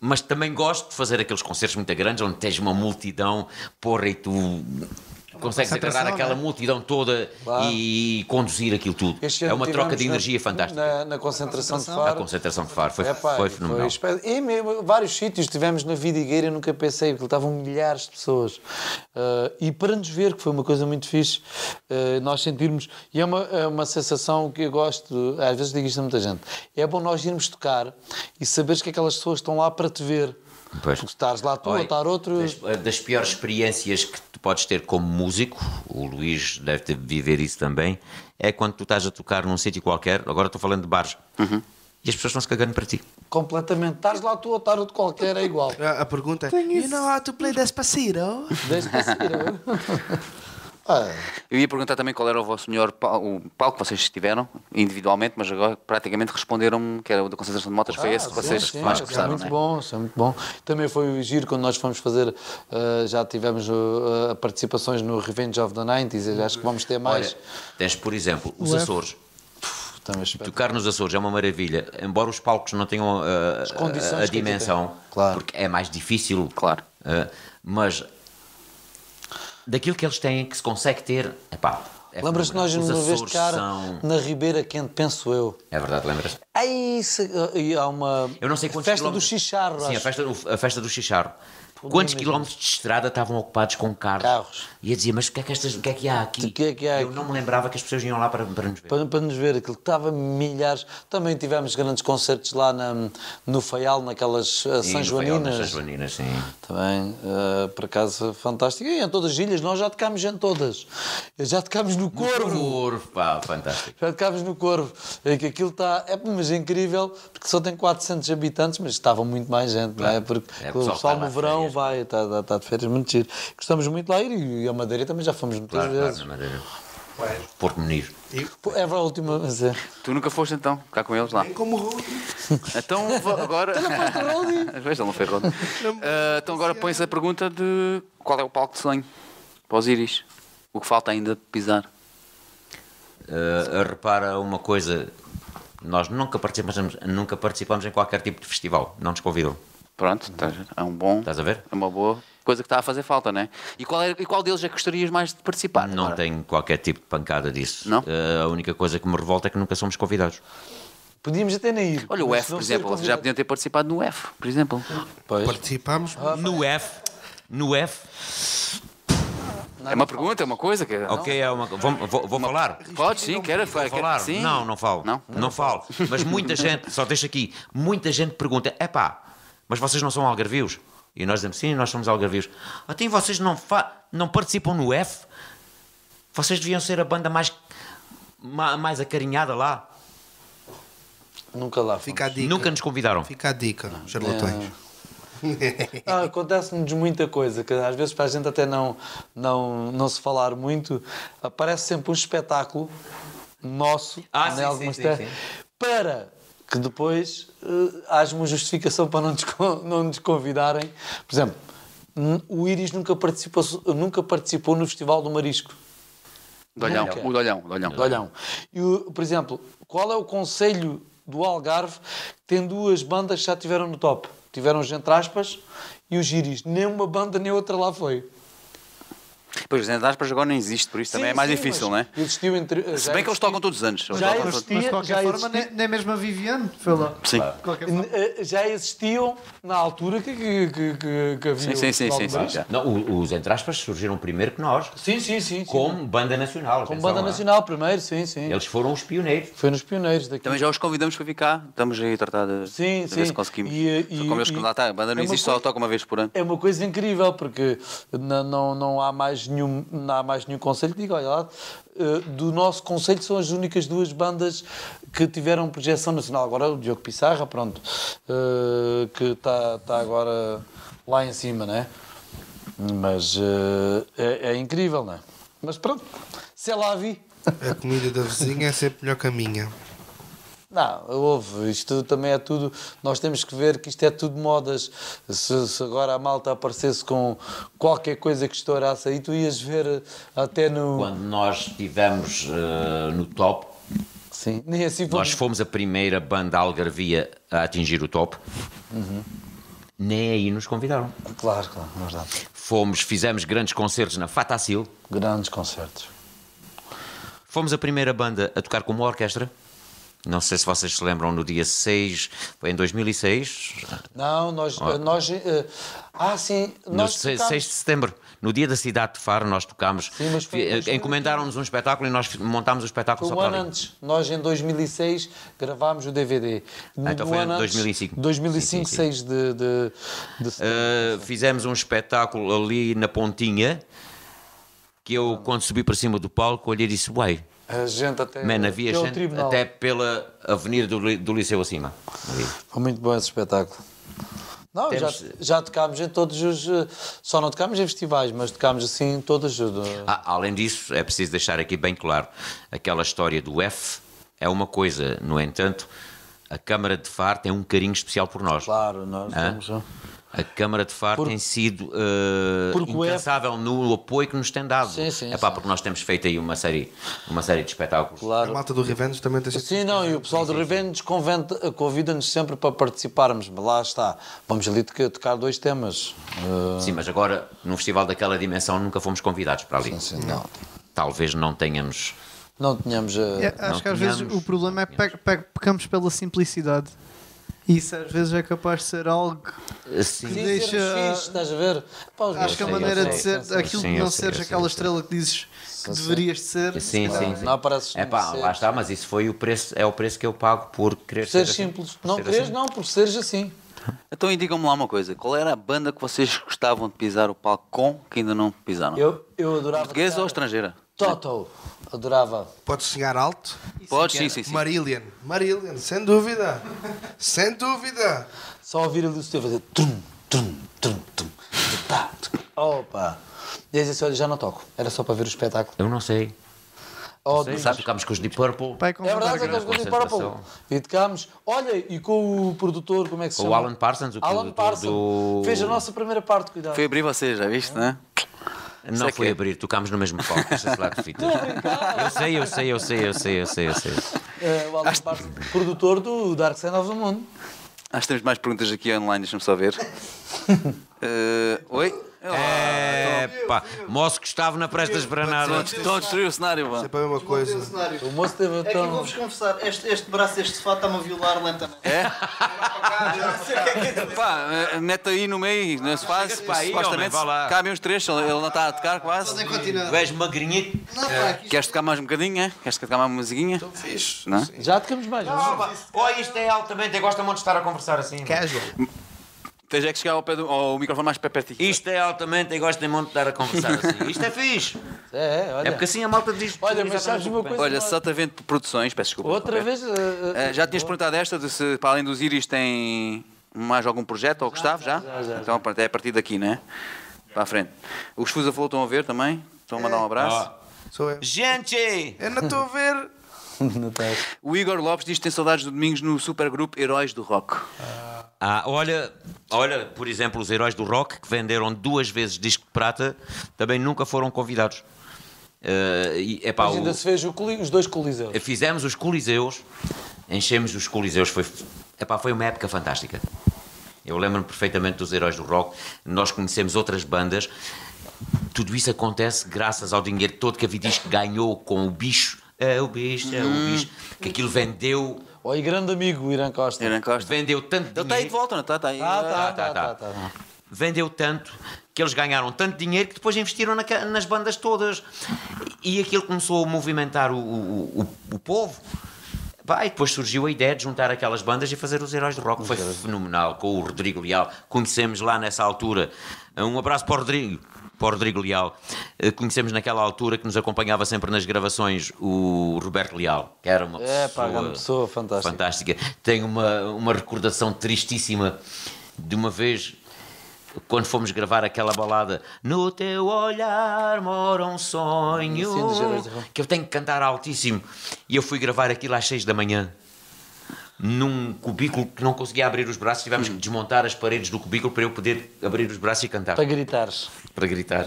S2: Mas também gosto de fazer aqueles concertos muito grandes onde tens uma multidão, porra, e tu consegues
S10: concentração,
S2: agarrar aquela
S10: não é?
S2: multidão toda
S4: Claro.
S2: e conduzir aquilo tudo.
S4: Este
S2: É
S4: ano
S2: uma troca
S4: tivemos
S2: de
S4: na-
S2: energia fantástica.
S4: Na, na concentração de
S2: A
S4: Faro.
S2: concentração de Faro foi,
S4: Epá,
S2: foi fenomenal.
S4: espe- e mesmo, vários sítios tivemos na Vidigueira, eu nunca pensei, porque estavam milhares de pessoas. Ah, e para nos ver, que foi uma coisa muito fixe, ah, nós sentirmos. E é uma, é uma sensação que eu gosto, às vezes digo isto a muita gente. É bom nós irmos tocar e saberes que aquelas pessoas estão lá para te ver.
S2: Pois.
S4: Porque estás lá tu, ou
S2: Olha,
S4: estar outro.
S2: Das, eh, das piores experiências que tu podes ter como músico, o Luís deve ter- viver isso também, é quando tu estás a tocar num sítio qualquer, agora estou falando de bares, e as pessoas estão-se cagando para ti.
S4: Completamente. Estás lá tu, ou estar outro qualquer, é igual.
S7: A, a pergunta é: You know how to play oh?" Despacito?
S4: Deixa para seguir. ah,
S1: Eu ia perguntar também qual era o vosso melhor pal- o palco que vocês tiveram individualmente, mas agora praticamente responderam que era o da concentração de motas, foi esse que
S4: sim,
S1: vocês
S4: sim,
S1: mais
S4: sim,
S1: gostaram,
S4: muito
S1: não é?
S4: bom, isso é muito bom. Também foi o giro quando nós fomos fazer, eh, já tivemos eh, participações no Revenge of the 90s, acho que vamos ter mais. Então,
S2: Olha, tens, por exemplo, os
S10: Ué.
S2: Açores.
S4: Também espero.
S2: Tocar nos Açores é uma maravilha, embora os palcos não tenham ah,
S4: condições
S2: a, a
S4: que
S2: dimensão,
S4: tem. Claro.
S2: porque é mais difícil,
S1: Claro.
S2: ah, mas daquilo que eles têm, que se consegue ter, epá, é
S4: Lembras-te de nós
S2: fenomenal.
S4: uma
S2: Os
S4: vez
S2: Açores
S4: tocar
S2: são-
S4: na Ribeira Quente, penso eu.
S2: É verdade, lembras-te?
S4: Aí se- eh, e há uma
S2: Eu não sei quantos
S4: festa do
S2: quilómetros-
S4: Chicharro,
S2: Sim,
S4: acho.
S2: a festa, a festa do Chicharro.
S4: Podia
S2: quantos
S4: mesmo.
S2: quilómetros de estrada estavam ocupados com carros?
S4: Carros.
S2: E eu dizia, mas o que é que, estas, o que, é que há aqui?
S4: O que é que há
S2: Eu
S4: aqui?
S2: não me lembrava que as pessoas iam lá para, para nos ver.
S4: Para, para nos ver, aquilo que estava milhares. Também tivemos grandes concertos lá na- no Faial, naquelas eh,
S2: E no
S4: São
S2: Faial, nas
S4: Joaninas.
S2: São Joaninas, sim.
S4: Também, eh, por acaso, fantástico. E em todas as ilhas, nós já tocámos em todas. Já tocámos no Corvo.
S2: Corvo, pá, fantástico.
S4: Já tocámos no Corvo. É que aquilo está. É, mas é incrível, porque só tem 400 habitantes, mas estava muito mais gente, não é? Porque
S2: É, o pessoal
S4: o pessoal
S2: está
S4: no
S2: lá de
S4: verão
S2: férias.
S4: vai, está, está, está de férias, muito giro. Gostamos muito lá e, e a Madeira também já fomos muitas
S2: Claro, claro,
S4: vezes.
S2: na Madeira. Porto Menir.
S4: Pô, É a última vez. é.
S1: Tu nunca foste então, cá com eles lá.
S7: Como Rudy.
S1: Então va- agora. Veja, ele não foi rodo. Ah, então agora põe-se a pergunta de qual é o palco de sonho para os íris. O que falta ainda de pisar.
S2: Uh, repara uma coisa, nós nunca participamos, nunca participamos em qualquer tipo de festival, não nos convidam.
S1: Pronto, tá-
S2: Uhum.
S1: é um bom.
S2: Estás a ver?
S1: É uma boa coisa que está a fazer falta, não é? E qual, é, e qual deles é que gostarias mais de participar?
S2: Não
S1: agora?
S2: tenho qualquer tipo de pancada disso.
S1: Não?
S2: Uh, a única coisa que me revolta é que nunca somos convidados.
S4: Podíamos até nem ir.
S1: Olha, o
S4: mas
S1: F,
S4: não
S1: por
S4: ser
S1: exemplo, vocês já
S4: convidado.
S1: podiam ter participado no F, por exemplo.
S4: Pois.
S7: Participámos.
S2: No F, no F
S1: é uma pergunta, é uma coisa que.
S2: Ok, é uma, vou, vou, vou falar.
S1: Pode sim, quero
S2: Vou falar.
S1: Sim.
S2: Não, não falo.
S1: Não?
S2: falo. Mas muita gente, só deixo aqui, muita gente pergunta: epá, mas vocês não são algarvios? E nós dizemos: sim, nós somos algarvios. Até vocês não, fa não participam no F? Vocês deviam ser a banda mais, ma- mais acarinhada lá.
S4: Nunca lá. fomos.
S7: Fica a dica.
S2: Nunca nos convidaram.
S7: Fica a dica, charlatões.
S2: É.
S4: Ah, Acontece-nos muita coisa, que às vezes para a gente até não, não, não se falar muito, aparece sempre um espetáculo nosso,
S2: Ah,
S4: né,
S2: sim,
S4: algumas
S2: sim,
S4: terras,
S2: sim, sim.
S4: para que depois eh, haja uma justificação para não nos, con- não nos convidarem. Por exemplo, n- o Iris nunca participou, nunca participou no Festival do Marisco.
S1: Do olhão,
S4: Nunca.
S1: o do olhão, do olhão.
S4: Do É. Olhão. E, o- por exemplo, qual é o conselho do Algarve que tem duas bandas que já estiveram no top? tiveram os entre aspas e os giris. Nem uma banda nem outra lá foi.
S1: Pois, os entre aspas agora não existe, por isso também
S4: Sim,
S1: é mais
S4: sim,
S1: difícil, não
S4: mas
S1: é?
S4: Existiu entre.
S1: Se bem que eles tocam todos os anos. Eles
S4: Já
S1: tocam
S4: existe.
S1: todos-
S3: Mas de
S4: Já
S3: qualquer forma,
S4: existiu.
S3: nem, nem mesmo a Viviane foi lá.
S1: Sim.
S3: De qualquer forma.
S4: Eh, Já existiam na altura que, que, que, que, que
S1: Sim,
S4: havia.
S1: sim, sim,
S4: o Festival
S1: sim,
S4: de
S1: sim,
S4: Bares.
S1: já.
S2: Não, o- os entre aspas surgiram primeiro que nós,
S4: Sim, sim, sim. sim.
S2: como banda nacional.
S4: Como
S2: atenção,
S4: banda
S2: não é?
S4: nacional primeiro, sim, sim.
S2: Eles foram os pioneiros.
S4: Foi nos pioneiros daqui.
S1: Também já os convidamos para ficar. Estamos aí a tratar de,
S4: Sim,
S1: de
S4: sim.
S1: ver se conseguimos.
S4: E, eh,
S1: Só
S4: e-
S1: como eles
S4: e-
S1: lá está, a banda não
S4: é uma
S1: existe, só
S4: coisa-
S1: toca uma vez por ano.
S4: É uma coisa incrível, porque não, não, não há mais nenhum, não há mais nenhum conselho que diga, olha lá, eh, do nosso conselho são as únicas duas bandas que tiveram projeção nacional. Agora o Diogo Pissarra, pronto, eh, que está está agora lá em cima, né? Mas eh, é, é incrível, né? Mas pronto, se é lá vi.
S7: A comida da vizinha é sempre melhor que a minha.
S4: Não, houve. Isto também é tudo. Nós temos que ver que isto é tudo modas. Se, se agora a malta aparecesse com qualquer coisa que estourasse aí, tu ias ver até no.
S2: Quando nós estivemos eh, no top,
S4: Sim, nem assim foi.
S2: nós fomos a primeira banda algarvia a atingir o top.
S4: Uhum.
S2: Nem aí nos convidaram.
S4: Claro, claro, verdade.
S2: Fomos, fizemos grandes concertos na Fatacil.
S4: Grandes concertos.
S2: Fomos a primeira banda a tocar com uma orquestra. Não sei se vocês se lembram, no dia 6, foi em 2006,
S4: Não, nós. nós eh, ah, sim.
S2: no
S4: Nós
S2: se- 6
S4: tocámos-
S2: de setembro, no dia da cidade de Faro, nós tocámos.
S4: Sim, mas foi em
S2: fi-
S4: 2015.
S2: Encomendaram-nos um espetáculo e nós montámos o espetáculo
S4: Foi
S2: só
S4: um
S2: para
S4: ano
S2: ali.
S4: antes. Nós, em 2006, gravámos o DVD. No
S2: então foi
S4: ano
S2: em
S4: antes,
S2: 2005.
S4: 2005,
S2: Sim, sim, sim.
S4: 6 de, de, de
S2: Uh, fizemos um espetáculo ali na Pontinha. Que eu, quando subi para cima do palco, olhei e disse: Uai,
S4: A gente até.
S2: man, havia
S4: até ao
S2: gente
S4: tribunal.
S2: até pela avenida do, Li- do Liceu acima. Ali.
S4: Foi muito bom esse espetáculo. Não,
S2: Temos-
S4: já, já tocámos em todos os. eh, Só não tocámos em festivais, mas tocámos assim em todos os. do-
S2: Ah, além disso, é preciso deixar aqui bem claro: aquela história do F é uma coisa, no entanto, a Câmara de Faro tem um carinho especial por nós.
S4: Claro, nós
S2: Hã?
S5: um
S4: estamos.
S2: A Câmara de Faro tem sido eh,
S4: Porque o F-
S2: incansável no apoio que nos tem dado.
S4: Sim, sim,
S2: é pá,
S4: sim.
S2: porque nós temos feito aí uma série, uma série de espetáculos.
S7: A
S4: Claro.
S7: malta do Revenge também tem sido.
S4: Sim, não, e o pessoal do Revenge conventa- convida-nos sempre para participarmos. Lá está. Vamos ali toca- tocar dois temas.
S5: Ah,
S4: Eh,
S2: Sim, mas agora, num festival daquela dimensão, nunca fomos convidados para ali.
S4: assim, não.
S2: Talvez não tenhamos.
S4: Não tínhamos. eh,
S3: É, acho que às
S2: tínhamos,
S3: vezes o problema é que pe- pe- pecamos pela simplicidade. E isso às vezes é capaz de ser algo.
S2: Assim,
S4: nem
S3: deixa-
S4: sermos fixe, estás a ver? Pá, os
S3: Acho que a
S2: sei, eu
S3: maneira de
S2: sei.
S3: ser, aquilo
S2: Sim,
S3: de
S2: eu
S3: não
S2: sei, eu
S3: seres
S2: sei,
S3: aquela
S2: eu sei.
S3: estrela que dizes que
S4: sim.
S3: deverias de ser.
S2: Sim, sim, sim.
S4: Não apareces
S2: É pá, lá
S4: conhecer.
S2: está, mas isso foi o preço, é o preço que eu pago por querer
S4: Ser
S2: ser assim,
S4: simples.
S2: por
S4: Não
S2: ser
S4: queres,
S2: assim.
S4: não, por seres assim.
S1: Então e digam-me lá uma coisa: qual era a banda que vocês gostavam de pisar o palco com que ainda não pisaram?
S4: Eu, eu adorava.
S1: Portuguesa
S4: tocar-
S1: ou estrangeira?
S4: Toto. Adorava.
S7: Pode sonhar alto.
S1: Podes, sim, sim, sim.
S7: Marillion. Marillion, sem dúvida. Sem dúvida.
S4: Só ouvir ali o Steve fazer trum, trum, trum, trum, tá, tum. Opa! E aí disse, olha, já não toco. Era só para ver o espetáculo.
S2: Eu não sei.
S4: Oh,
S2: Sei,
S4: Deus.
S2: sabe, tocámos com os Deep Purple.
S3: Pai, com
S4: É verdade, só que
S2: grande
S4: eles gostam de Purple.
S2: concentração.
S4: E tocámos, olha, e com o produtor, como é que se
S2: Com o
S4: chama?
S2: Alan Parsons, o
S4: Alan
S2: produtor
S4: Parsons.
S2: do-
S4: Fez a nossa primeira parte, cuidado.
S1: Foi abrir vocês, já viste, né?
S2: Não
S1: Sei
S2: foi
S1: que-
S2: abrir, tocámos no mesmo palco, deixa-se lá de fitas. Eu sei, eu sei, eu sei, eu sei, eu sei, eu sei.
S4: Eh, o Alan Parsons, produtor do Dark Side of the Moon.
S1: Acho que temos mais perguntas aqui online, deixa-me só ver. Eh, oi?
S2: É pá, moço Gustavo na Prestas
S1: Estão a-
S2: Granada.
S1: Estão a destruir o cenário, mano.
S7: Sempre a mesma coisa.
S4: O moço teve
S3: É que eu
S4: tão...
S3: vou-vos confessar, este, este braço deste sofá está-me a violar lentamente.
S1: É?
S3: É?
S1: Pá, eh, mete aí no meio, não se faz.
S2: Ah, para aí, homem,
S1: Supostamente
S2: vá lá. é
S1: cabem uns três, ele não está a tocar quase.
S3: Podem continuar.
S2: Tu és magrinha.
S3: Não, pá, aqui
S1: Queres tocar mais um bocadinho, é? Queres tocar mais uma musiquinha?
S2: Então
S1: Estou fixe. Não? é?
S4: Já tocamos mais. mas-
S2: Oh, isto é altamente, eu gosto muito de estar a conversar assim.
S1: Tens é que chegar ao, pé do, ao microfone mais para perto de ti.
S2: Isto é altamente, eu gosto muito de estar a conversar assim. Isto é fixe.
S4: É, é, olha.
S2: É porque assim a malta diz.
S4: Olha, mas sabes uma coisa?
S1: Olha, só te vendo por produções, peço desculpa.
S4: Outra
S1: Roberto.
S4: vez... eh, eh,
S2: É.
S1: Eh, já tinhas perguntado esta, de se para além dos Iris tem mais algum projeto, ou Gustavo, já? então pronto, é a partir daqui, né? Para a frente. Os Fusa Flow estão a ver também? Estão a mandar um abraço.
S7: Sou eu.
S2: Gente!
S7: Eu não estou a ver.
S1: O Igor Lopes diz que tem saudades do Domingos no supergrupo Heróis do Rock.
S2: Ah, olha, olha, por exemplo, os heróis do rock que venderam duas vezes disco de prata também nunca foram convidados. Eh, e, epá,
S4: Mas ainda
S2: o-
S4: se fez o coli- os dois coliseus.
S2: Eh, fizemos os coliseus, enchemos os coliseus, foi, epá, foi uma época fantástica. Eu lembro-me perfeitamente dos Heróis do Rock, nós conhecemos outras bandas. Tudo isso acontece graças ao dinheiro todo que a Vidisco ganhou com o bicho. É o bicho, é
S5: Hum.
S2: o bicho. Que aquilo vendeu,
S5: Oi, grande amigo, Irã Costa.
S1: Irã Costa.
S2: vendeu tanto dinheiro.
S1: Ele está aí de volta, não está? Está aí.
S5: Ah,
S2: tá,
S5: tá, tá,
S2: tá.
S5: tá, tá,
S2: vendeu tanto que eles ganharam tanto dinheiro que depois investiram naca- nas bandas todas. E aquilo começou a movimentar o, o, o- o povo. Pá, e depois surgiu a ideia de juntar aquelas bandas e fazer os Heróis do Rock. Foi fenomenal, com o Rodrigo Leal. Conhecemos lá nessa altura. Um abraço para o Rodrigo. Para o Rodrigo Leal. Eh, Conhecemos naquela altura que nos acompanhava sempre nas gravações o Roberto Leal, que era uma
S5: É, pá,
S2: pessoa,
S5: grande pessoa, fantástica.
S2: fantástica. Tenho uma, uma recordação tristíssima de uma vez quando fomos gravar aquela balada No teu olhar mora um sonho
S5: Sim, do Gerardo Ferrão.
S2: que eu tenho que cantar altíssimo e eu fui gravar aquilo às seis da manhã num cubículo que não conseguia abrir os braços, tivemos que desmontar as paredes do cubículo para eu poder abrir os braços e cantar,
S5: Para gritares.
S2: para gritar.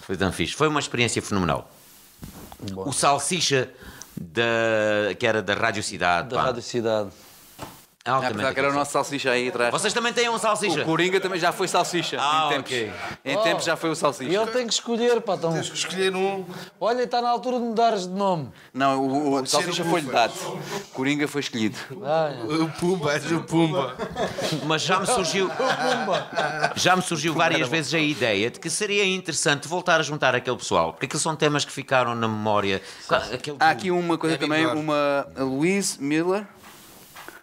S2: Foi tão fixe. Foi uma experiência fenomenal. O Salsicha, da, que era da Rádio Cidade.
S5: Da
S2: pá,
S5: Rádio Cidade.
S1: Ah,
S2: altamente
S1: apesar que era o nosso salsicha aí atrás.
S2: Vocês também têm um salsicha?
S1: O Coringa também já foi salsicha.
S2: Ah,
S1: em tempos.
S2: ok.
S1: Em tempos já foi o salsicha.
S5: E ele tem que escolher, pá. Então,
S7: Tens que escolher um.
S5: olha, está na altura de mudares de nome.
S1: Não, o, o- o salsicha
S7: ser o
S1: foi-lhe
S7: Ufa.
S1: dado. Coringa foi escolhido.
S7: O Pumba, és o Pumba.
S2: Mas já me surgiu. já me surgiu várias vezes a ideia de que seria interessante voltar a juntar aquele pessoal, porque aqueles são temas que ficaram na memória. Aquele
S1: Há aqui uma coisa também,
S7: Igor.
S1: uma a Louise Miller.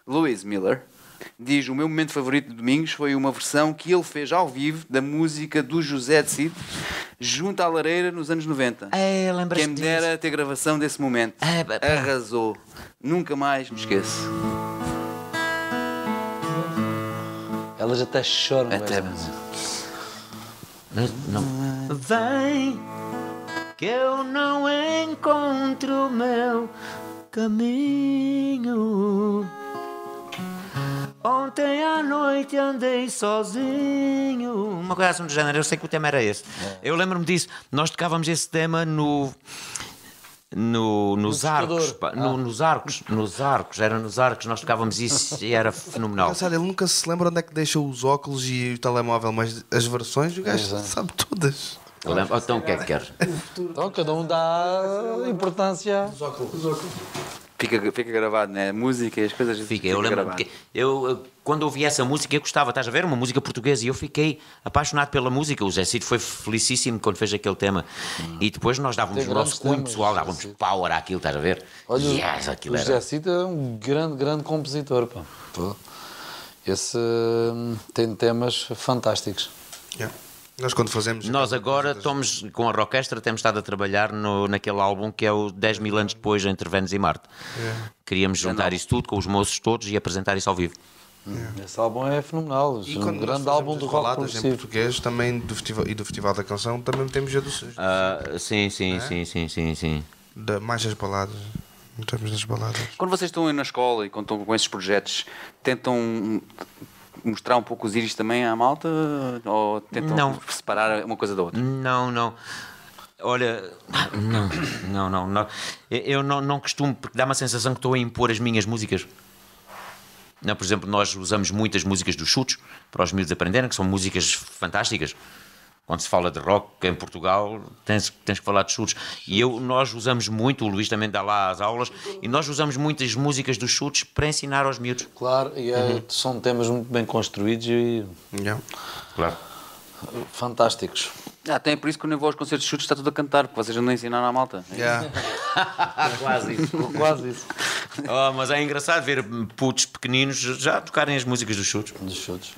S1: Louise Miller diz: O meu momento favorito de Domingos foi uma versão que ele fez ao vivo da música do José de Cid junto à lareira nos anos 90.
S2: É,
S1: Quem
S2: lembras-te
S1: me
S2: disso?
S1: dera ter gravação desse momento.
S2: É, pá, pá.
S1: Arrasou. Nunca mais me esqueço.
S5: Elas
S2: tá
S5: até choram.
S1: Até-
S5: velho.
S2: Não, não. Vem, que eu não encontro o meu caminho. Ontem à noite andei sozinho. Uma coisa assim do género, eu sei que o tema era esse. Eu lembro-me disso. Nós tocávamos esse tema no. No, Ah. nos arcos, pá, no- nos arcos, nos arcos, era nos arcos, nós tocávamos isso e era fenomenal.
S7: Engraçado, ele nunca se lembra onde é que deixa os óculos e o telemóvel, mas as versões o gajo sabe todas.
S2: Eu lembro- Então o que é que queres?
S5: Então, cada um dá importância.
S1: Fica, fica gravado, né? A música e as coisas.
S2: Fica, eu lembro
S1: gravado.
S2: que eu, eu, quando ouvi essa música, eu gostava, estás a ver? Uma música portuguesa e eu fiquei apaixonado pela música. O Zé Cid foi felicíssimo quando fez aquele tema. E depois nós dávamos
S5: Tem
S2: o nosso
S5: grandes
S2: cunho
S5: temas,
S2: pessoal,
S5: José
S2: dávamos
S5: Cid.
S2: power àquilo, estás a ver?
S5: Olha,
S2: yes, aquilo
S5: o José
S2: era.
S5: Cid é um grande, grande compositor, pá. Pô. Esse hum, tem temas fantásticos.
S7: Yeah. Nós quando fazemos.
S2: Nós agora estamos com a Rockestra, temos estado a trabalhar no, naquele álbum que é o 10 mil anos depois, entre Vênus e Marte. Queríamos juntar isso tudo com os moços todos e apresentar isso ao vivo.
S5: Esse álbum é fenomenal.
S7: E
S5: um
S7: quando nós
S5: grande
S7: fazemos
S5: álbum do
S7: as
S5: rock
S7: baladas em
S5: progressivo.
S7: português também do festival, e do Festival da Canção também temos a do,
S2: Ah, sim, sim, sim, sim, sim, sim.
S7: da, mais as baladas. Não temos nas baladas.
S1: Quando vocês estão aí na escola e quando estão com esses projetos, tentam mostrar um pouco os íris também à malta? Ou tentam
S2: Não. Hum.
S1: separar uma coisa da outra?
S2: Não, não. Olha, não, não, não. não. Eu- Eu não, não costumo, porque dá-me a sensação que estou a impor as minhas músicas. Não, por exemplo, nós usamos muitas músicas dos chutes para os miúdos aprenderem, que são músicas fantásticas. Quando se fala de rock em Portugal, tens, tens que falar de chutes. E eu, nós usamos muito, o Luís também dá lá as aulas, e nós usamos muitas músicas dos chutes para ensinar aos miúdos.
S5: Claro, e é- são temas muito bem construídos e
S7: Yeah.
S2: Claro.
S5: fantásticos.
S1: Ah, até é por isso que quando eu vou aos concertos de chutes está tudo a cantar, porque vocês não ensinaram à malta.
S7: Yeah.
S2: Quase isso.
S5: Quase isso.
S2: Oh, mas é engraçado ver putos pequeninos já tocarem as músicas dos chutes.
S5: um Dos chutes.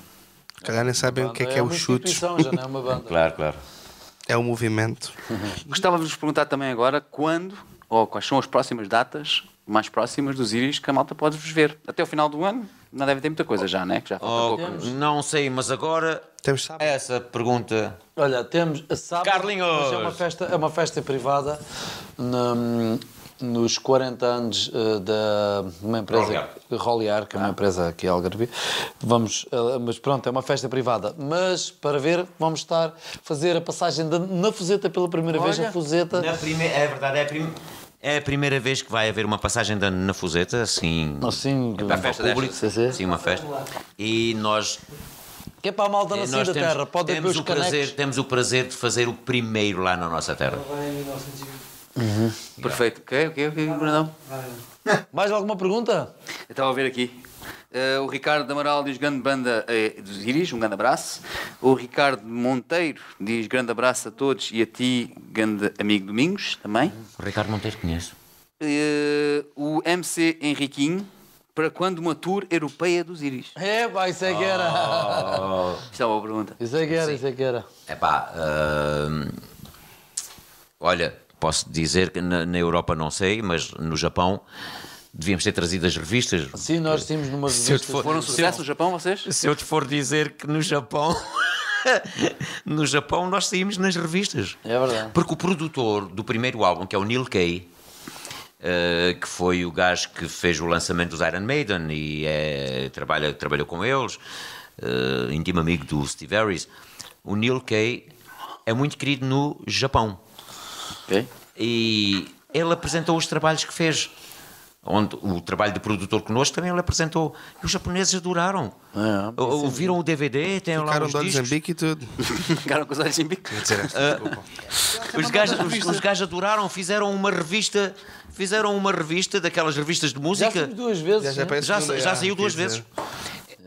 S7: Se Calhar nem sabem o que é que é
S5: uma
S7: os chutes.
S5: instituição, já não é uma banda.
S2: Claro, claro.
S7: É o movimento.
S1: Gostava de vos perguntar também agora quando ou quais são as próximas datas mais próximas dos íris que a malta pode vos ver. Até o final do ano não deve ter muita coisa já, né? Que já falta
S2: Oh,
S1: pouco.
S2: não sei, mas agora é
S7: Temos sábado.
S2: essa pergunta.
S5: Olha, temos a sábado.
S2: Carlinhos!
S5: mas É uma festa, é uma festa privada na- nos 40 anos eh, da de uma empresa
S2: Roliar.
S5: Roliar, que é uma
S2: Ah.
S5: empresa aqui em Algarve. Vamos, eh, mas pronto, é uma festa privada. Mas para ver, vamos estar a fazer a passagem da- na Fuseta pela primeira vez. A Fuseta
S2: Na prime... É verdade, é a, prim- é a primeira vez que vai haver uma passagem da na Fuseta, assim.
S5: Assim,
S2: é para
S5: ao
S2: festa
S5: público,
S2: desta.
S5: sim, sim.
S2: Sim, uma festa. E nós
S4: Que é para a malta
S2: Eh,
S4: nascida da terra. Pode haver
S2: temos,
S4: os
S2: o
S4: canecos.
S2: prazer, temos o prazer de fazer o primeiro lá na nossa terra.
S1: Perfeito. Ok, ok, ok, Brandão.
S4: Mais alguma pergunta?
S1: Eu estava a ver aqui. Eh, o Ricardo Amaral diz grande banda eh, dos Iris, um grande abraço. O Ricardo Monteiro diz grande abraço a todos e a ti, grande amigo Domingos, também.
S2: O Ricardo Monteiro conheço.
S1: Eh, o MC Henriquinho, para quando uma tour europeia dos Iris?
S4: É, pá, isso é que
S2: Ah.
S4: era.
S1: Isto é uma boa pergunta.
S4: Isso é que era, isso é que era.
S2: É pá. olha, posso dizer que na, na Europa não sei, mas no Japão devíamos ter trazido as revistas.
S4: Sim, nós tínhamos numa
S2: Se eu te
S4: revista.
S2: for-
S1: Foram um sucesso no Japão, vocês?
S2: se eu te for dizer que no Japão. no Japão nós saímos nas revistas.
S4: É verdade.
S2: Porque o produtor do primeiro álbum, que é o Neil Kay, eh, que foi o gajo que fez o lançamento dos Iron Maiden e eh, trabalha, trabalhou com eles, eh, íntimo amigo do Steve Harris, o Neil Kay é muito querido no Japão.
S1: Ok.
S2: E ele apresentou os trabalhos que fez. Onde o trabalho de produtor connosco também ele apresentou. E os japoneses adoraram.
S4: É,
S2: Ou- Ouviram o DVD, têm lá
S7: Ficaram
S2: os
S7: de olhos em
S2: discos. Ah.
S7: bico e tudo.
S1: Ficaram com os olhos em bico.
S2: Os gajos, os, os gajos adoraram, fizeram uma revista, fizeram uma revista daquelas revistas de
S4: Já
S2: música.
S4: fomos duas vezes.
S7: Já- já
S4: né?
S3: É
S7: parece-
S2: Já,
S7: Segunda,
S2: já
S7: já,
S2: saiu duas
S7: quer dizer.
S2: vezes.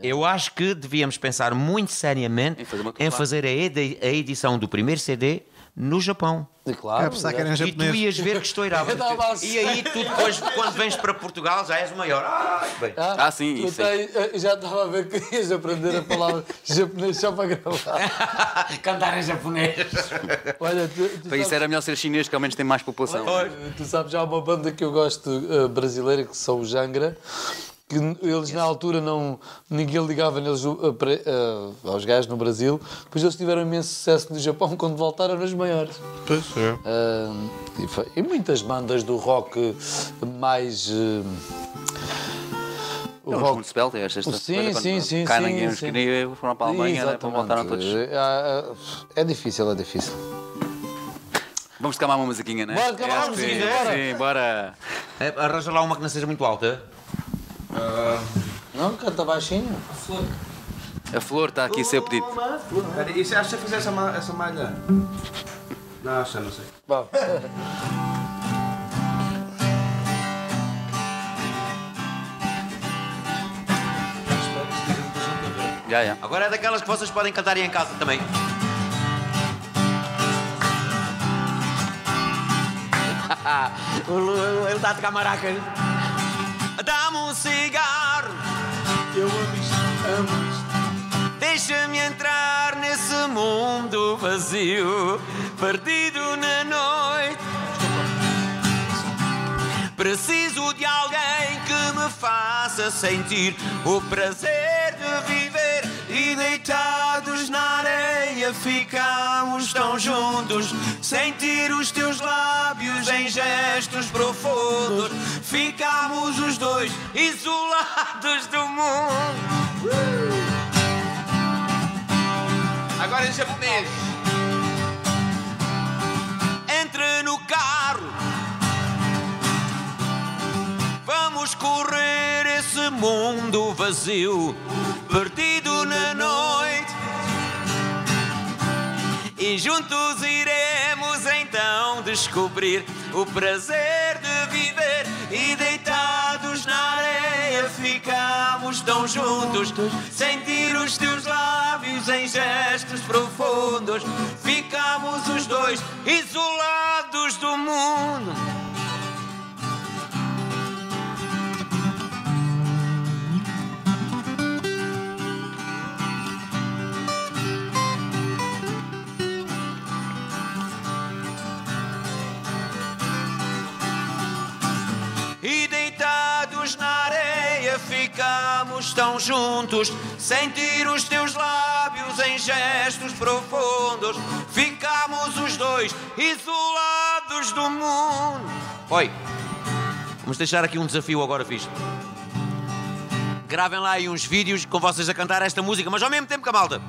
S2: Eu acho que devíamos pensar muito seriamente
S1: Em fazer uma
S2: em
S1: compilada.
S2: fazer a, edi- a edição do primeiro CD no Japão.
S4: Claro.
S3: É, pensava que
S4: já.
S3: era em
S2: E tu
S3: japonês.
S2: ias ver que estourava.
S4: Eu tava a-
S1: assim.
S2: E aí tu depois, quando vens para Portugal, já és o maior. Ah, bem.
S1: Ah, sim,
S4: tu
S1: isso
S4: tens- eh, já estava a ver que ias aprender a palavra japonês só para gravar.
S2: Cantar em japonês.
S4: Olha, tu, tu
S1: Para isso
S4: sabes,
S1: era melhor ser chinês, que ao menos tem mais população.
S4: tu sabes, já há uma banda que eu gosto eh, brasileira, que são os Jangra, que n- eles na altura não. ninguém ligava neles eh, pre- eh, aos gajos no Brasil, pois eles tiveram imenso sucesso no Japão quando voltaram nos maiores.
S7: Pois é.
S4: Ah, e, foi- e muitas bandas do rock mais. eh, o
S1: Não, os Mundo Spell, esta sim,
S4: Sim,
S1: coisa,
S4: sim,
S1: quando
S4: sim,
S1: Cá
S4: sim,
S1: ninguém os
S4: sim.
S1: queria, foram para a Alemanha, né, para
S4: Exatamente.
S1: voltaram todos.
S4: Ah, ah, É difícil, é difícil.
S1: Vamos tocar mais uma musiquinha, né?
S4: Bora tocar mais uma
S1: É,
S4: musiquinha,
S1: sim,
S4: bora.
S1: Sim, bora.
S2: É, Arranja lá uma que não seja muito alta.
S4: Não, canta baixinho.
S1: A flor está aqui a ser pedido.
S7: E se acha que fizer essa, essa malha? Não, acho não sei.
S4: Vá.
S1: Já, já.
S2: Agora é daquelas que vocês podem cantar aí em casa também. Ele está de camaracas. Dá-me um cigarro. Eu amo isto, amo isto. Deixa-me entrar nesse mundo vazio, perdido na noite. Preciso de alguém que me faça sentir o prazer de viver. E deitados na areia ficamos tão juntos. Sentir os teus lábios em gestos profundos. Ficamos os dois isolados do mundo. Agora em japonês. Entre no carro. Vamos correr esse mundo vazio, perdido na noite. E juntos iremos então descobrir o prazer de viver. E deitados na areia ficamos tão juntos. Sentir os teus lábios em gestos profundos. Ficamos os dois isolados do mundo. E deitados na areia ficamos tão juntos. Sentir os teus lábios em gestos profundos. Ficamos os dois isolados do mundo. Oi, vamos deixar aqui um desafio agora fixe. Gravem lá aí uns vídeos com vocês a cantar esta música, mas ao mesmo tempo que a malta.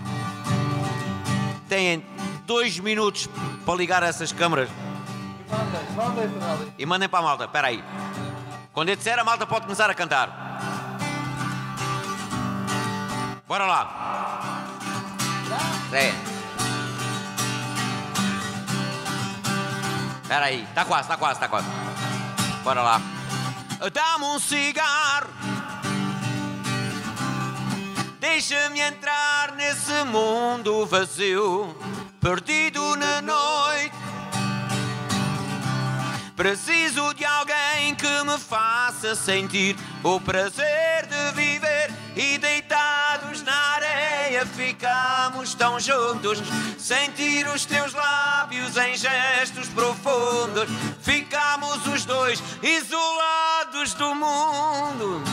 S2: Têm dois minutos para ligar essas câmaras e mandem para a malta. Espera aí. Quando eu disser, a malta pode começar a cantar. Bora lá. estreia. Espera aí, tá quase, tá quase, tá quase. Bora lá. Dá-me um cigarro. Deixa-me entrar nesse mundo vazio, perdido na noite. Preciso de alguém que me faça sentir o prazer de viver e deitados na areia ficamos tão juntos. Sentir os teus lábios em gestos profundos, ficamos os dois isolados do mundo.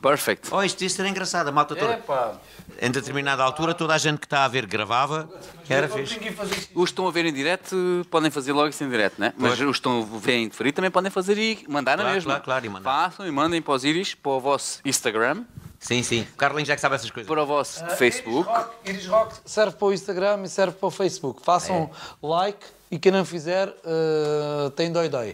S1: Perfect.
S2: Ah, Oh, isto ia ser engraçado, a malta toda. Em determinada altura, toda a gente que está a ver gravava. Era fixe.
S1: Os que estão a ver em direto eh, podem fazer logo isso em direto, né? Mas os que estão a ver em diferido também podem fazer e mandar na
S2: Claro,
S1: mesma.
S2: claro, claro, e mandar.
S1: Façam e mandem para os Iris, para o vosso Instagram,
S2: Sim, sim. O Carlinhos já que sabe essas coisas.
S1: para o vosso Facebook.
S5: Iris Rock serve para o Instagram e serve para o Facebook. Façam
S2: É.
S5: like e quem não fizer eh, tem dói-dói.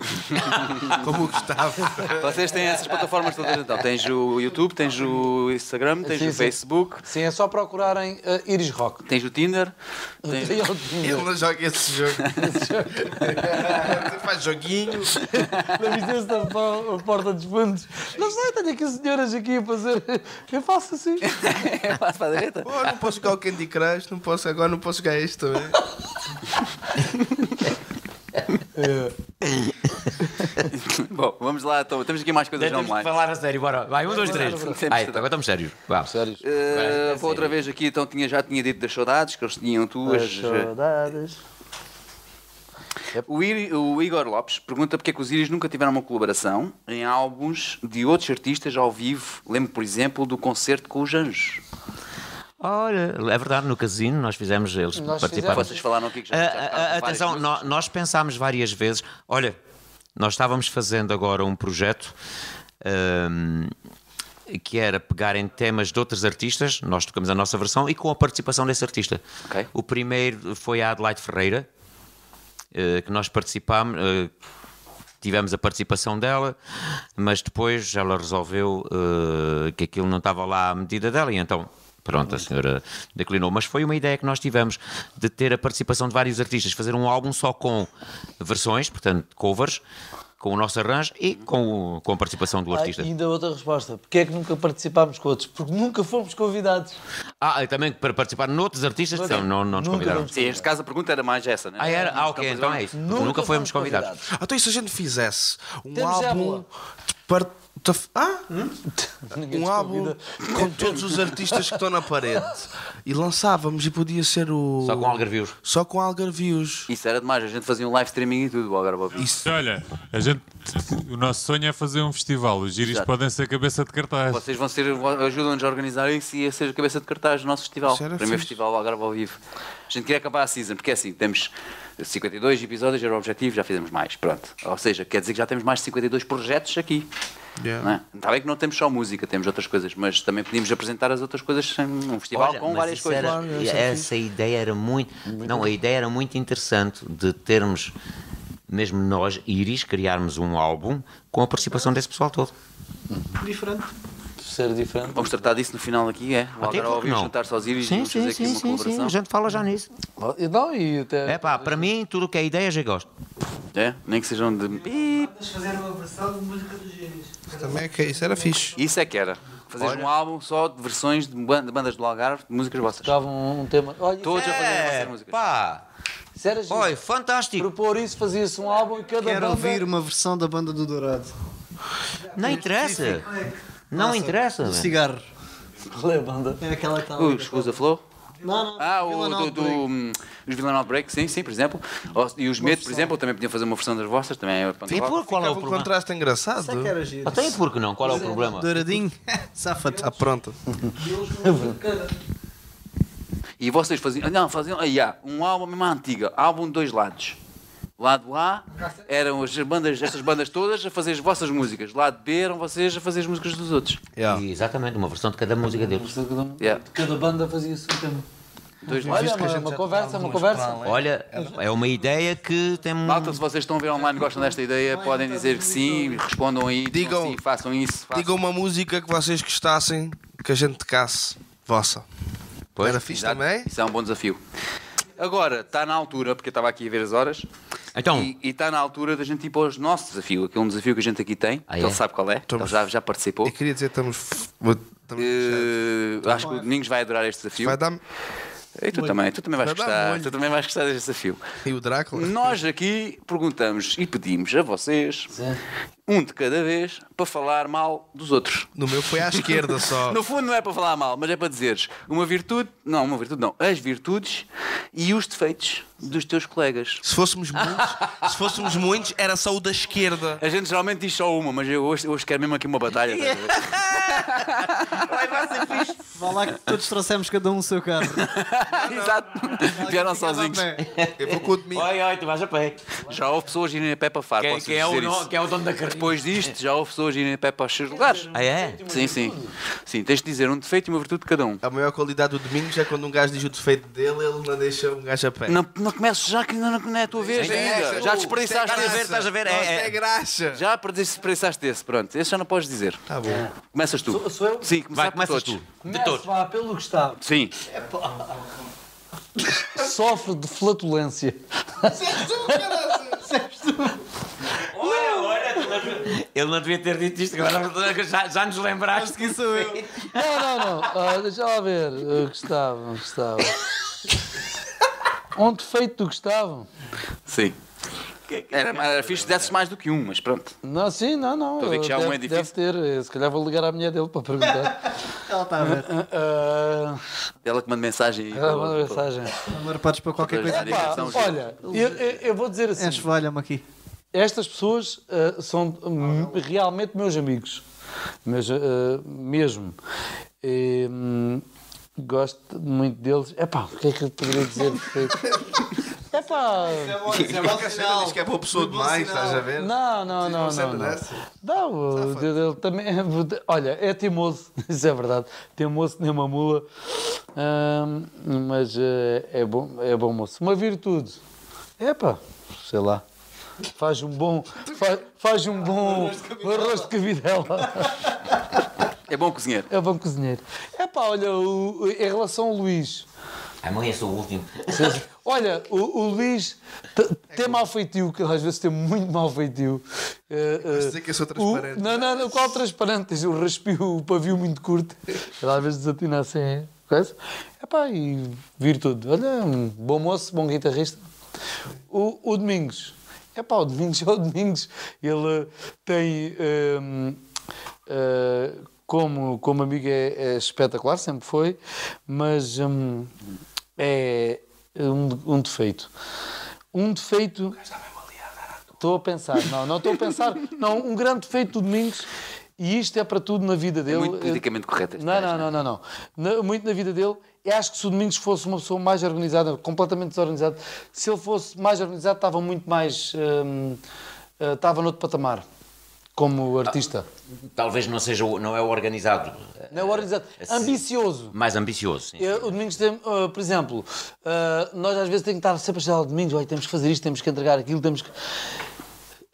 S7: Como o Gustavo.
S1: Vocês têm essas plataformas todas então. Tens o YouTube, tens o Instagram, tens
S5: Sim,
S1: o
S5: sim.
S1: Facebook,
S5: Sim, é só procurarem eh, Iris Rock.
S1: tens o Tinder. Tens...
S5: Tem outro
S7: Ele
S5: nível.
S7: não joga esse jogo. Faz joguinho.
S5: Lembra-se da po- a porta dos fundos? Não sei, tenho aqui senhoras aqui a fazer. Eu faço assim.
S1: Faz para a direita.
S7: Oh, não posso jogar o Candy Crush, não posso, agora não posso jogar este também.
S1: Bom, vamos lá então. Temos aqui mais coisas
S2: Temos que
S1: online.
S2: falar a sério, bora. Vai, um, dois, três. Ai, agora estamos sérios. Vá.
S5: Sérios.
S1: Eh, vou outra vez aqui, então tinha, já tinha dito das saudades, que eles tinham duas. eh,
S5: Saudades.
S1: O, Iri- o Igor Lopes pergunta porque é que os Iris nunca tiveram uma colaboração em álbuns de outros artistas ao vivo. Lembro, por exemplo, do concerto com os Anjos.
S2: Olha, é verdade, no casino nós fizemos, eles
S5: Nós
S2: participaram.
S5: fizemos.
S1: Vocês falaram aqui que já.
S2: Ah,
S1: já
S2: ah,
S1: tocaram
S2: ah,
S1: várias
S2: atenção,
S1: músicas.
S2: nó- nós pensámos várias vezes, olha, nós estávamos fazendo agora um projeto ahm, que era pegar em temas de outros artistas, nós tocamos a nossa versão e com a participação desse artista.
S1: Ok.
S2: O primeiro foi a Adelaide Ferreira, eh, que nós participámos, eh, tivemos a participação dela, mas depois ela resolveu eh, que aquilo não estava lá à medida dela e então. Pronto, a senhora declinou. Mas foi uma ideia que nós tivemos de ter a participação de vários artistas, fazer um álbum só com versões, portanto, covers, com o nosso arranjo e com, o- com a participação do
S5: Ah,
S2: artista.
S5: e ainda outra resposta. Porquê é que nunca participámos com outros? Porque nunca fomos convidados.
S2: Ah, e também para participar noutros artistas que são- não, não nos
S5: Nunca
S2: convidaram.
S5: vamos-
S1: Sim, neste caso a pergunta era mais essa, né?
S2: Ah, era? Ah, ok, então é isso. Nunca, fomos
S5: fomos
S2: convidados.
S7: Ah, Então, e se a gente fizesse um
S5: Temos já
S7: álbum.
S5: boa. Hum?
S7: de par- de- Ah?
S5: Ninguém
S7: Um
S5: nos
S7: álbum
S5: convida.
S7: com todos os artistas que estão na parede. E lançávamos e podia ser o.
S2: Só com algarvios.
S7: Só com
S2: é.
S7: algarvios.
S1: Isso era demais, a gente fazia um live streaming e tudo, agora Bob.
S7: Isso.
S6: Olha, a gente, o nosso sonho é fazer um festival. Os giris
S1: Exato.
S6: podem ser cabeça de cartaz.
S1: Vocês vão ser, vo- ajudam-nos a organizar isso e a ser a cabeça de cartaz do nosso festival.
S7: Isso era
S1: Primeiro
S7: fixe.
S1: festival Algarve ao vivo. A gente queria acabar a season, porque é assim, temos 52 episódios, era o objetivo, já fizemos mais, pronto. Ou seja, quer dizer que já temos mais de 52 projetos aqui.
S7: Yeah.
S1: Não é? Está bem que não temos só música, temos outras coisas, mas também podíamos apresentar as outras coisas sem um festival
S2: Olha,
S1: com
S2: mas
S1: várias
S2: isso
S1: coisas.
S2: era- essa ideia era muito, Não, a ideia era muito interessante de termos, mesmo nós, Iris, criarmos um álbum com a participação desse pessoal todo.
S3: Diferente.
S5: Ser diferente.
S1: Vamos tratar disso no final aqui, é? O
S2: Até
S1: Algarve ao
S2: porque
S1: vivo
S2: não.
S1: juntar-se aos íris e
S2: Sim,
S1: vamos fazer aqui
S2: sim, sim,
S1: uma
S2: sim, sim,
S1: colaboração. Uhum.
S2: a gente fala já nisso.
S5: E Não, e até.
S2: É pá, para mim, tudo o que é ideia já gosto.
S1: É? Nem que sejam de. Pip.
S3: Vamos fazer uma versão de música dos gênios.
S7: Também é que isso era fixe.
S1: Isso é que era. Fazeres um álbum só de versões de ban- de bandas do Algarve, de músicas vossas.
S7: Tá.
S5: Tocava um, um tema. Olha,
S1: Todos a fazerem as vossas músicas.
S2: É pá,
S5: isso era giro.
S2: oi, fantástico.
S5: Propor isso, fazia-se um álbum e cada
S3: Quero
S5: banda...
S3: ouvir uma versão da banda do Dourado.
S2: Não interessa. Não interessa.
S3: Cigarro.
S4: Qual é a banda?
S3: É aquela que tá ali.
S1: Os Who's the Flow?
S3: Não, não.
S1: Ah,
S3: Vila
S1: o,
S3: Nova
S1: do, do,
S3: Break.
S1: hum, os Vila Nova Break, sim, sim, por exemplo. Ou- E os Medo, por exemplo, também podiam fazer uma versão das vossas, também é punk
S2: E
S1: rock.
S2: por qual é o
S7: Ficava um
S2: problema?
S7: contraste engraçado.
S5: é
S3: Será é que era giro?
S2: Até e por que não? Qual é o problema?
S3: Douradinho. Safa-te.
S7: Ah, pronto.
S1: E vocês faziam. ah, Não, faziam. Aí há um álbum mesmo à antiga, álbum de dois lados. Lado A eram as bandas, essas bandas todas a fazer as vossas músicas. Lado B eram vocês a fazer as músicas dos outros.
S7: Yeah.
S2: E Exatamente, uma versão de cada música deles.
S1: Yeah.
S4: Cada banda fazia o seu tema.
S1: Dois
S4: Olha, uma, uma conversa, uma conversa.
S2: Olha, é uma ideia que tem
S1: Malta, se vocês estão a ver online e gostam desta ideia, podem dizer que sim, respondam aí, digam,
S7: Digam-
S1: sim, façam isso. Façam.
S7: Diga uma música que vocês gostassem que a gente tocasse. Vossa.
S2: Pois,
S7: era fixe
S1: Exato.
S7: também?
S1: Isso é um bom desafio. Agora, está na altura, porque eu estava aqui a ver as horas,
S7: Hum.
S2: Então,
S1: e e está na altura da gente ir para o nosso desafio, que é um desafio que a gente aqui tem,
S2: Ah,
S1: que ele
S2: é?
S1: sabe qual é, que ele
S7: Estamos-
S1: já, já participou.
S7: Eu queria dizer estamos. f- vou- estamos fechados.
S1: Eh, acho que o Domingos vai adorar este desafio.
S7: Vai dar
S1: E tu também, tu também vais
S7: Vai dar
S1: gostar,
S7: molho.
S1: tu também vais gostar deste desafio.
S7: E o Drácula?
S1: Nós aqui perguntamos e pedimos a vocês, um de cada vez, para falar mal dos outros.
S7: No meu foi à esquerda só.
S1: No fundo não é para falar mal, mas é para dizeres uma virtude, não, uma virtude não, as virtudes e os defeitos dos teus colegas.
S7: Se fôssemos muitos, se fôssemos muitos, era só o da esquerda.
S1: A gente geralmente diz só uma, mas eu hoje, hoje quero mesmo aqui uma batalha. tá estás a ver?
S3: Vá lá que todos trouxemos cada um o seu carro.
S1: Exato. Vieram Tá sozinhos.
S7: Eu vou com o Domingo.
S2: Oi, oi, tu vais a pé.
S1: Já houve pessoas irem a pé para Faro,
S2: Quem,
S1: posso
S2: quem é o
S1: dizer
S2: no,
S1: isso.
S2: quem é o dono da carrinha?
S1: Depois disto, já houve pessoas irem a pé para os seus lugares.
S2: Ah, é?
S1: Sim, sim. Sim, tens de dizer um defeito e uma virtude de cada um.
S7: A maior qualidade do Domingos é quando um gajo diz o defeito dele, ele não deixa um gajo a pé.
S1: Não, não comeces já que ainda não, não é a tua vez ainda. Já desperdiçaste
S7: Estás a ver,
S1: esse.
S7: estás a ver?
S2: Nossa,
S7: É,
S2: é
S7: graxa.
S1: Já desperdiçaste esse, pronto. Esse já não podes dizer.
S7: Tá bom.
S1: Começas tu.
S4: É. Sou- sou eu?
S1: Sim, começar
S2: Vai,
S1: por
S2: começas tu.
S1: todos.
S2: De todos.
S4: Começo, vá, pelo Gustavo.
S1: Sim.
S4: Sofre de flatulência.
S2: Ele não devia ter dito isto, agora já, já nos lembraste.
S3: Que sou eu.
S4: Não, não, não. Ah, deixa lá ver. Ah, Gustavo, Gustavo. Um defeito do Gustavo?
S1: Sim.
S4: é
S1: Era, era fixe se desses mais do que um, mas pronto.
S4: Não, sim, não, não.
S1: Estou a ver que já é um
S4: deve,
S1: é
S4: deve ter. Eh, Se calhar vou ligar à mulher dele para perguntar.
S3: Ela está a ver.
S4: Ah,
S1: Ela que manda mensagem. aí
S4: ela
S1: para-
S4: manda
S1: para-
S4: mensagem.
S3: Agora podes para qualquer
S1: Pois,
S3: coisa.
S1: Dani.
S4: Pá,
S1: São
S4: olha, eu, eu- eu vou dizer assim.
S3: Enchevalha-me aqui.
S4: Estas pessoas ah, são hum, realmente meus amigos. Meus, ah, mesmo. E, hum, gosto muito deles. Epá, o que é que eu poderia dizer? de feito? Epá,
S7: Qualquer cena diz que é boa pessoa demais, estás a ver?
S4: não, não, não, não. não. Dá, o dele também. é- Olha, é teimoso, isso é verdade. Teimoso, nem uma mula. Ahm, mas eh, é, bom, é bom moço. Uma virtude. Epá, sei lá. Faz um bom. Faz, faz um bom arroz de cabidela.
S1: É bom cozinheiro.
S4: É bom cozinheiro. Epá, olha, o- o- em relação ao Luís.
S2: A mãe, eu sou o último.
S4: Olha, o, o Luís te- tem mau feitio, que ele às vezes tem muito mau feitio. Eh, eh,
S7: dizer que eu sou
S4: o-
S7: transparente.
S4: não, não, não, qual transparente? Tens o raspio, o pavio muito curto. Ele às vezes desatina assim, coisa. Epá, e virtude. Olha, um bom moço, bom guitarrista. O, o Domingos. Epá, o Domingos é o Domingos. Ele tem... hum, eh, como, como amigo é, é espetacular, sempre foi, mas... hum, é um, um defeito. Um defeito. Estou a pensar, não, não estou a pensar. Não, um grande defeito do Domingos, e isto é para tudo na vida dele.
S1: muito politicamente correto este
S4: Não,
S1: gajo, né? é?
S4: não, não, não, não. Na- muito na vida dele. Eu acho que se o Domingos fosse uma pessoa mais organizada, completamente desorganizado, se ele fosse mais organizado, estava muito mais. hum, eh, estava noutro patamar, como artista.
S2: Talvez não seja, o- não é o organizado, eh,
S4: Não é organizado, ambicioso.
S2: mais ambicioso. sim.
S4: Eu, o Domingos
S5: eh,
S4: tem, ah, por exemplo, ah, nós às vezes temos que estar sempre a chegar ao Domingos, olha, temos que fazer isto, temos que entregar aquilo, temos que. Ah,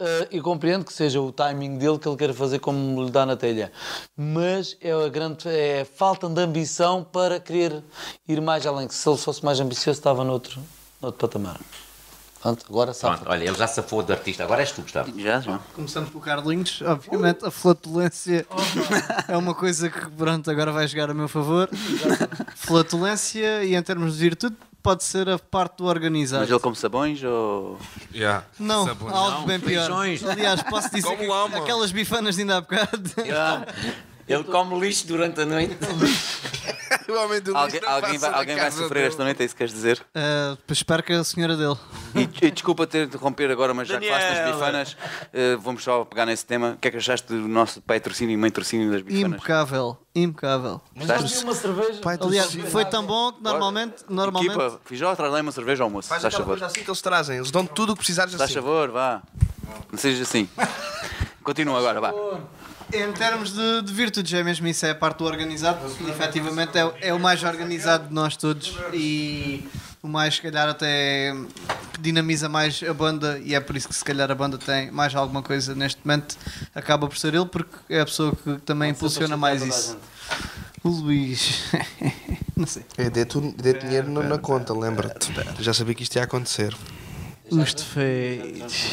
S5: Eh,
S4: eu compreendo que seja o timing dele que ele queira fazer como lhe dá na telha, mas é a grande é a falta de ambição para querer ir mais além. Que se ele fosse mais ambicioso, estava noutro, noutro patamar. Pronto, agora sabe.
S2: Pronto, olha, ele já safou de artista, agora és tu, Gustavo.
S1: Já, já.
S3: Começamos pelo Carlinhos. Obviamente, a flatulência é uma coisa que, pronto, agora vai jogar a meu favor. flatulência, e em termos de virtude, pode ser a parte do organizado.
S1: Mas ele come sabões ou.
S7: Yeah.
S3: Não,
S7: Sabor.
S3: algo bem pior.
S2: Beijões.
S3: Aliás, posso dizer
S7: Como
S3: que
S7: lama.
S3: aquelas bifanas de ainda há bocado.
S9: Ele come lixo durante a noite.
S7: O homem do
S1: Alguém,
S7: lixo não
S1: alguém
S7: passa
S1: vai,
S7: da
S1: alguém vai
S7: casa
S1: sofrer
S7: dele.
S1: esta noite, é isso que queres dizer?
S3: Ah, pois espero que a senhora dele.
S1: E, e desculpa ter de romper agora, mas já que falaste das
S9: Daniela.
S1: bifanas, eh, vamos só pegar nesse tema. O que é que achaste do nosso patrocínio e mãe patrocínio
S7: um
S1: das bifanas?
S3: Impecável, impecável.
S4: Mas já vi uma cerveja.
S7: Pai do
S3: Aliás,
S7: céu.
S3: foi tão bom que normalmente. normalmente
S1: Equipa, Fijó, traz lá uma cerveja ao almoço.
S7: Faz
S1: Faz
S7: aquela
S1: favor.
S7: coisa assim que eles trazem. Eles dão tudo o que precisares
S1: Faz
S7: assim.
S1: favor, vá. Não sejas assim. Continua agora, vá.
S3: em termos de, de virtudes, é mesmo isso, é a parte do organizado. Efetivamente é, é o mais organizado de nós todos e o mais, se calhar, até dinamiza mais a banda e é por isso que, se calhar, a banda tem mais alguma coisa neste momento. Acaba por ser ele, porque é a pessoa que também impulsiona mais isso. O Luís. Não sei.
S7: É, dê, tu, dê dinheiro na, na conta, lembra-te. Já sabia que isto ia acontecer.
S3: Os defeitos.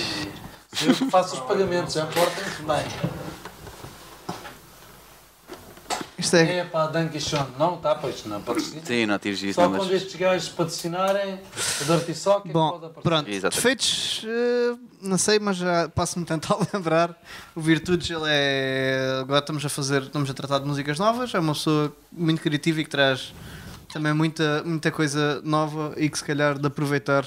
S5: Eu que faço os pagamentos, já portem-se bem.
S3: Isto é.
S5: É pá, Dan Quixote. Não, tá, pois não, patrocínio.
S1: Sim, não tires isso,
S5: Só
S1: não, mas-
S5: quando estes gajos patrocinarem, a Dirty Sock, é que pode
S3: Bom,
S5: aparecer.
S3: pronto.
S1: Exatamente.
S3: Defeitos, eh, não sei, mas já passo-me tentar lembrar. O Virtudes, ele é. Agora estamos a fazer, estamos a tratar de músicas novas. É uma pessoa muito criativa e que traz também muita, muita coisa nova e que se calhar de aproveitar.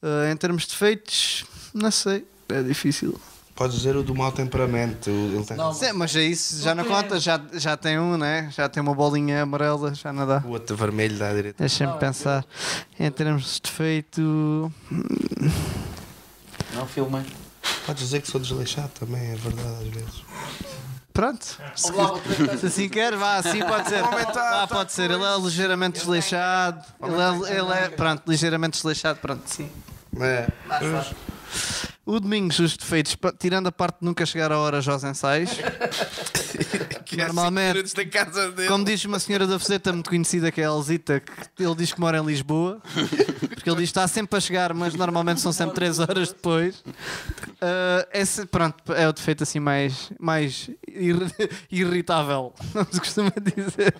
S3: Eh, em termos de defeitos, não sei, é difícil.
S7: Podes dizer o do mau temperamento. o- Ele tem
S5: Não,
S3: Sim, mas é isso, já não conta, já, já tem um, né? Já tem uma bolinha amarela, já não dá.
S7: o outro vermelho da direita.
S3: Deixa-me pensar. Em termos de defeito.
S5: Não filmem.
S7: Podes dizer que sou desleixado também, é verdade, às vezes.
S3: Pronto. Se, se assim quer, vá, assim pode ser. Vá, pode ser. Ele é ligeiramente desleixado. Ele é, ele é- pronto, ligeiramente desleixado, pronto, sim.
S7: É.
S3: O Domingos, os defeitos, pa- tirando a parte de nunca chegar a horas aos ensaios,
S7: é
S3: normalmente,
S7: da assim, casa dele.
S3: como diz uma senhora da Fuseta muito conhecida, que é a Elzita, que ele diz que mora em Lisboa, porque ele diz que está sempre a chegar, mas normalmente são sempre 3 horas depois. Ah, esse, pronto, é o defeito assim mais, mais ir- irritável, não se costuma dizer.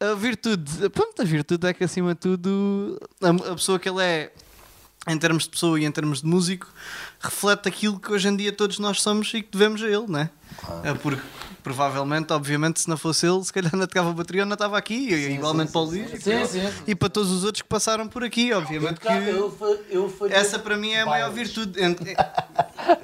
S3: A virtude, pronto, a virtude é que acima de tudo, a, a pessoa que ele é, em termos de pessoa e em termos de músico, reflete aquilo que hoje em dia todos nós somos e que devemos a ele, não é? É Porque provavelmente, obviamente, se não fosse ele, se calhar não tocava bateria ou não estava aqui, e igualmente para o Luís e
S5: Sim,
S3: para-
S5: sim.
S3: e para todos os outros que passaram por aqui, obviamente que.
S5: Cara, eu, fa- eu faria.
S3: Essa para mim é a maior
S5: Bailes.
S3: virtude. Ent-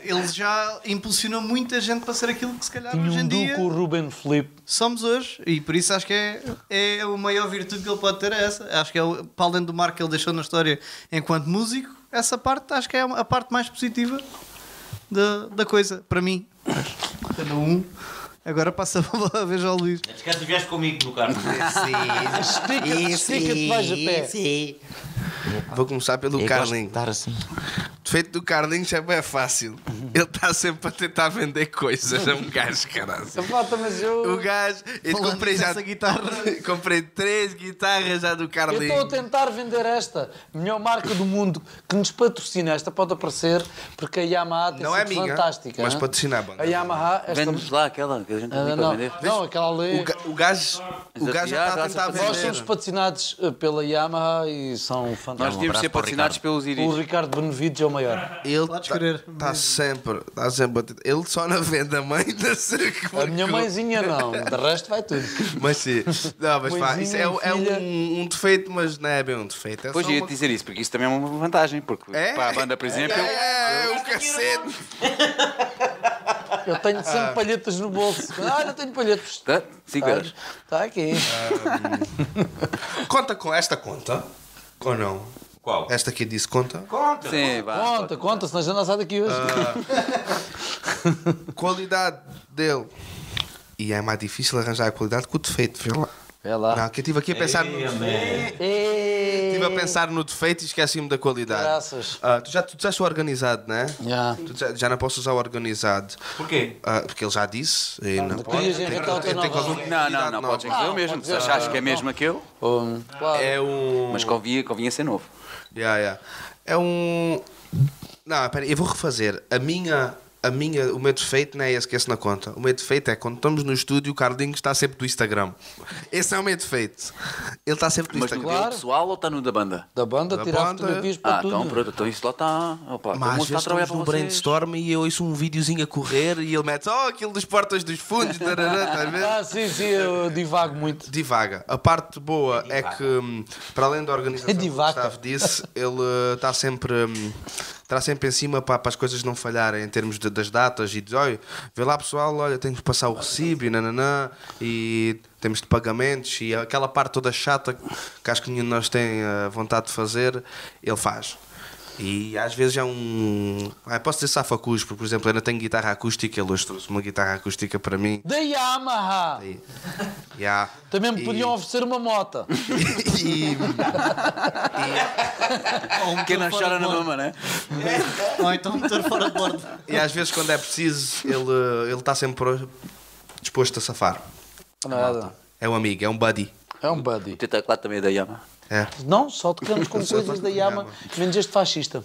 S3: Ele já impulsionou muita gente para ser aquilo que se calhar
S5: Tinha
S3: hoje
S5: um
S3: em
S5: duo
S3: dia
S5: com o Ruben Felipe.
S3: somos hoje. E por isso acho que é, é a maior virtude que ele pode ter é essa. Acho que é o, para além do marco que ele deixou na história enquanto músico, essa parte acho que é a parte mais positiva da, da coisa, para mim. Cada um. Agora passa a bola a vez ao Luís.
S9: Antes que estiveste comigo no carro.
S5: Estica-te, estica-te, vais a pé.
S7: Vou começar pelo Carlinho.
S2: estar assim.
S7: Defeito do Carlinhos é bem fácil. Ele está sempre a tentar vender coisas. É um gajo, caralho.
S5: Falta, mas eu.
S7: O gajo. Eu
S3: Falando
S7: comprei já.
S3: dessa guitarra.
S7: Comprei três guitarras já do
S5: Eu estou a
S7: Carlinhos.
S5: tentar vender esta, melhor marca do mundo, que nos patrocina. Esta pode aparecer, porque a Yamaha tem
S7: Não é
S5: sido
S7: minha,
S5: fantástica.
S7: mas
S5: hã?
S7: patrocina a banda.
S5: A Yamaha, esta.
S1: Vende-nos lá aquela que a gente
S5: Ah,
S1: tem para
S5: não,
S1: vender.
S5: não, aquela ali.
S7: O, ga- o gajo. O gajo já está a tentar
S5: Nós somos
S7: vender.
S5: patrocinados eh, pela Yamaha e são
S1: Nós
S5: fantásticos.
S1: devíamos ser patrocinados pelos
S5: O
S1: Iris.
S5: um Ricardo Benevides é o maior.
S3: Podes querer.
S7: Ele está sempre. Tá sempre a tentar- Ele só na venda, mãe da cerca.
S5: A minha mãezinha não, de resto vai tudo.
S7: Mas sim. Não, mas pá,
S5: Mãezinha,
S7: isso é, é
S5: filha.
S7: um, um defeito, mas não é bem um defeito. É
S1: Pois
S7: só
S1: ia
S7: uma-
S1: dizer isso, porque isso também é uma vantagem, porque
S7: É?
S1: para a banda, por exemplo,
S7: É, é, o cacete.
S5: Eu
S7: Ah.
S5: tenho sempre palhetas no bolso. Ah, não tenho palhetas.
S1: tá? cinco euros.
S5: Está aqui.
S7: Conta com esta conta? Ou não?
S2: Qual?
S7: Esta aqui disse conta?
S1: Sim, vá.
S5: Conta, conta, senão já não sai daqui hoje.
S7: Ah. Qualidade dele. E é mais difícil arranjar a qualidade que o defeito, vê lá.
S5: Vê lá.
S7: Não, que eu estive aqui a pensar no defeito.
S5: Ei,
S7: Estive a pensar no defeito e esqueci-me da qualidade.
S5: Graças.
S7: Ah, tu já tu disseste o organizado, né?
S5: Já.
S7: Tu já, já não posso usar o organizado.
S2: Porquê?
S7: Ah, porque ele já disse. E Ah, não pode.
S5: Querias inventar outra
S7: Tem que
S5: nova.
S7: haver
S1: Não, não, não, podes dizer o mesmo. Se achares que é mesmo aquele,
S5: Hum, claro.
S7: É um.
S1: mas convinha, convinha ser novo.
S7: Yeah, yeah. É um. Não, pera, eu vou refazer. A minha. a minha, o meu defeito não é esse que esse na conta. O meu defeito é quando estamos no estúdio, o Carlinhos está sempre do Instagram. Esse é o meu defeito. Ele está sempre do
S1: Mas no
S7: Instagram.
S1: claro. pessoal ou está no da banda?
S5: Da banda,
S7: Da
S5: tirar
S7: banda.
S5: fotografias para
S1: Ah,
S5: tá tudo.
S1: então pronto, então isso lá está. Opa, então todo mundo está
S7: Mas às
S1: tá a
S7: vezes
S1: trabalhar
S7: estamos
S1: para
S7: num
S1: vocês.
S7: brainstorm e eu ouço um videozinho a correr e ele mete oh, aquilo dos portas dos fundos, tarará, estás a ver?
S5: Ah, sim, sim, eu divago muito.
S7: Divaga. A parte boa é, que, hum, para além da organização
S5: É
S7: que o
S5: divaca.
S7: Gustavo disse, ele está sempre, hum, tá sempre em cima para, para as coisas não falharem em termos de- das datas e diz: olha, vê lá pessoal, olha, tenho que passar o recibo e nananã, e temos de pagamentos e aquela parte toda chata que acho que nenhum de nós tem eh, vontade de fazer, ele faz. E às vezes é um. Ah, posso dizer safacus, porque, por exemplo, eu não tenho guitarra acústica, ele hoje trouxe uma guitarra acústica para mim.
S5: Da Yamaha!
S7: E- Yeah.
S5: Também me
S7: E-
S5: podiam oferecer uma moto.
S7: e,
S3: um
S1: Quem não
S3: motor
S1: chora
S3: fora de
S1: na
S3: bordo.
S1: mama, né?
S3: Ou então um motor fora de bordo.
S7: e às vezes, quando é preciso, ele ele está sempre pro- disposto a safar.
S5: Nada.
S7: É um amigo, é um buddy.
S5: É um buddy.
S1: O teu teclado também é da Yama.
S7: É.
S5: Não, só tocamos com coisas da Yama, menos este fascista.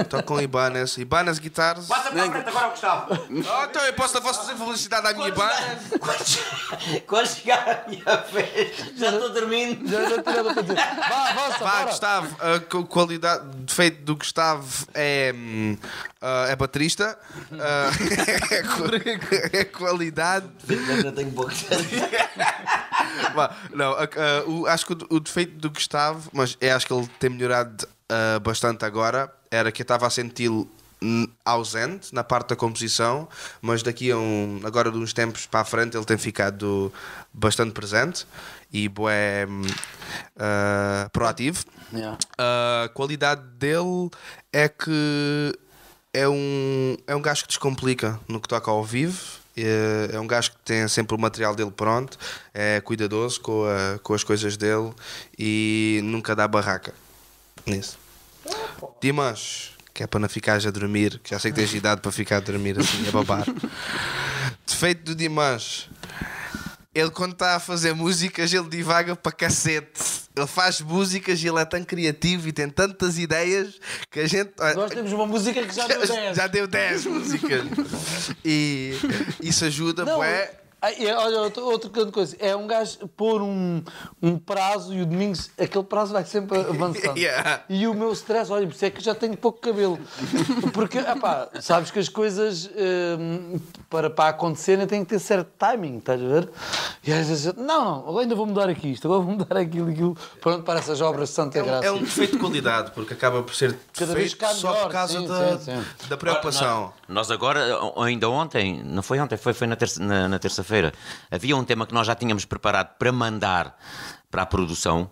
S7: é. Toco com Ibanez. Ibanez Guitars.
S9: Passa para a frente agora, Gustavo.
S7: Oh, então eu posso, posso fazer publicidade à minha Ibanez?
S9: Quando, quando chegar a minha vez, já estou dormindo.
S5: Já, já tirava para dizer. Vá, avança,
S9: então,
S7: Vá,
S5: bora.
S7: Gustavo, a co- qualidade, defeito do Gustavo é, hum, ah, é baterista, ah, é, qua- é qualidade.
S9: Já tenho pouco
S7: Vá, não, a- a- o- acho que o, o defeito do Gustavo, mas é, acho que ele tem melhorado ah, bastante agora, era que eu estava a senti-lo hum, ausente na parte da composição, mas daqui a um, agora de uns tempos para a frente ele tem ficado bastante presente e bué, hum, ah, proativo.
S5: Yeah.
S7: A qualidade dele é que é um, é um gajo que descomplica no que toca ao vivo. É, é um gajo que tem sempre o material dele pronto, é cuidadoso com, a- com as coisas dele e nunca dá barraca nisso. Dimas, que é para não ficares a dormir, que já sei que tens idade para ficar a dormir assim, a babar. Defeito do Dimas. Ele, quando está a fazer músicas, ele divaga para cacete. Ele faz músicas e ele é tão criativo e tem tantas ideias que a gente.
S5: Nós temos uma música que já deu 10.
S7: Já deu 10 músicas. E isso ajuda,
S5: Não,
S7: bué.
S5: ah, e olha, outra, outra grande coisa. É um gajo pôr um, um prazo e o domingo, aquele prazo vai sempre avançando.
S7: Yeah.
S5: E o meu stress, olha, por isso é que já tenho pouco cabelo. Porque, epá, sabes que as coisas hum, para, para acontecerem têm que ter certo timing, estás a ver? E às vezes, não, não, ainda vou mudar aqui isto, agora vou mudar aquilo, aquilo. Pronto, para essas obras de Santa Graça.
S7: É um defeito de qualidade, porque acaba por ser
S5: Cada vez ficar
S7: defeito só
S5: melhor,
S7: por causa
S5: sim,
S7: da,
S5: sim,
S7: da preocupação.
S2: Nós agora, o- ainda ontem, não foi ontem, foi, foi na terça- na- na terça-feira, havia um tema que nós já tínhamos preparado para mandar para a produção.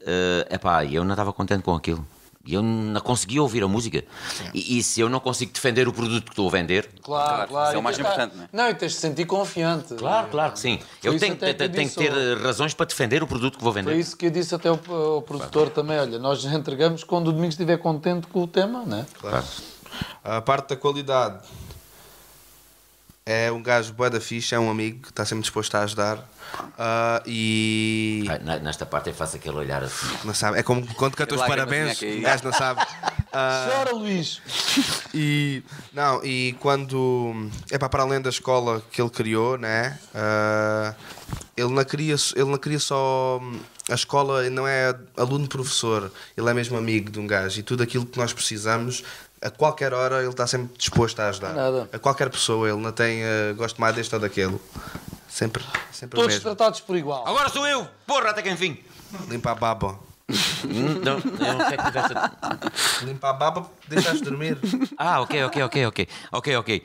S2: Eh, epá, e eu não estava contente com aquilo. E Eu não conseguia ouvir a música. E, e se eu não consigo defender o produto que estou a vender,
S5: Claro, claro.
S1: isso é o
S5: E
S1: mais
S5: tens de estar-
S1: importante, né?
S5: Não, e tens de sentir confiante.
S2: Claro, claro que sim. Eu
S5: isso
S2: tenho,
S5: até
S2: que-
S5: que
S2: tenho que ter eh, razões para defender o produto que vou
S5: Foi
S2: vender.
S5: É isso que eu disse até ao, ao produtor também. Olha, nós entregamos quando o Domingos estiver contente com o tema, né?
S7: Claro. A parte da qualidade é um gajo bué da ficha, é um amigo que está sempre disposto a ajudar. Ah, e
S2: Ah, na- Nesta parte eu faço aquele olhar assim.
S7: não sabe, é como quando cantou os
S1: Lágrima
S7: parabéns,
S1: tinha que ir.
S7: o é gajo não sabe. Ah,
S5: Chora, Luís!
S7: E não, e quando é para além da escola que ele criou, né? ah, ele não queria, ele não queria só a escola, não é aluno professor, ele é mesmo amigo de um gajo e tudo aquilo que nós precisamos. A qualquer hora ele está sempre disposto a ajudar.
S5: Nada.
S7: A qualquer pessoa, ele não tem ah, gosto mais deste ou daquele. Sempre, sempre o
S5: Todos
S7: mesmo.
S5: tratados por igual.
S2: Agora sou eu! Porra, até que enfim!
S7: Limpa a baba.
S2: Hum, não, eu não sei que tivesse a-
S7: Limpa a baba, deixas dormir.
S2: Ah, ok, ok, ok, ok. Ok, ok.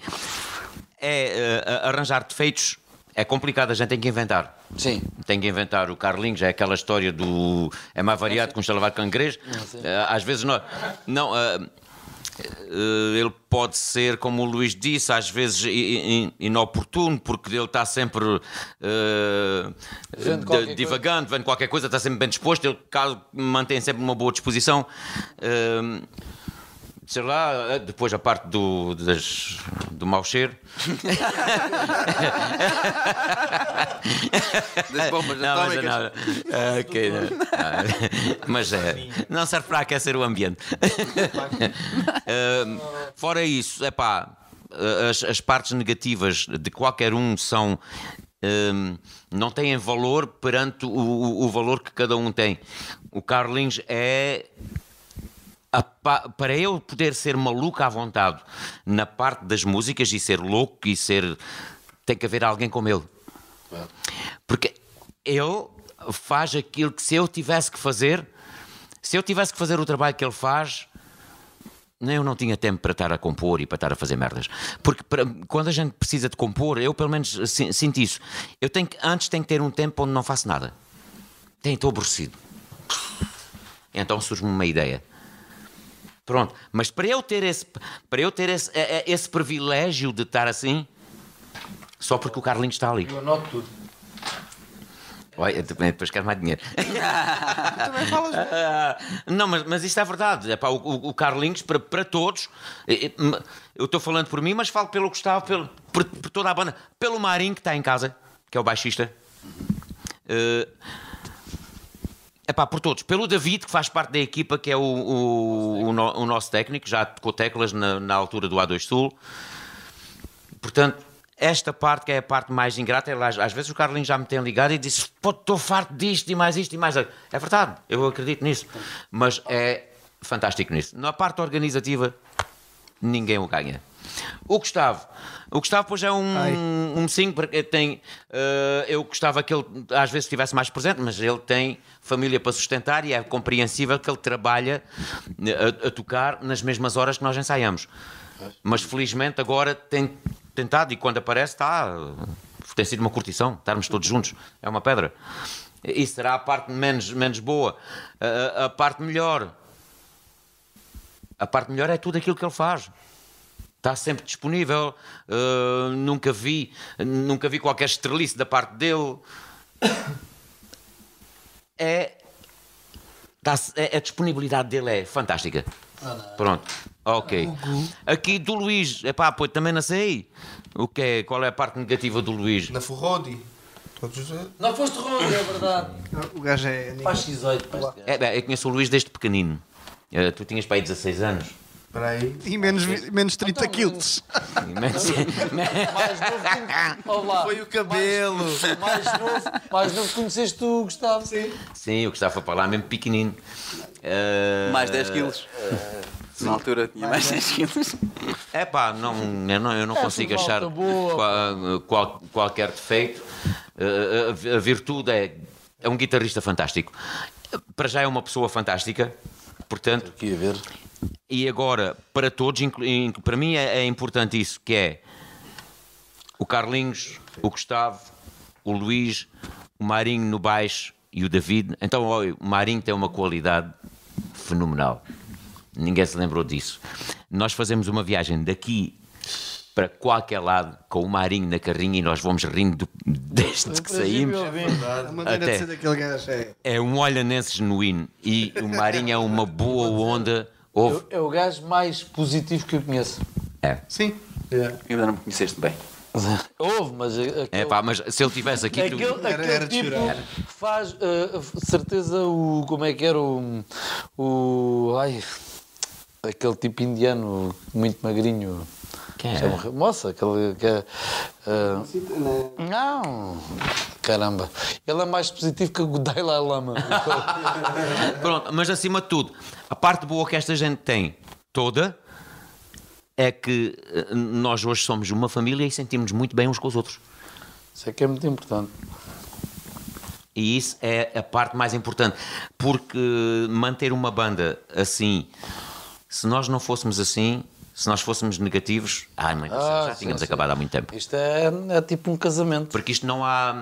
S2: É, eh, a- arranjar defeitos é complicado, a gente tem que inventar.
S5: Sim.
S2: Tem que inventar o Carlinhos, é aquela história do. É mais variado que um estalavar cangrês. Eh, Às vezes não. Não. eh, eh, ele pode ser, como o Luís disse, às vezes i- i- in- inoportuno, porque ele está sempre eh,
S5: Vendo
S2: de-
S5: qualquer
S2: divagando, vendo qualquer coisa, está sempre bem disposto, ele ca- mantém sempre uma boa disposição. Eh, sei lá, depois a parte do, das, do mau cheiro.
S1: Das bombas
S2: Não, mas
S1: atómicas.
S2: não, ah, ok, não. Ah, mas é, não serve para aquecer o ambiente. Ah, fora isso, é pá, as, as partes negativas de qualquer um são. hum, não têm valor perante o, o- o valor que cada um tem. O Carlinhos é a pa- para eu poder ser maluco à vontade na parte das músicas e ser louco e ser. tem que haver alguém como ele. Porque ele faz aquilo que se eu tivesse que fazer, se eu tivesse que fazer o trabalho que ele faz, nem eu não tinha tempo para estar a compor e para estar a fazer merdas. Porque para- quando a gente precisa de compor, eu pelo menos si- sinto isso. Eu tenho que, antes tenho que ter um tempo onde não faço nada. Tenho, estou aborrecido. Então surge-me uma ideia. Pronto, mas para eu ter esse, para eu ter esse, eh, eh, esse privilégio de estar assim, só porque o Carlinhos está ali.
S5: Eu anoto tudo.
S2: Vai, eu também depois quero mais dinheiro.
S7: Também falas.
S2: Ah, não, mas, mas isto é verdade. Epá, o, o- o Carlinhos, para, para todos, eh, eh, m- eu estou falando por mim, mas falo pelo Gustavo, pelo, por, por toda a banda, pelo Marinho que está em casa, que é o baixista. Eh, epá, por todos. Pelo David, que faz parte da equipa, que é o, o- o no- o nosso técnico, já tocou teclas na, na altura do A2 Sul. Portanto, esta parte que é a parte mais ingrata, ela- às- às vezes o Carlinhos já me tem ligado e disse: Pô, estou farto disto e mais isto e mais. aquilo." É verdade, eu acredito nisso. Mas é fantástico nisso. Na parte organizativa, ninguém o ganha. O Gustavo. O Gustavo, pois, é um, um sim, porque tem. eh, eu gostava que ele às vezes estivesse mais presente, mas ele tem família para sustentar e é compreensível que ele trabalha eh, a, a tocar nas mesmas horas que nós ensaiamos. Mas felizmente agora tem tentado e quando aparece está. Tem sido uma curtição estarmos todos juntos. É uma pedra. E será a parte menos, menos boa. A- a- a parte melhor. A parte melhor é tudo aquilo que ele faz. Está sempre disponível. Uh, nunca vi, nunca vi qualquer estrelice da parte dele. É, tá- é- a disponibilidade dele é fantástica. Pronto. Ok. Aqui do Luís, epá, pois também não sei o que é, qual é a parte negativa do Luís.
S7: Na Forrodi. Todos os-
S5: Não foste ronda, é verdade.
S3: O gajo é.
S5: Faz X8 para este gajo.
S2: É, bem, eu conheço o Luís desde pequenino. Eh, tu tinhas para aí 16 anos.
S7: Espera aí.
S3: E menos, menos 30 quilos.
S5: Mais novo, que- Olá.
S7: Foi o cabelo.
S5: Mais novo, mais novo conheceste tu, Gustavo. Sim.
S2: Sim, o que estava para lá mesmo pequenino. Eh,
S1: Mais 10 quilos. Na altura tinha mais 10 quilos.
S2: É pá, não, eu não, eu não consigo
S5: malta
S2: achar
S5: boa,
S2: qua- qual- qualquer defeito. Eh, a- a virtude é, é um guitarrista fantástico. Para já é uma pessoa fantástica, portanto.
S5: Aqui a ver.
S2: E agora, para todos, inclu- in- para mim é, é importante isso, que é o Carlinhos, o Gustavo, o Luís, o Marinho no baixo e o David. Então, olha, o Marinho tem uma qualidade fenomenal. Ninguém se lembrou disso. Nós fazemos uma viagem daqui para qualquer lado com o Marinho na carrinha e nós vamos rindo do- desde que saímos.
S3: é A maneira
S2: Até.
S3: de ser daquele gajo é.
S2: É um olhanense genuíno e o Marinho é uma boa onda. Houve.
S5: É o gajo mais positivo que eu conheço.
S2: É.
S3: Sim. É.
S1: Ainda não me conheceste bem.
S5: Houve, mas aquele,
S2: É pá, mas se ele tivesse aqui. tu-
S5: aquele,
S3: Era- era
S5: aquele
S3: de
S5: tipo
S3: chorar.
S5: faz eh, certeza o. Como é que era o. o ai, aquele tipo indiano muito magrinho.
S2: Quem
S5: Já
S2: era?
S5: morreu. Moça, aquele que é. eh, não! Caramba! Ele é mais positivo que o Dalai Lama.
S2: Pronto, mas acima de tudo, a parte boa que esta gente tem toda é que eh, nós hoje somos uma família e sentimos muito bem uns com os outros.
S5: Isso é que é muito importante.
S2: E isso é a parte mais importante. Porque manter uma banda assim, se nós não fôssemos assim, se nós fôssemos negativos, ai, mãe, do céu,
S5: Ah,
S2: já
S5: sim,
S2: tínhamos
S5: sim.
S2: acabado há muito tempo.
S5: Isto é, é tipo um casamento.
S2: Porque isto não há.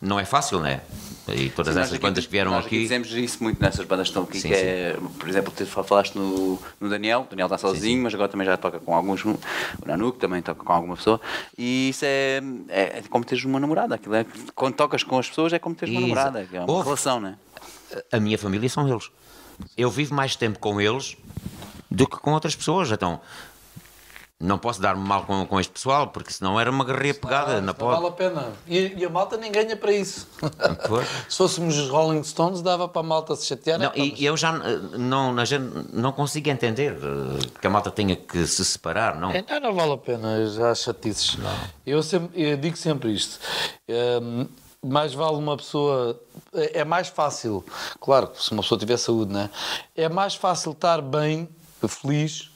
S2: Não é fácil, não é? E todas
S1: Nós
S2: essas
S1: aqui-
S2: bandas que vieram
S1: nós
S2: aqui.
S1: Dizemos isso muito nessas bandas que estão aqui,
S2: Sim,
S1: que é, por exemplo, tu fal- falaste no, no Daniel, o Daniel está sozinho, mas agora também já toca com alguns, um, o Nanuco também toca com alguma pessoa, e isso é, é, é como teres uma namorada, aquilo é, quando tocas com as pessoas é como teres uma
S2: Isso.
S1: namorada, que é uma
S2: Ouve.
S1: relação, né?
S2: a minha família são eles. Eu vivo mais tempo com eles do que com outras pessoas. Então, não posso dar-me mal com, com este pessoal, porque senão era uma guerreira pegada na
S5: Vale a
S2: pó.
S5: pena. E, e a malta nem ganha para isso.
S2: Pois.
S5: se fôssemos os Rolling Stones, dava para a malta se chatear.
S2: é? Não,
S5: Epá, mas-
S2: e e eu já eh, não, na gen- não consigo entender eh, que a malta tenha que se separar, não?
S5: É, Não, não vale a pena, já há chatices. Eu, sempre, eu digo sempre isto. Hum, mais vale uma pessoa. É é mais fácil, claro, se uma pessoa tiver saúde, né? É mais fácil estar bem, feliz,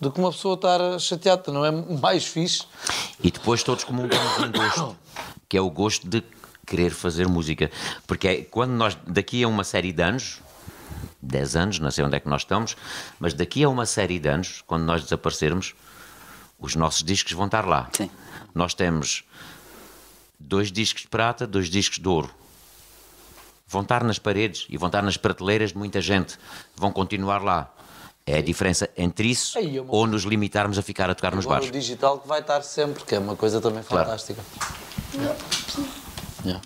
S5: do que uma pessoa estar chateada, não é mais fixe?
S2: E depois todos comungamos um gosto, que é o gosto de querer fazer música. Porque é quando nós, daqui a uma série de anos, 10 anos, não sei onde é que nós estamos, mas daqui a uma série de anos, quando nós desaparecermos, os nossos discos vão estar lá.
S1: Sim.
S2: Nós temos dois discos de prata, dois discos de ouro. Vão estar nas paredes e vão estar nas prateleiras de muita gente. Vão continuar lá. É a diferença entre isso
S5: Aí é uma-
S2: ou nos limitarmos a ficar a tocar nos
S5: Agora,
S2: bares.
S5: o digital que vai estar sempre, que é uma coisa também
S2: Claro.
S5: fantástica.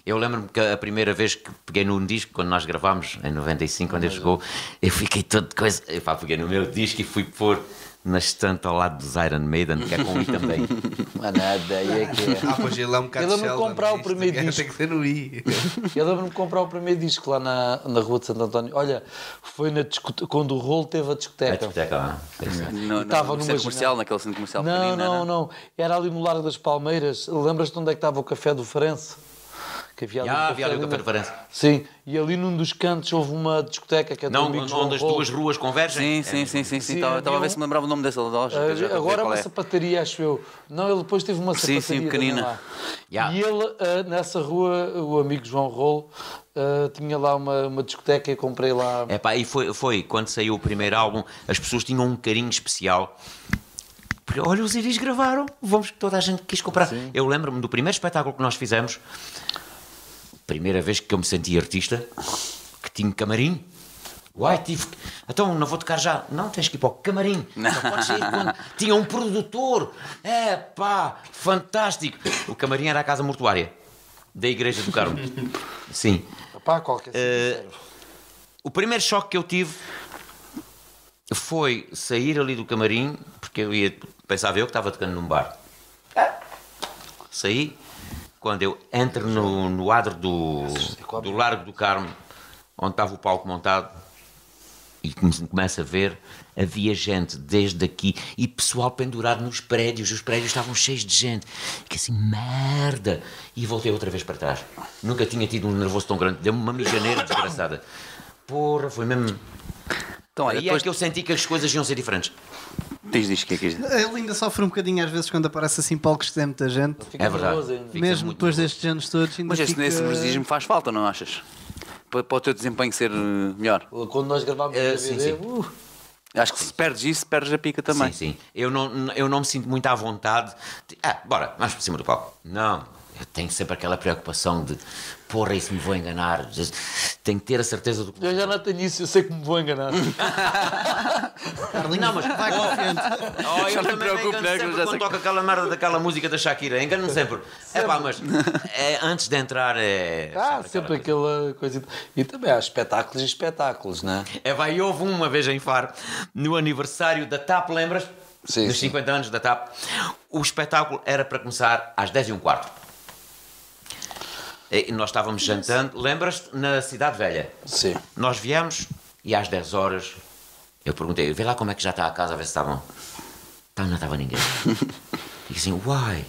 S2: Eu lembro-me que a primeira vez que peguei num disco, quando nós gravámos, em 95, quando ele chegou, eu fiquei todo de coisa. Epá, peguei no meu disco e fui pôr na estante ao lado dos Iron Maiden, que é com o I também.
S5: Mas nada, aí é que é.
S7: Ah, pois ele é um bocado
S5: Eu lembro-me de
S7: Sheldon,
S5: comprar o
S7: isto
S5: primeiro
S7: é-
S5: disco.
S7: Tem que ser no I.
S5: Eu lembro-me de comprar o primeiro disco lá na, na Rua de Santo António. Olha, foi na discote- quando o rolo teve a
S2: A
S5: discoteca.
S2: discoteca lá.
S1: No, no,
S5: Estava
S1: no
S5: numa
S1: centro comercial,
S5: janela.
S1: naquele centro comercial
S5: Não,
S1: pequenino, né?
S5: não,
S1: era?
S5: não. Era ali no Largo das Palmeiras. Lembras-te onde é que estava o café do Farense? Que havia ali um
S2: Já Ah, havia ali o
S5: ali
S2: Café
S5: na-
S2: do Farense.
S5: Sim, e ali num dos cantos houve uma discoteca que é
S2: Não,
S5: do amigo
S2: onde
S5: João
S2: onde as
S5: Rolo.
S2: duas ruas convergem?
S1: Sim, sim, sim, sim,
S2: assim,
S1: sim.
S5: Sim,
S1: Estava estava a
S5: havia
S2: é
S1: ver
S5: um-
S1: se me lembrava o nome dessa loja.
S5: Ah,
S1: que eu já estou a ver
S5: agora é
S1: qual
S5: uma
S1: é.
S5: sapataria, acho eu. Não, ele depois teve uma
S1: Sim,
S5: sapataria.
S1: sim,
S5: também
S1: pequenina.
S5: lá.
S2: Já.
S5: E ele, ah, nessa rua, o amigo João Rolo ah, tinha lá uma, uma discoteca e comprei lá.
S2: É pá, e foi, foi quando saiu o primeiro álbum, as pessoas tinham um carinho especial. Porque olha, os Iris gravaram, vamos que toda a gente quis comprar. Eu lembro-me do primeiro espetáculo que nós fizemos, primeira vez que eu me senti artista, que tinha camarim. Uai, tive. que- Então não vou tocar já. Não, tens que ir para o camarim. Só podes sair quando. Tinha um produtor. É pá, fantástico. O camarim era a casa mortuária da Igreja do Carmo. Sim.
S5: Pá, qualquer
S2: Eh,
S5: sítio.
S2: O primeiro choque que eu tive foi sair ali do camarim, porque eu ia, pensava eu que estava tocando num bar. Saí, quando eu entro no, no adro do, do Largo do Carmo, onde estava o palco montado, e come- começa a ver, havia gente desde aqui e pessoal pendurado nos prédios, os prédios estavam cheios de gente. Que assim, merda! E voltei outra vez para trás. Nunca tinha tido um nervoso tão grande, deu-me uma mijaneira desgraçada. Porra, foi mesmo.
S1: Então, olha,
S2: Aí é
S1: depois
S2: que eu senti que as coisas iam ser diferentes.
S1: tens disto que é que és.
S3: Ele ainda sofre um bocadinho às vezes quando aparece assim palcos que tem muita gente.
S5: Fica
S2: é verdade.
S5: nervoso ainda.
S2: Fica
S3: Mesmo
S2: muito
S3: depois destes anos todos, ainda
S1: Mas esse,
S3: fica...
S1: esse nervosismo faz falta, não achas? Para, para o teu desempenho ser eh, melhor.
S5: Quando nós gravámos
S2: Eh,
S5: o
S2: sim,
S5: DVD,
S2: sim.
S5: uh,
S1: Acho que se perdes isso, perdes a pica também.
S2: Sim, sim. Eu não, eu não me sinto muito à vontade. de- ah, bora, vamos por cima do palco. Não, eu tenho sempre aquela preocupação de porra, isso me vou enganar. Tenho que ter a certeza do que.
S5: eu já não tenho isso, eu sei que me vou enganar.
S2: Não, mas vai confiante. Oh,
S1: Já não
S2: eu
S1: me
S2: também me
S1: preocupo,
S2: engano
S1: né, que eu
S2: sempre
S1: já
S2: quando
S1: sei.
S2: toco aquela merda daquela música da Shakira. Engano-me sempre. É pá, mas é, antes de entrar é.
S5: ah,
S2: aquela
S5: sempre
S2: coisa.
S5: aquela coisa. E também há espetáculos e espetáculos, né?
S2: É, vai, houve uma vez em Faro, no aniversário da TAP, lembras?
S5: Sim,
S2: Dos
S5: sim.
S2: 50 anos da TAP. O espetáculo era para começar às 10 e um quarto. E nós estávamos jantando, lembras-te, na Cidade Velha.
S5: Sim.
S2: Nós viemos e às 10 horas eu perguntei, vê lá como é que já está a casa, a ver se está bom. Tá, não estava ninguém. E assim, uai,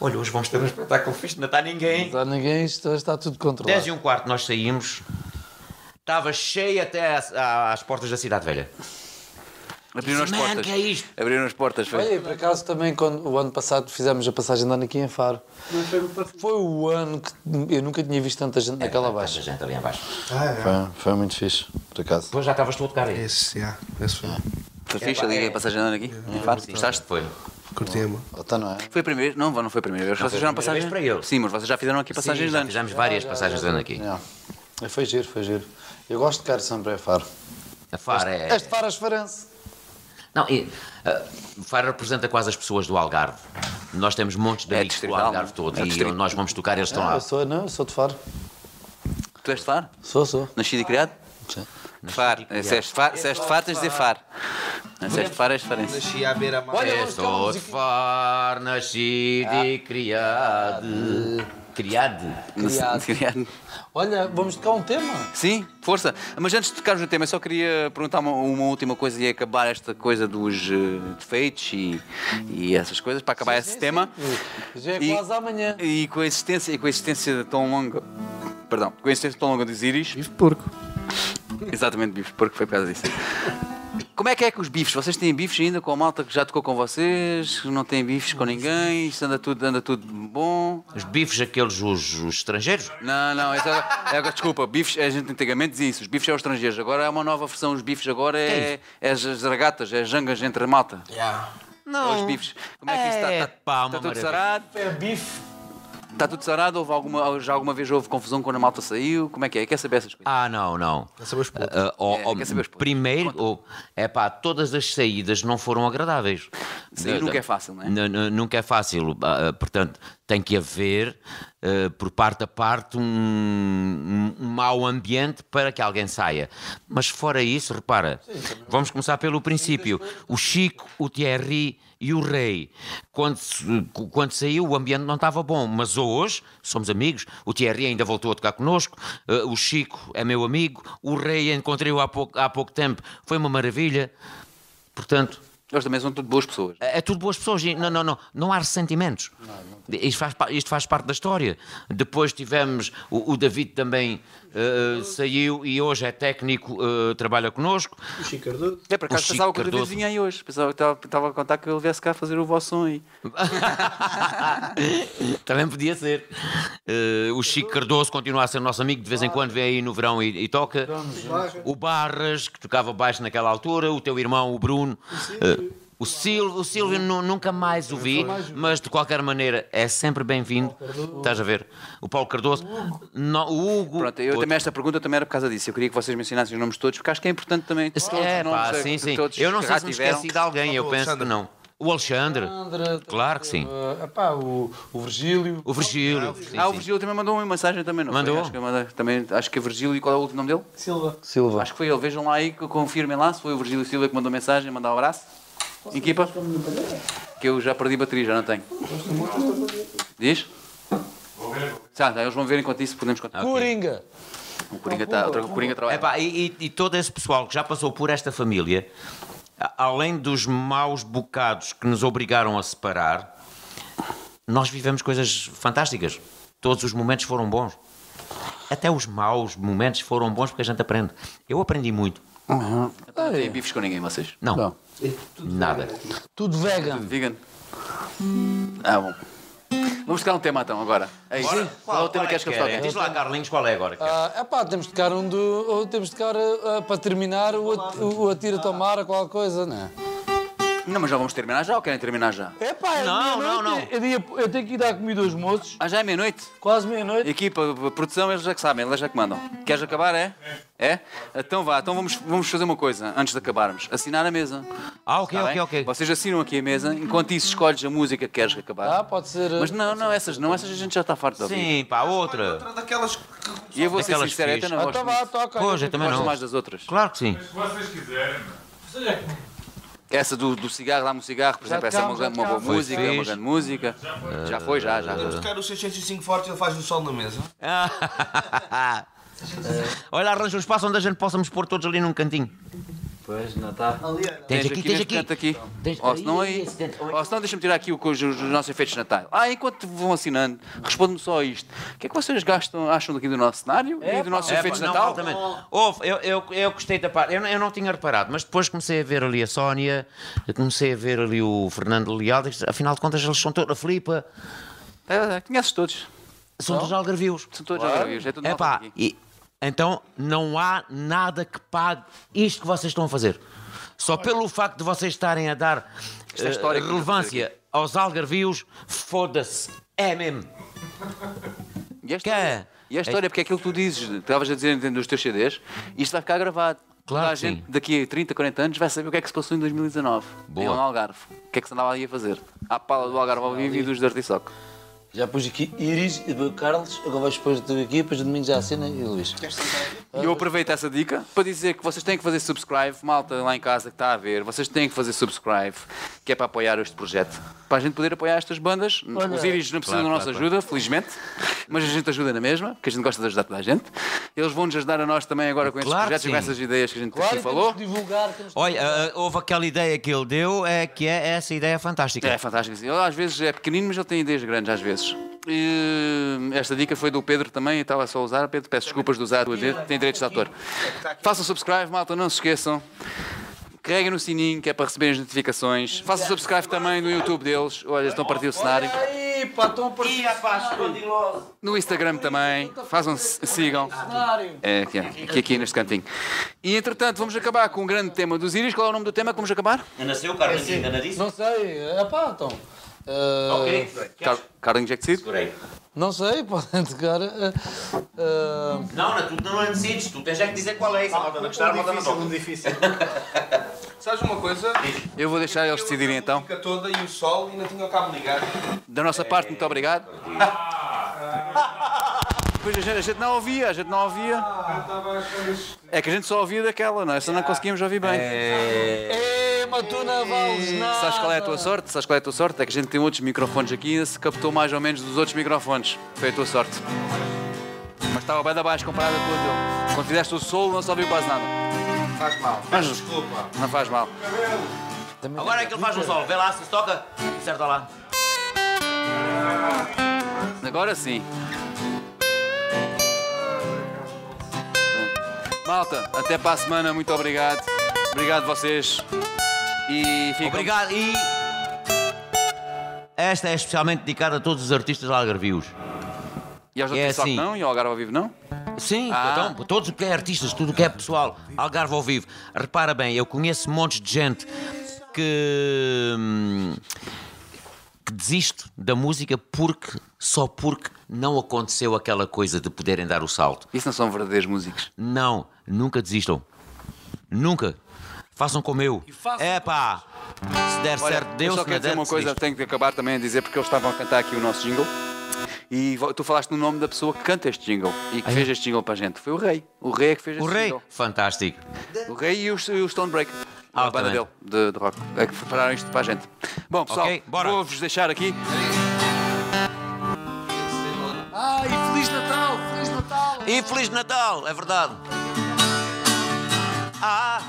S2: olha, hoje vamos ter um espetáculo fixe, não está ninguém.
S5: Não há ninguém, isto está tudo
S2: 10
S5: controlado.
S2: e um quarto nós saímos, estava cheio até às- às portas da Cidade Velha.
S1: Abriram as
S2: Man,
S1: portas.
S2: que é isto?
S1: Abriram as portas. foi.
S5: Olha, e por acaso também, quando, o ano passado, fizemos a passagem de ano aqui em Faro. Foi o ano que eu nunca tinha visto tanta gente
S2: É,
S5: naquela
S2: Tanta
S5: baixa.
S2: gente ali em baixo.
S4: Ah,
S5: Foi, foi muito fixe, por acaso.
S2: Depois já estavas tu a tocar aí.
S7: É Esse, yeah, esse foi.
S1: Foi fixe ali a passagem de ano aqui.
S2: É,
S1: Gostaste?
S2: Foi.
S7: Curti a mão.
S5: Então não é?
S1: Foi a primeira Não, não foi a primeira vez. Vocês
S2: foi a
S1: fizeram
S2: primeira
S1: passagem.
S2: vez para ele.
S1: Sim, mas vocês já fizeram aqui passagens
S2: Sim,
S1: de
S2: já
S1: anos.
S2: fizemos várias passagens de ano aqui.
S5: É. Foi giro, foi giro. Eu gosto de tocar sempre em Faro.
S2: A FAR é.
S5: Este Faro é esfarense.
S2: Não, e, ah, FAR representa quase as pessoas do Algarve. Nós temos montes de
S1: É
S2: amigos do
S1: distrital,
S2: Algarve todo
S1: é
S2: e
S1: distrito.
S2: onde nós vamos tocar, eles estão
S5: Ah,
S2: lá.
S5: eu sou, não, eu sou de Faro.
S1: Tu és de Faro?
S5: Sou, sou.
S1: Nascido e criado?
S5: Sim.
S1: Far. Se és de Far, se és de Far, tens de dizer Far. Disseste para as diferenças.
S7: Nasci à beira-mar.
S5: vamos buscar uma
S2: Estou de
S5: musiquinha.
S2: far, nascido e criado. Ah. Criado.
S5: Criado. Olha, vamos tocar um tema.
S1: Sim, força. Mas antes de tocarmos no tema, eu só queria perguntar uma, uma última coisa e é acabar esta coisa dos eh, defeitos e, e essas coisas, para acabar esse tema.
S5: Já é
S1: E-
S5: quase amanhã.
S1: E com a existência, e com a existência tão longa. Perdão, com a existência tão longa dos íris.
S3: Vivo porco.
S1: Exatamente, bifes, porque foi por causa disso. Como é que é que os bifes? Vocês têm bifes ainda com a malta que já tocou com vocês? Não têm bifes com ninguém? Isto anda tudo, anda tudo bom?
S2: Os bifes, aqueles os, os estrangeiros.
S1: Não, não, isso é, é- desculpa, bifes, a gente antigamente dizia isso, os bifes é os estrangeiros, agora é uma nova versão, os bifes agora é, é as as regatas, é as jangas entre a malta. É os bifes. Como é que isso está?
S2: É,
S1: Está
S2: pá, uma
S1: tudo
S2: maravilha.
S1: sarado?
S4: É bife.
S1: Está tudo sarado? Houve alguma, já alguma vez houve confusão quando a malta saiu? Como é que é? Quer saber essas coisas?
S2: Ah, não, não.
S7: saber os putos.
S2: Ah, ah, ó,
S1: É,
S2: ó,
S1: quer saber os putos.
S2: primeiro, ou, é pá, todas as saídas não foram agradáveis.
S1: Sair
S2: Da-
S1: nunca
S2: da-
S1: é fácil, não é?
S2: Nu- nu- Nunca é fácil. Ah, ah, Portanto, tem que haver, ah, por parte a parte, um, um mau ambiente para que alguém saia. Mas fora isso, repara, vamos começar pelo princípio. O Chico, o Thierry e o Rei. Quando, se- cu- quando saiu, o ambiente não estava bom, mas hoje somos amigos. O Thierry ainda voltou a tocar connosco, ah, o Chico é meu amigo, o Rei encontrei-o há pouco, há pouco tempo. Foi uma maravilha. Portanto.
S1: Eles também são tudo boas pessoas.
S2: É é tudo boas pessoas. e Não, não, não. Não há ressentimentos. isto, faz, pa- isto faz parte da história. Depois tivemos. O, o David também eh, saiu e hoje é técnico, eh, trabalha connosco.
S1: É, por acaso
S2: Chico
S1: pensava que o David
S2: Cardoso.
S1: vinha aí hoje, pensava que estava a contar que ele viesse cá fazer o vosso som aí.
S2: também podia ser. Eh, o Chico Cardoso continua a ser nosso amigo, de vez em quando vem aí no verão e, e toca. O Barras, que tocava baixo naquela altura, o teu irmão, o Bruno. Eh, o Silvio, o Silvio nu- nunca mais o vi, mas de qualquer maneira é sempre bem-vindo. Estás a ver? O Paulo Cardoso, não, o Hugo.
S1: Pronto, eu
S2: Pô,
S1: também esta pergunta também era por causa disso. Eu queria que vocês mencionassem os nomes todos, porque acho que é importante também todos os
S2: É,
S1: nomes
S2: pá,
S1: eh,
S2: sim,
S1: que
S2: sim.
S1: todos
S2: Eu não
S1: que
S2: sei
S1: já
S2: se me
S1: tiveram.
S2: esqueci de alguém, eu
S7: o
S2: penso que
S7: Alexandre.
S2: não. O Alexandre, claro que sim.
S5: Ah, pá, o, o Virgílio.
S2: O Virgílio. sim,
S1: Ah, o
S2: sim.
S1: Virgílio também mandou uma mensagem também, não foi?
S2: Mandou?
S1: Acho que, manda- também, acho que é Virgílio e qual é o último nome dele?
S3: Silva.
S5: Silva.
S1: Acho que foi ele. Vejam lá aí, que confirmem lá se foi o Virgílio Silva que mandou mensagem, mandar um abraço. Equipa? Que eu já perdi bateria, já não tenho. Diz? Tá, tá, eles vão ver enquanto isso podemos contar.
S5: Coringa.
S1: O Coringa está. O Coringa trabalha.
S2: Epá, e, e- e todo esse pessoal que já passou por esta família, a- além dos maus bocados que nos obrigaram a separar, nós vivemos coisas fantásticas. Todos os momentos foram bons. Até os maus momentos foram bons porque a gente aprende. Eu aprendi muito.
S1: Não tem bifes com ninguém, vocês.
S2: Não,
S5: Não.
S2: nada.
S5: Tudo vegan.
S1: Vegan. Ah, bom. Vamos tocar um tema então agora. É isso. Qual, é o tema que queres que eu toque?
S2: Diz lá, Carlinhos, qual é agora?
S5: Ah, epá, temos de tocar um do. ou Temos de tocar ah, para terminar o, at- o Atira Tomara, qualquer coisa, não é?
S1: Não, mas já vamos terminar já ou querem terminar já?
S5: Epá, é
S2: Não, não,
S5: meia-noite,
S2: não.
S5: é dia- eu tenho que ir dar comida aos moços,
S1: Ah, já é meia-noite?
S5: quase meia-noite.
S1: Equipa, a produção, eles já que sabem, eles já que mandam. Queres acabar, é? É? Então vá, então vamos, vamos fazer uma coisa antes de acabarmos. Assinar a mesa.
S2: Ah, ok,
S1: Tá
S2: ok,
S1: bem?
S2: ok.
S1: Vocês assinam aqui a mesa, enquanto isso escolhes a música que queres acabar.
S5: Ah, pode ser.
S1: Mas não, não, essas não, essas a gente já está farto de ouvir.
S2: Sim, pá, outra.
S7: Outra daquelas que
S1: E eu vou ser
S2: Daquelas
S1: sincero, eu até não
S5: Ah,
S1: gosto
S5: então
S4: tá
S1: muito.
S5: vá, toca.
S2: Pois, eu também
S1: Gosto
S2: não.
S1: mais das outras.
S2: Claro que sim.
S6: Se vocês quiserem, meu.
S1: Essa do, do cigarro, dá-me um cigarro, por exemplo, essa é uma,
S5: tocámos, já
S1: grande- uma boa
S5: tocámos.
S1: música,
S2: Foi
S1: é uma
S2: fixe.
S1: grande música. Já foi, já, já.
S7: tocar os 605 fortes ele faz o sol na mesa.
S2: Olha, arranja um espaço onde a gente possamos pôr todos ali num cantinho.
S9: Pois, não está.
S2: Tens aqui, tens
S1: neste
S2: aqui.
S1: canto aqui.
S2: Tens-
S1: Ou se não
S9: Ih,
S1: aí.
S9: esse dente.
S1: Ou se não, deixa-me tirar aqui o, co- os, os nossos efeitos de Natal. Ah, enquanto vão assinando, responde-me só isto. O que é que vocês gastam, acham daqui do nosso cenário e do nosso
S2: É,
S1: efeitos de
S2: pá, não,
S1: Natal?
S2: altamente. Houve, eu, eu, eu gostei da parte, eu, não- eu não tinha reparado, mas depois comecei a ver ali a Sónia, eu comecei a ver ali o Fernando Leal, disse, afinal de contas eles são todos, a Filipa,
S1: É, é, conheces todos.
S2: são todos algarvios.
S1: São todos algarvios. É tudo
S2: É
S1: nosso
S2: pá,
S1: aqui.
S2: e- então não há nada que pague isto que vocês estão a fazer. Só pelo facto de vocês estarem a dar
S1: é
S2: eh,
S1: histórico,
S2: relevância aos algarvios, foda-se. É mesmo.
S1: E a
S2: Que
S1: história,
S2: é?
S1: e a história porque é aquilo que tu dizes, tu estavas a dizer dentro dos teus CDs, isto vai ficar gravado.
S2: Claro
S1: Toda a
S2: que
S1: gente
S2: sim.
S1: daqui a 30, 40 anos vai saber o que é que se passou em 2019.
S2: Boa.
S1: Em um Algarve. O que é que se andava ali a fazer? À pala do Algarve ao vivo e dos Dirty Sock.
S5: Já pus aqui Iris, depois Carlos, agora vais depois tu aqui, depois de domingo já a cena e Luís.
S1: E eu aproveito essa dica para dizer que vocês têm que fazer subscribe, malta lá em casa que está a ver, vocês têm que fazer subscribe, que é para apoiar este projeto. Para a gente poder apoiar estas bandas. Os Iris não precisam da nossa ajuda, felizmente, mas a gente ajuda na mesma, que a gente gosta de ajudar toda a gente. Eles vão nos ajudar a nós também agora com estes
S2: Claro que
S1: projetos e com
S2: sim.
S1: essas ideias que a gente
S5: Claro,
S1: aqui
S5: temos
S1: falou.
S5: que divulgar, temos que
S2: Olha, ah, houve aquela ideia que ele deu, é que é essa ideia fantástica.
S1: É fantástico. sim. Ele às vezes é pequenino, mas ele tem ideias grandes às vezes. E, hum, esta dica foi do Pedro também, eu estava só a usar. Pedro, peço desculpas de usar a tua direita, tem direitos de autor. Façam subscribe, malta, não se esqueçam. Carreguem no sininho, que é para receberem as notificações. Façam subscribe também no YouTube deles. Olha, estão a partir o cenário.
S5: Aí, pá, estão a partir
S9: Ih, rapaz, continuou.
S1: No Instagram também. Façam, sigam.
S5: cenário.
S1: É, aqui, aqui, aqui neste cantinho. E entretanto, vamos acabar com um grande tema dos Íris. Qual é o nome do tema que vamos acabar?
S9: Ainda sei o Carlos, ainda disse.
S5: Não sei, é pá, então. Ah,
S9: Ok,
S1: Car Carlinhos é Jackson.
S9: segurei.
S5: Não sei, podem tocar. ah, ah,
S9: Não, não, tu não decides, tu tens é que dizer qual é isso. A malta não gostar, a malta não
S3: Difícil,
S9: toca.
S3: muito difícil.
S7: Sabes uma coisa?
S1: Eu vou deixar eles decidirem então.
S7: música toda e o sol e não tinha o cabo ligado.
S1: Da nossa parte, muito obrigado. Pois a gente, a gente não ouvia, a gente não ouvia. É que a gente só ouvia daquela, não é? Essa não conseguíamos ouvir bem.
S7: É.
S5: Ei, mas tu não vales nada.
S1: Sabes qual é a tua sorte? Sabes qual é a tua sorte? É que a gente tem outros microfones aqui e se captou mais ou menos dos outros microfones. Foi a tua sorte. Mas estava bem de baixo comparada com o teu. Quando fizeste o solo não se ouviu quase nada.
S7: Faz mal.
S1: Mas-
S7: Desculpa.
S1: Não faz mal.
S9: Agora é que ele faz um solo, vê lá se se toca. Certo lá.
S1: Agora sim. Malta, até para a semana, muito obrigado. Obrigado vocês. E fiquem
S2: Obrigado e. Esta é especialmente dedicada a todos os artistas algarvios.
S1: E aos
S2: É
S1: outros só que
S2: assim.
S1: não? E ao Algarve ao vivo não?
S2: Sim,
S1: Ah.
S2: então, todos o que é artistas, tudo o que é pessoal, Algarve ao vivo. Repara bem, eu conheço montes de gente que, hum, que desiste da música porque só porque não aconteceu aquela coisa de poderem dar o salto.
S1: Isso não são verdadeiros músicos.
S2: Não, nunca desistam. Nunca. Façam como eu. É pá, se der
S1: Olha,
S2: certo, Deus
S1: eu só
S2: se não
S1: quero
S2: é
S1: dizer
S2: der,
S1: uma coisa,
S2: desiste.
S1: tenho que acabar também a dizer, porque eles estavam a cantar aqui o nosso jingle. E vo- tu falaste no nome da pessoa que canta este jingle e que fez este jingle para a gente. Foi o Rei. O Rei é que fez
S2: O
S1: este
S2: rei,
S1: jingle.
S2: fantástico.
S1: O Rei e o, e o Stonebreaker.
S2: Ah,
S1: a banda
S2: também.
S1: dele, de, de rock. É que prepararam isto para a gente. Bom, pessoal,
S2: Ok, bora.
S1: vou-vos deixar aqui.
S5: Ai, Feliz Natal, Feliz Natal.
S2: E Feliz Natal, é verdade. Há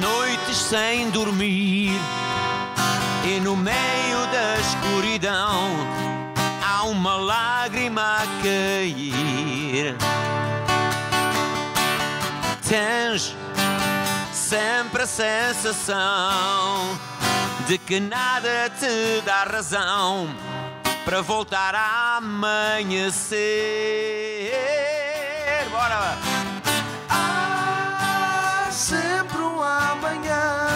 S2: noites sem dormir e no meio da escuridão há uma lágrima a cair. Tens sempre a sensação de que nada te dá razão para voltar a amanhecer. Bora!
S7: Há sempre um amanhã.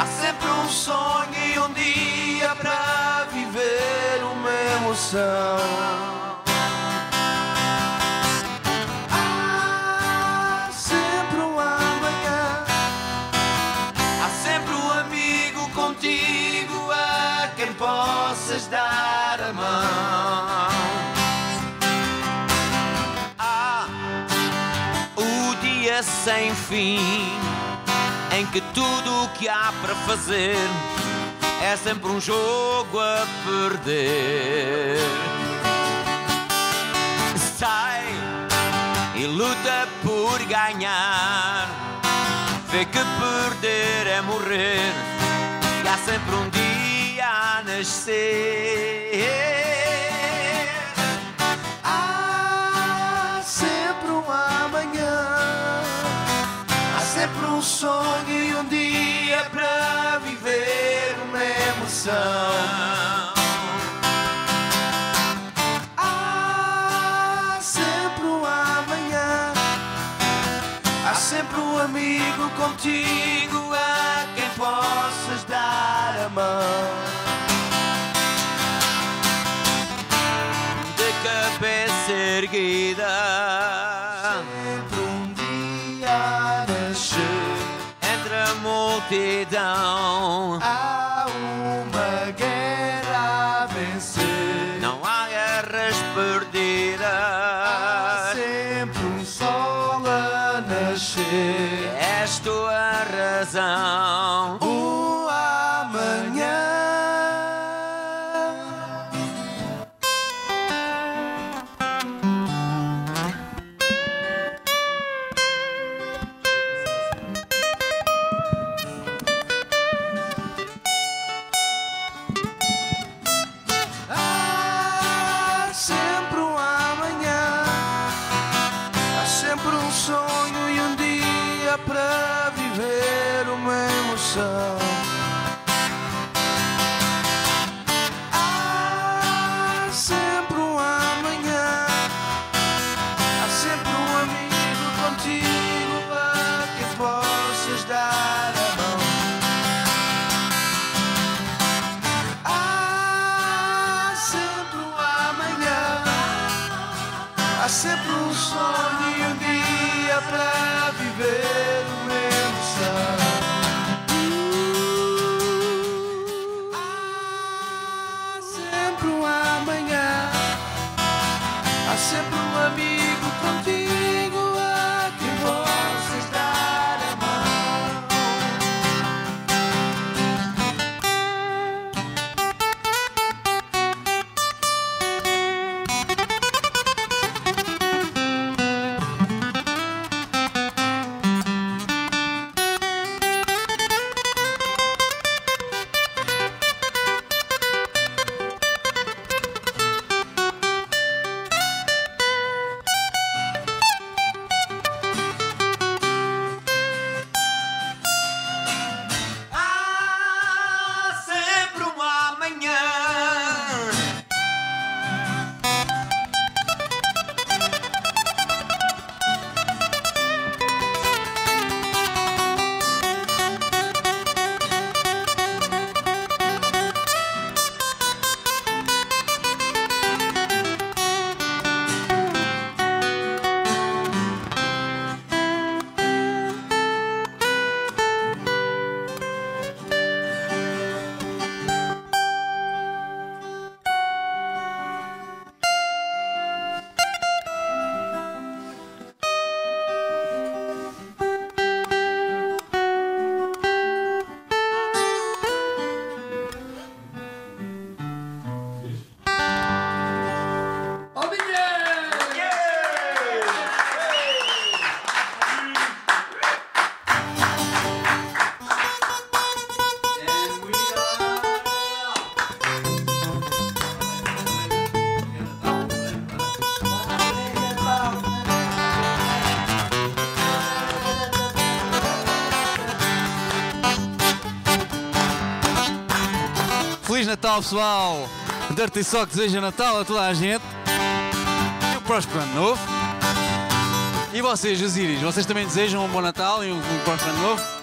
S2: Há sempre um sonho e um dia para viver uma emoção.
S7: Há sempre um amanhã.
S2: Há sempre um amigo contigo a quem possas dar a mão. Há o dia sem fim em que tudo o que há para fazer é sempre um jogo a perder. Sai e luta por ganhar. Vê que perder é morrer E há sempre um dia a nascer Há sempre um amanhã Há sempre um sonho e um dia para viver uma emoção Há sempre um amanhã Há sempre um amigo contigo a quem possas dar a mão. De cabeça erguida, sempre um dia a nascer. Entre a multidão, há uma guerra a vencer. um não.
S7: O amanhã. Há sempre um amanhã, há sempre um sonho e um dia para viver uma emoção. Há sempre um amanhã, há sempre um amigo contigo a quem possas dar a mão. Há sempre um amanhã, há sempre um sonho e um dia para viver uma emoção. Há sempre um amanhã, há sempre um amigo contigo a quem possas dar a mão. Há sempre um amanhã.
S3: Feliz Natal, pessoal! Dirty Sock deseja Natal a toda a gente. E um próspero ano novo. E vocês, os Iris, vocês também desejam um bom Natal e um, um próspero ano novo?